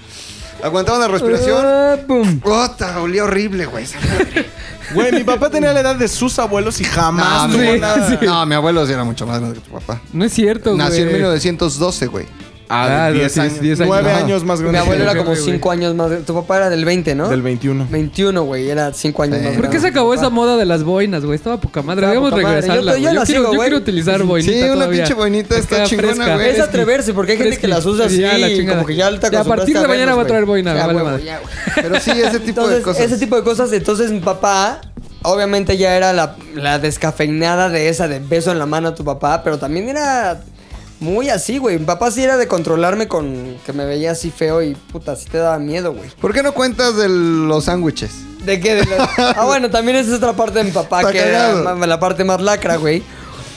Aguantaba la respiración.
Ah, pum.
Puta, olía horrible, güey. esa madre.
Güey, mi papá tenía la edad de sus abuelos y jamás
No,
tuvo
mi-
nada.
No, mi abuelo sí era mucho más grande que tu papá.
No es cierto, güey.
Nació en 1912, güey.
Ah,
Ah,
de
de
10
diez-
años.
diez años.
9
Ajá.
años más grande.
Mi abuelo
que
era
yo.
como 5 años más. Tu papá era del 20, ¿no?
Del 21.
21, güey. Era 5 años más.
¿Por qué se
grande.
acabó esa moda de las boinas, güey? Estaba poca madre.
Estaba
Debemos
poca madre.
regresarla,
Yo- yo
güey.
la sigo,
quiero, yo
güey.
quiero utilizar boinita
Sí, una
todavía.
pinche boinita está
Queda
chingona, güey.
Es atreverse, porque hay gente que las usa así.
Ya, la
y
chingada.
como que ya ahorita
Ya, a partir de mañana voy a traer boina, vale madre.
Pero sí, ese tipo
entonces,
de cosas.
Ese tipo de cosas. Entonces, mi papá, obviamente ya era la, la descafeinada de esa, de beso en la mano a tu papá, pero también era muy así, güey. Mi papá sí era de controlarme con que me veía así feo y puta, sí te daba miedo, güey.
¿Por qué no cuentas de los sándwiches?
¿De qué? De la- Ah, bueno, también esa es otra parte de mi papá,
Está
que era
cagado.
ma- la parte más lacra, güey.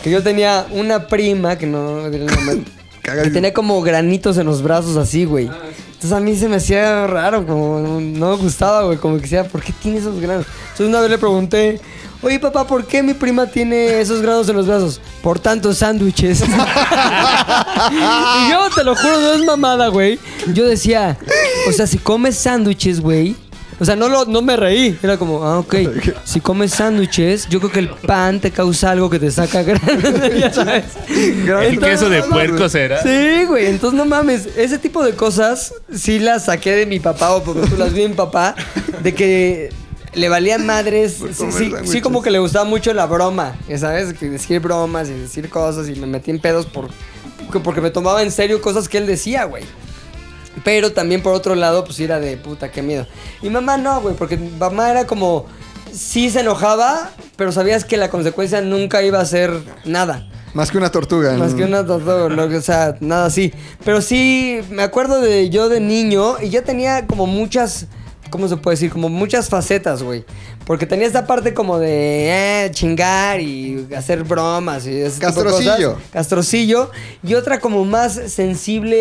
Que yo tenía una prima, que no diré el nombre, que
Cagadísimo.
tenía como granitos en los brazos así, güey. Entonces a mí se me hacía raro, como no me gustaba, güey. Como que decía, ¿por qué tiene esos granos? Entonces una vez le pregunté, oye papá, ¿por qué mi prima tiene esos granos en los brazos? Por tantos sándwiches. y yo te lo juro, no es mamada, güey. Yo decía, o sea, si comes sándwiches, güey. O sea, no, lo, no me reí. Era como, ah, ok. Si comes sándwiches, yo creo que el pan te causa algo que te saca granos. ya sabes.
El
Entonces-
queso de puerco será.
Sí, güey. Entonces, no mames. Ese tipo de cosas sí las saqué de mi papá o porque tú las vi en papá. De que le valía madres. Sí, sí, sí, como que le gustaba mucho la broma. ya ¿Sabes? Que decir bromas y decir cosas. Y me metí en pedos por, que- porque me tomaba en serio cosas que él decía, güey. Pero también por otro lado, pues era de puta, qué miedo. Mi mamá no, güey, porque mi mamá era como. Sí se enojaba, pero sabías que la consecuencia nunca iba a ser nada.
Más que una tortuga.
Más
¿no?
que una tatuaje, no, o sea, nada así. Pero sí, me acuerdo de yo de niño y yo tenía como muchas, ¿cómo se puede decir? Como muchas facetas, güey. Porque tenía esta parte como de eh, chingar y hacer bromas y ese tipo de cosas.
Castrocillo.
Castrocillo. Y otra como más sensible,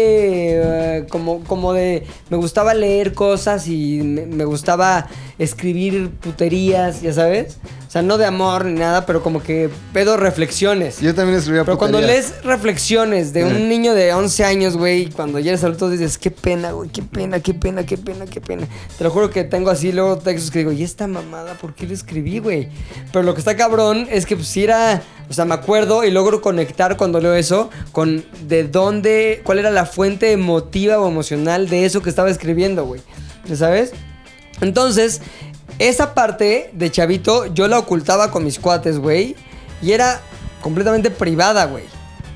eh, como, como de... Me gustaba leer cosas y me, me gustaba escribir puterías, ya sabes. O sea, no de amor ni nada, pero como que pedo reflexiones.
Yo también escribía
Pero cuando
puterías.
lees reflexiones de un niño de 11 años, güey, cuando ya eres adulto dices, qué pena, güey, qué pena, qué pena, qué pena, qué pena. Te lo juro que tengo así luego textos que digo, ¿y esta mamada por qué lo escribí, güey? Pero lo que está cabrón es que pues sí era, o sea, me acuerdo y logro conectar cuando leo eso con de dónde, cuál era la fuente emotiva o emocional de eso que estaba escribiendo, güey. ¿Ya sabes? Entonces, esa parte de chavito yo la ocultaba con mis cuates, güey. Y era completamente privada, güey.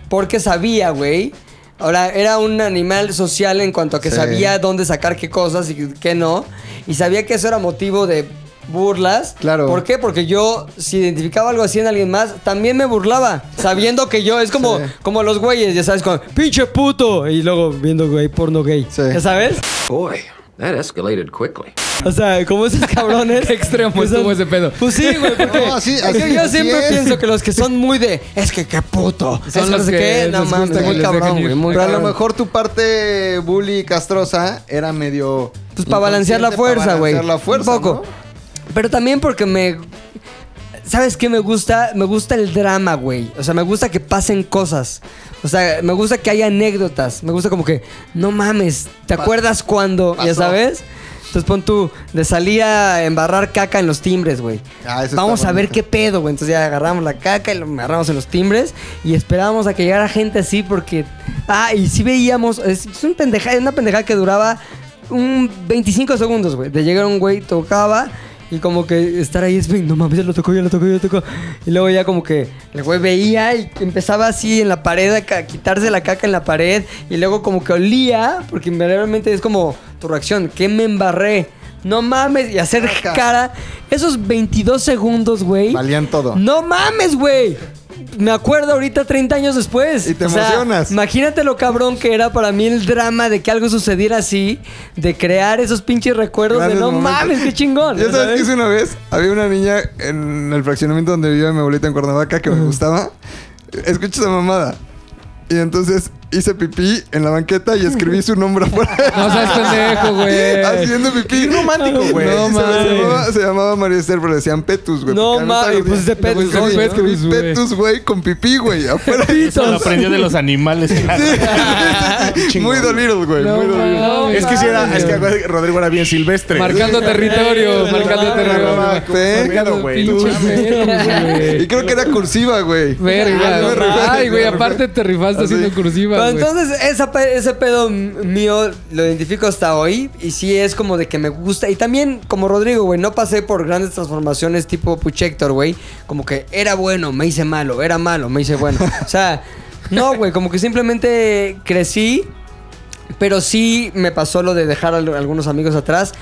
Porque sabía, güey. Ahora, era un animal social en cuanto a que
Sí.
sabía dónde sacar qué cosas y qué no. Y sabía que eso era motivo de burlas.
Claro.
¿Por qué? Porque yo, si identificaba algo así en alguien más, también me burlaba. Sabiendo que yo, es como,
Sí.
como los güeyes, ya sabes, con pinche puto. Y luego viendo, güey, porno gay.
Sí.
¿Ya sabes?
Boy, that escalated quickly.
O sea, como esos cabrones.
Extremo
que son-
estuvo ese pedo.
Pues sí, güey, porque.
No, así-
es
así-
que yo
así
siempre
es.
pienso que los que son muy de. Es que qué puto.
Son los que
No
les
mames,
gusta que
muy
les dejen
cabrón,
ir.
güey. Muy
Pero a lo
cabrón.
mejor tu parte bully castrosa era medio.
Pues para balancear la
inconsciente,
fuerza,
para
güey.
balancear la fuerza.
Un poco. Pero también porque me. ¿Sabes qué me gusta? Me gusta el drama, güey. O sea, me gusta que pasen cosas. O sea, me gusta que haya anécdotas. Me gusta como que, no mames, ¿te acuerdas cuando? ¿Ya
pasó.
sabes? Entonces pon tú, de salir a embarrar caca en los timbres, güey.
Ah, eso
Vamos
está
a ver
bonito.
qué pedo, güey. Entonces ya agarramos la caca y lo agarramos en los timbres y esperábamos a que llegara gente así porque... Ah, y sí veíamos... Es, es un pendeja, una pendejada que duraba un 25 segundos, güey. De llegar un güey, tocaba y como que estar ahí es... "Ven, No mames, ya lo tocó, ya lo tocó, ya lo tocó. Y luego ya como que el güey veía y empezaba así en la pared a ca- quitarse la caca en la pared y luego como que olía porque invariablemente es como tu reacción. ¿Qué me embarré? No mames, y hacer
Caca.
cara. Esos 22 segundos, güey.
Valían todo.
No mames, güey. Me acuerdo ahorita 30 años después.
Y te emocionas.
Imagínate lo cabrón que era para mí el drama de que algo sucediera así, de crear esos pinches recuerdos de
Grandes
no
momentos.
mames, qué chingón.
¿Ya sabes
¿sabes?
qué hice una vez? Había una niña en el fraccionamiento donde vivía mi abuelita en Cuernavaca que me gustaba. Escucha esa mamada. Y entonces hice pipí en la banqueta y escribí su nombre afuera.
No seas pendejo, güey.
Haciendo pipí. romántico,
güey.
No,
No
mames. Se
mames.
llamaba, se llamaba María Esther, pero le decían Petus, güey.
No
porque a mí
mames,
todos los
pues,
días-
de Petus,
Yo escribí
obvio, ¿no?
Petus, güey, con pipí, güey. Afuera.
Eso lo aprendió de los animales.
Muy dolidos, güey.
No
muy dolidos.
mames.
Es que si era, es que acuérdate que Rodrigo era bien silvestre.
Marcando territorio,
Sí,
marcando
no,
territorio.
no, no,
Marcando
no, güey, no
pinche pedo,
Y
güey.
creo que era cursiva, güey.
Verga.
Ah,
Yo me rifé,
Ay, güey,
yo me rifé.
aparte te rifaste
Así.
haciendo cursiva,
Pero
güey.
entonces esa pe- ese pedo m- mío lo identifico hasta hoy y sí es como de que me gusta. Y también como Rodrigo, güey, no pasé por grandes transformaciones tipo Puchector, güey. Como que era bueno, me hice malo, era malo, me hice bueno. O sea, no, güey, como que simplemente crecí, pero sí me pasó lo de dejar a al- algunos amigos atrás.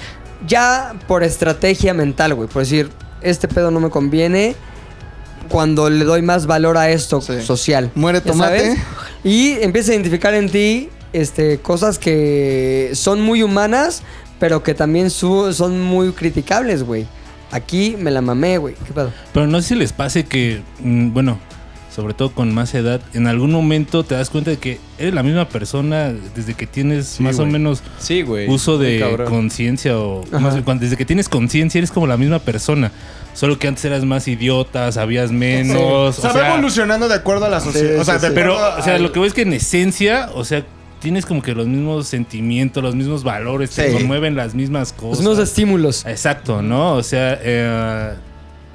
Ya por estrategia mental, güey, por decir, este pedo no me conviene cuando le doy más valor a esto
Sí.
social.
Muere
¿Ya
tomate.
sabes? Y empieza a identificar en ti este, cosas que son muy humanas, pero que también su- son muy criticables, güey. Aquí me la mamé, güey. ¿Qué pedo?
Pero no sé si les pase que, mm, bueno, sobre todo con más edad, en algún momento te das cuenta de que eres la misma persona desde que tienes más
güey.
o menos
Sí, güey.
uso
Muy
de
cabrón.
conciencia o
Ajá.
más bien, cuando- desde que tienes conciencia eres como la misma persona. Solo que antes eras más idiota, sabías menos.
O sea,
o
va
sea,
evolucionando de acuerdo a la sociedad. o sea, de
pero,
acuerdo
o sea,
al-
lo que voy es que en esencia, o sea, tienes como que los mismos sentimientos, los mismos valores, te
Sí.
conmueven las mismas
Pues
cosas.
mismos estímulos.
Exacto, ¿no? O sea, eh,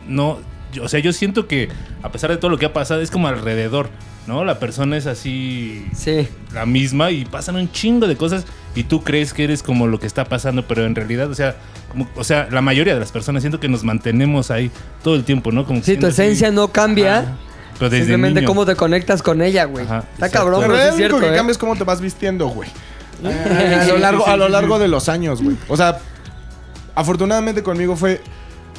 no, yo- o sea, yo siento que a pesar de todo lo que ha pasado, es como alrededor, ¿no? La persona es así, la misma y pasan un chingo de cosas y tú crees que eres como lo que está pasando, pero en realidad, o sea, como- o sea, la mayoría de las personas siento que nos mantenemos ahí todo el tiempo, ¿no? Como que
Sí, tu
siendo así,
esencia no cambia.
pero desde
simplemente
niño.
cómo te conectas con ella, güey. Está
Exacto.
cabrón,
En
pero sí
realidad,
es
lo único
cierto.
que
¿eh?
cambia es cómo te vas vistiendo, güey.
sí,
Ah, A
sí,
lo largo,
sí,
a lo
sí,
largo
sí.
de los años, güey. O sea, afortunadamente conmigo fue.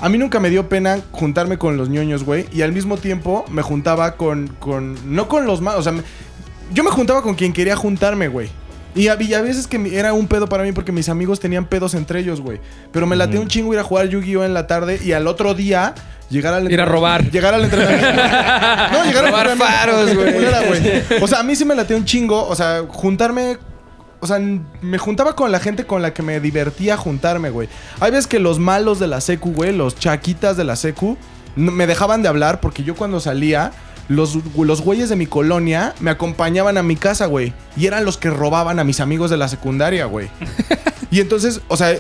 A mí nunca me dio pena juntarme con los ñoños, güey. Y al mismo tiempo me juntaba con. con no con los más. O sea, me- yo me juntaba con quien quería juntarme, güey. Y a, y a veces que mi- era un pedo para mí porque mis amigos tenían pedos entre ellos, güey. Pero me laté un chingo ir a jugar Yu-Gi-Oh! en la tarde y al otro día llegar al
Ir a robar.
Llegar al entrenamiento. no, llegar
Robar
al entrenamiento.
faros, güey.
Culera, güey. O sea, a mí sí me laté un chingo. O sea, juntarme o sea, n- me juntaba con la gente con la que me divertía juntarme, güey. Hay veces que los malos de la secu, güey, los chaquitas de la secu, n- me dejaban de hablar porque yo cuando salía, los, los güeyes de mi colonia me acompañaban a mi casa, güey. Y eran los que robaban a mis amigos de la secundaria, güey. y entonces, o sea,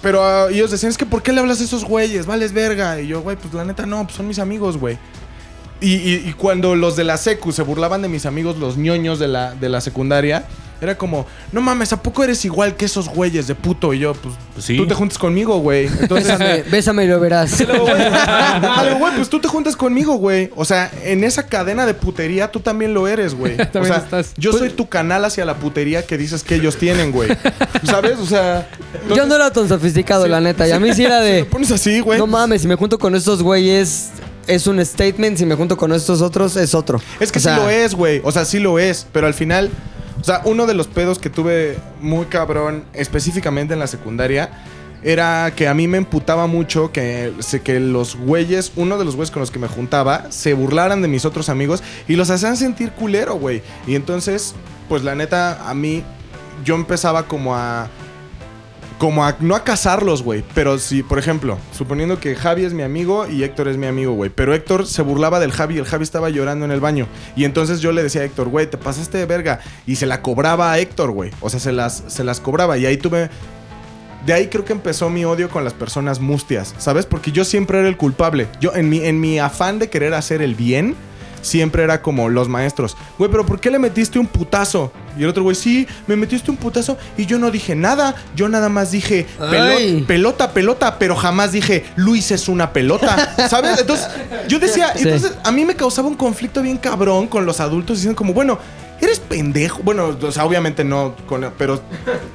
pero ah, ellos decían, es que ¿por qué le hablas a esos güeyes? Vales verga. Y yo, güey, pues la neta no, pues son mis amigos, güey. Y, y- y cuando los de la secu se burlaban de mis amigos, los ñoños de la, de la secundaria, era como, no mames, ¿a poco eres igual que esos güeyes de puto? Y yo, pues, tú te juntas conmigo, güey. Entonces,
Bésame, bésame y lo verás.
Algo, güey, pues tú te juntas conmigo, güey. O sea, en esa cadena de putería tú también lo eres, güey. O
También
sea,
estás.
yo
Pues-
soy tu canal hacia la putería que dices que ellos tienen, güey. ¿Sabes? O sea,
Yo no era tan sofisticado, la neta. Y a mí sí era de.
Si lo pones así, güey.
No mames, si me junto con estos güeyes es un statement, si me junto con estos otros es otro.
Es que
O sea,
sí lo es, güey. O sea, sí lo es. Pero al final, o sea, uno de los pedos que tuve muy cabrón, específicamente en la secundaria, era que a mí me emputaba mucho que, se- que los güeyes, uno de los güeyes con los que me juntaba, se burlaran de mis otros amigos y los hacían sentir culero, güey. Y entonces, pues la neta, a mí, yo empezaba como a como a, no a casarlos, güey, pero si, por ejemplo, suponiendo que Javi es mi amigo y Héctor es mi amigo, güey, pero Héctor se burlaba del Javi y el Javi estaba llorando en el baño. Y entonces yo le decía a Héctor, güey, te pasaste de verga. Y se la cobraba a Héctor, güey. O sea, se las, se las cobraba. Y ahí tuve. De ahí creo que empezó mi odio con las personas mustias, ¿sabes? Porque yo siempre era el culpable. Yo, en mi, en mi afán de querer hacer el bien, siempre era como los maestros. Güey, pero ¿por qué le metiste un putazo? Y el otro güey, sí, me metiste un putazo y yo no dije nada. Yo nada más dije, "Pelo-
Ay.
pelota, pelota, pero jamás dije, Luis es una pelota. ¿Sabes? Entonces, yo decía,
Sí.
entonces a mí me causaba un conflicto bien cabrón con los adultos diciendo como, bueno, eres pendejo. Bueno, o sea, obviamente no, con- pero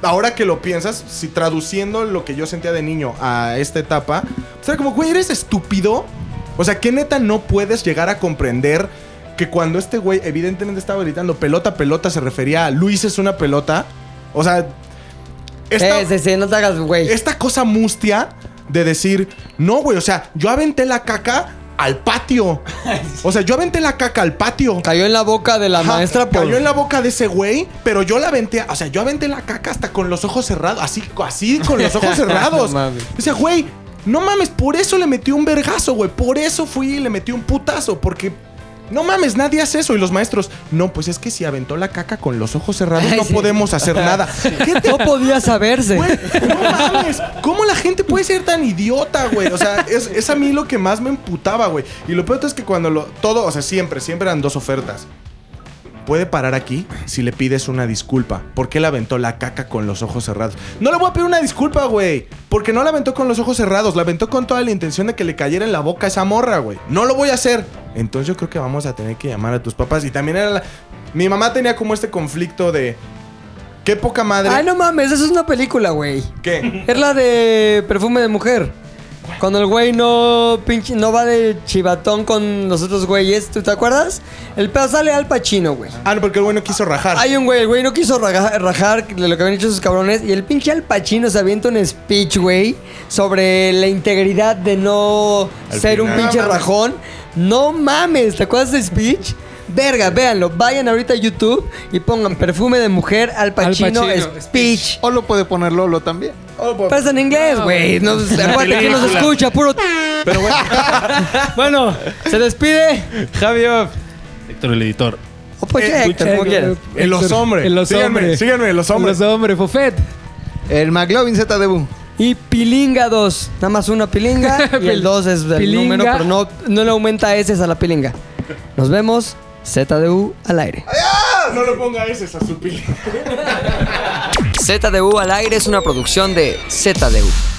ahora que lo piensas, si traduciendo lo que yo sentía de niño a esta etapa, pues era como, güey, eres estúpido. O sea, que neta no puedes llegar a comprender que cuando este güey evidentemente estaba gritando pelota, pelota, se refería a Luis es una pelota. O sea, esta-
Eh, sí, sí, no te hagas, güey.
esta cosa mustia de decir, no, güey, o sea, yo aventé la caca al patio. O sea, yo aventé la caca al patio.
Cayó en la boca de la
Ajá,
maestra por.
Cayó en la boca de ese güey, pero yo la aventé, o sea, yo aventé la caca hasta con los ojos cerrados, así, así con los ojos cerrados.
No mames.
O sea, güey, no mames, por eso le metí un vergazo, güey, por eso fui y le metí un putazo, porque... No mames, nadie hace eso. Y los maestros, no, pues es que si aventó la caca con los ojos cerrados,
Ay,
no
sí.
podemos hacer nada. ¿Qué te
No podía saberse.
no mames, ¿cómo la gente puede ser tan idiota, güey? O sea, es, es a mí lo que más me emputaba, güey. Y lo peor es que cuando lo. Todo, o sea, siempre, siempre eran dos ofertas. Puede parar aquí si le pides una disculpa. Porque él aventó la caca con los ojos cerrados. No le voy a pedir una disculpa, güey. Porque no la aventó con los ojos cerrados. La aventó con toda la intención de que le cayera en la boca a esa morra, güey. No lo voy a hacer. Entonces yo creo que vamos a tener que llamar a tus papás. Y también era la- Mi mamá tenía como este conflicto de. Qué poca madre.
Ay, Ah, no mames, eso es una película, güey.
¿Qué?
Es la de perfume de mujer. Cuando el güey no pinche, no va de chivatón con los otros güeyes, ¿tú te acuerdas? El pedo sale al pachino, güey.
Ah, no, porque el güey no quiso rajar.
Hay un güey, el güey no quiso raja- rajar de lo que habían hecho esos cabrones. Y el pinche Al Pacino se avienta un speech, güey, sobre la integridad de no
Al
ser un
final.
pinche
No mames.
rajón. No mames, ¿te acuerdas de Speech? Verga, véanlo. Vayan ahorita a YouTube y pongan perfume de mujer Al Pacino, Speech.
O lo puede poner Lolo también.
Pasa en inglés, güey. No, acuérdate que no se
Película.
escucha, puro. Pero bueno. bueno, se despide.
Javier.
Héctor, el editor.
O pues, Héctor, como quieras.
En los hombres.
En los
Síganme,
hombres.
síganme, en los hombres.
En los hombres, Fofet.
El McLovin ZDU.
Y pilinga 2. Nada más una pilinga. y el 2 es el
Pilinga.
número, pero no, no le aumenta ese a la pilinga. Nos vemos. ZDU al aire.
No le ponga ese a su pila.
ZDU al aire es una producción de ZDU.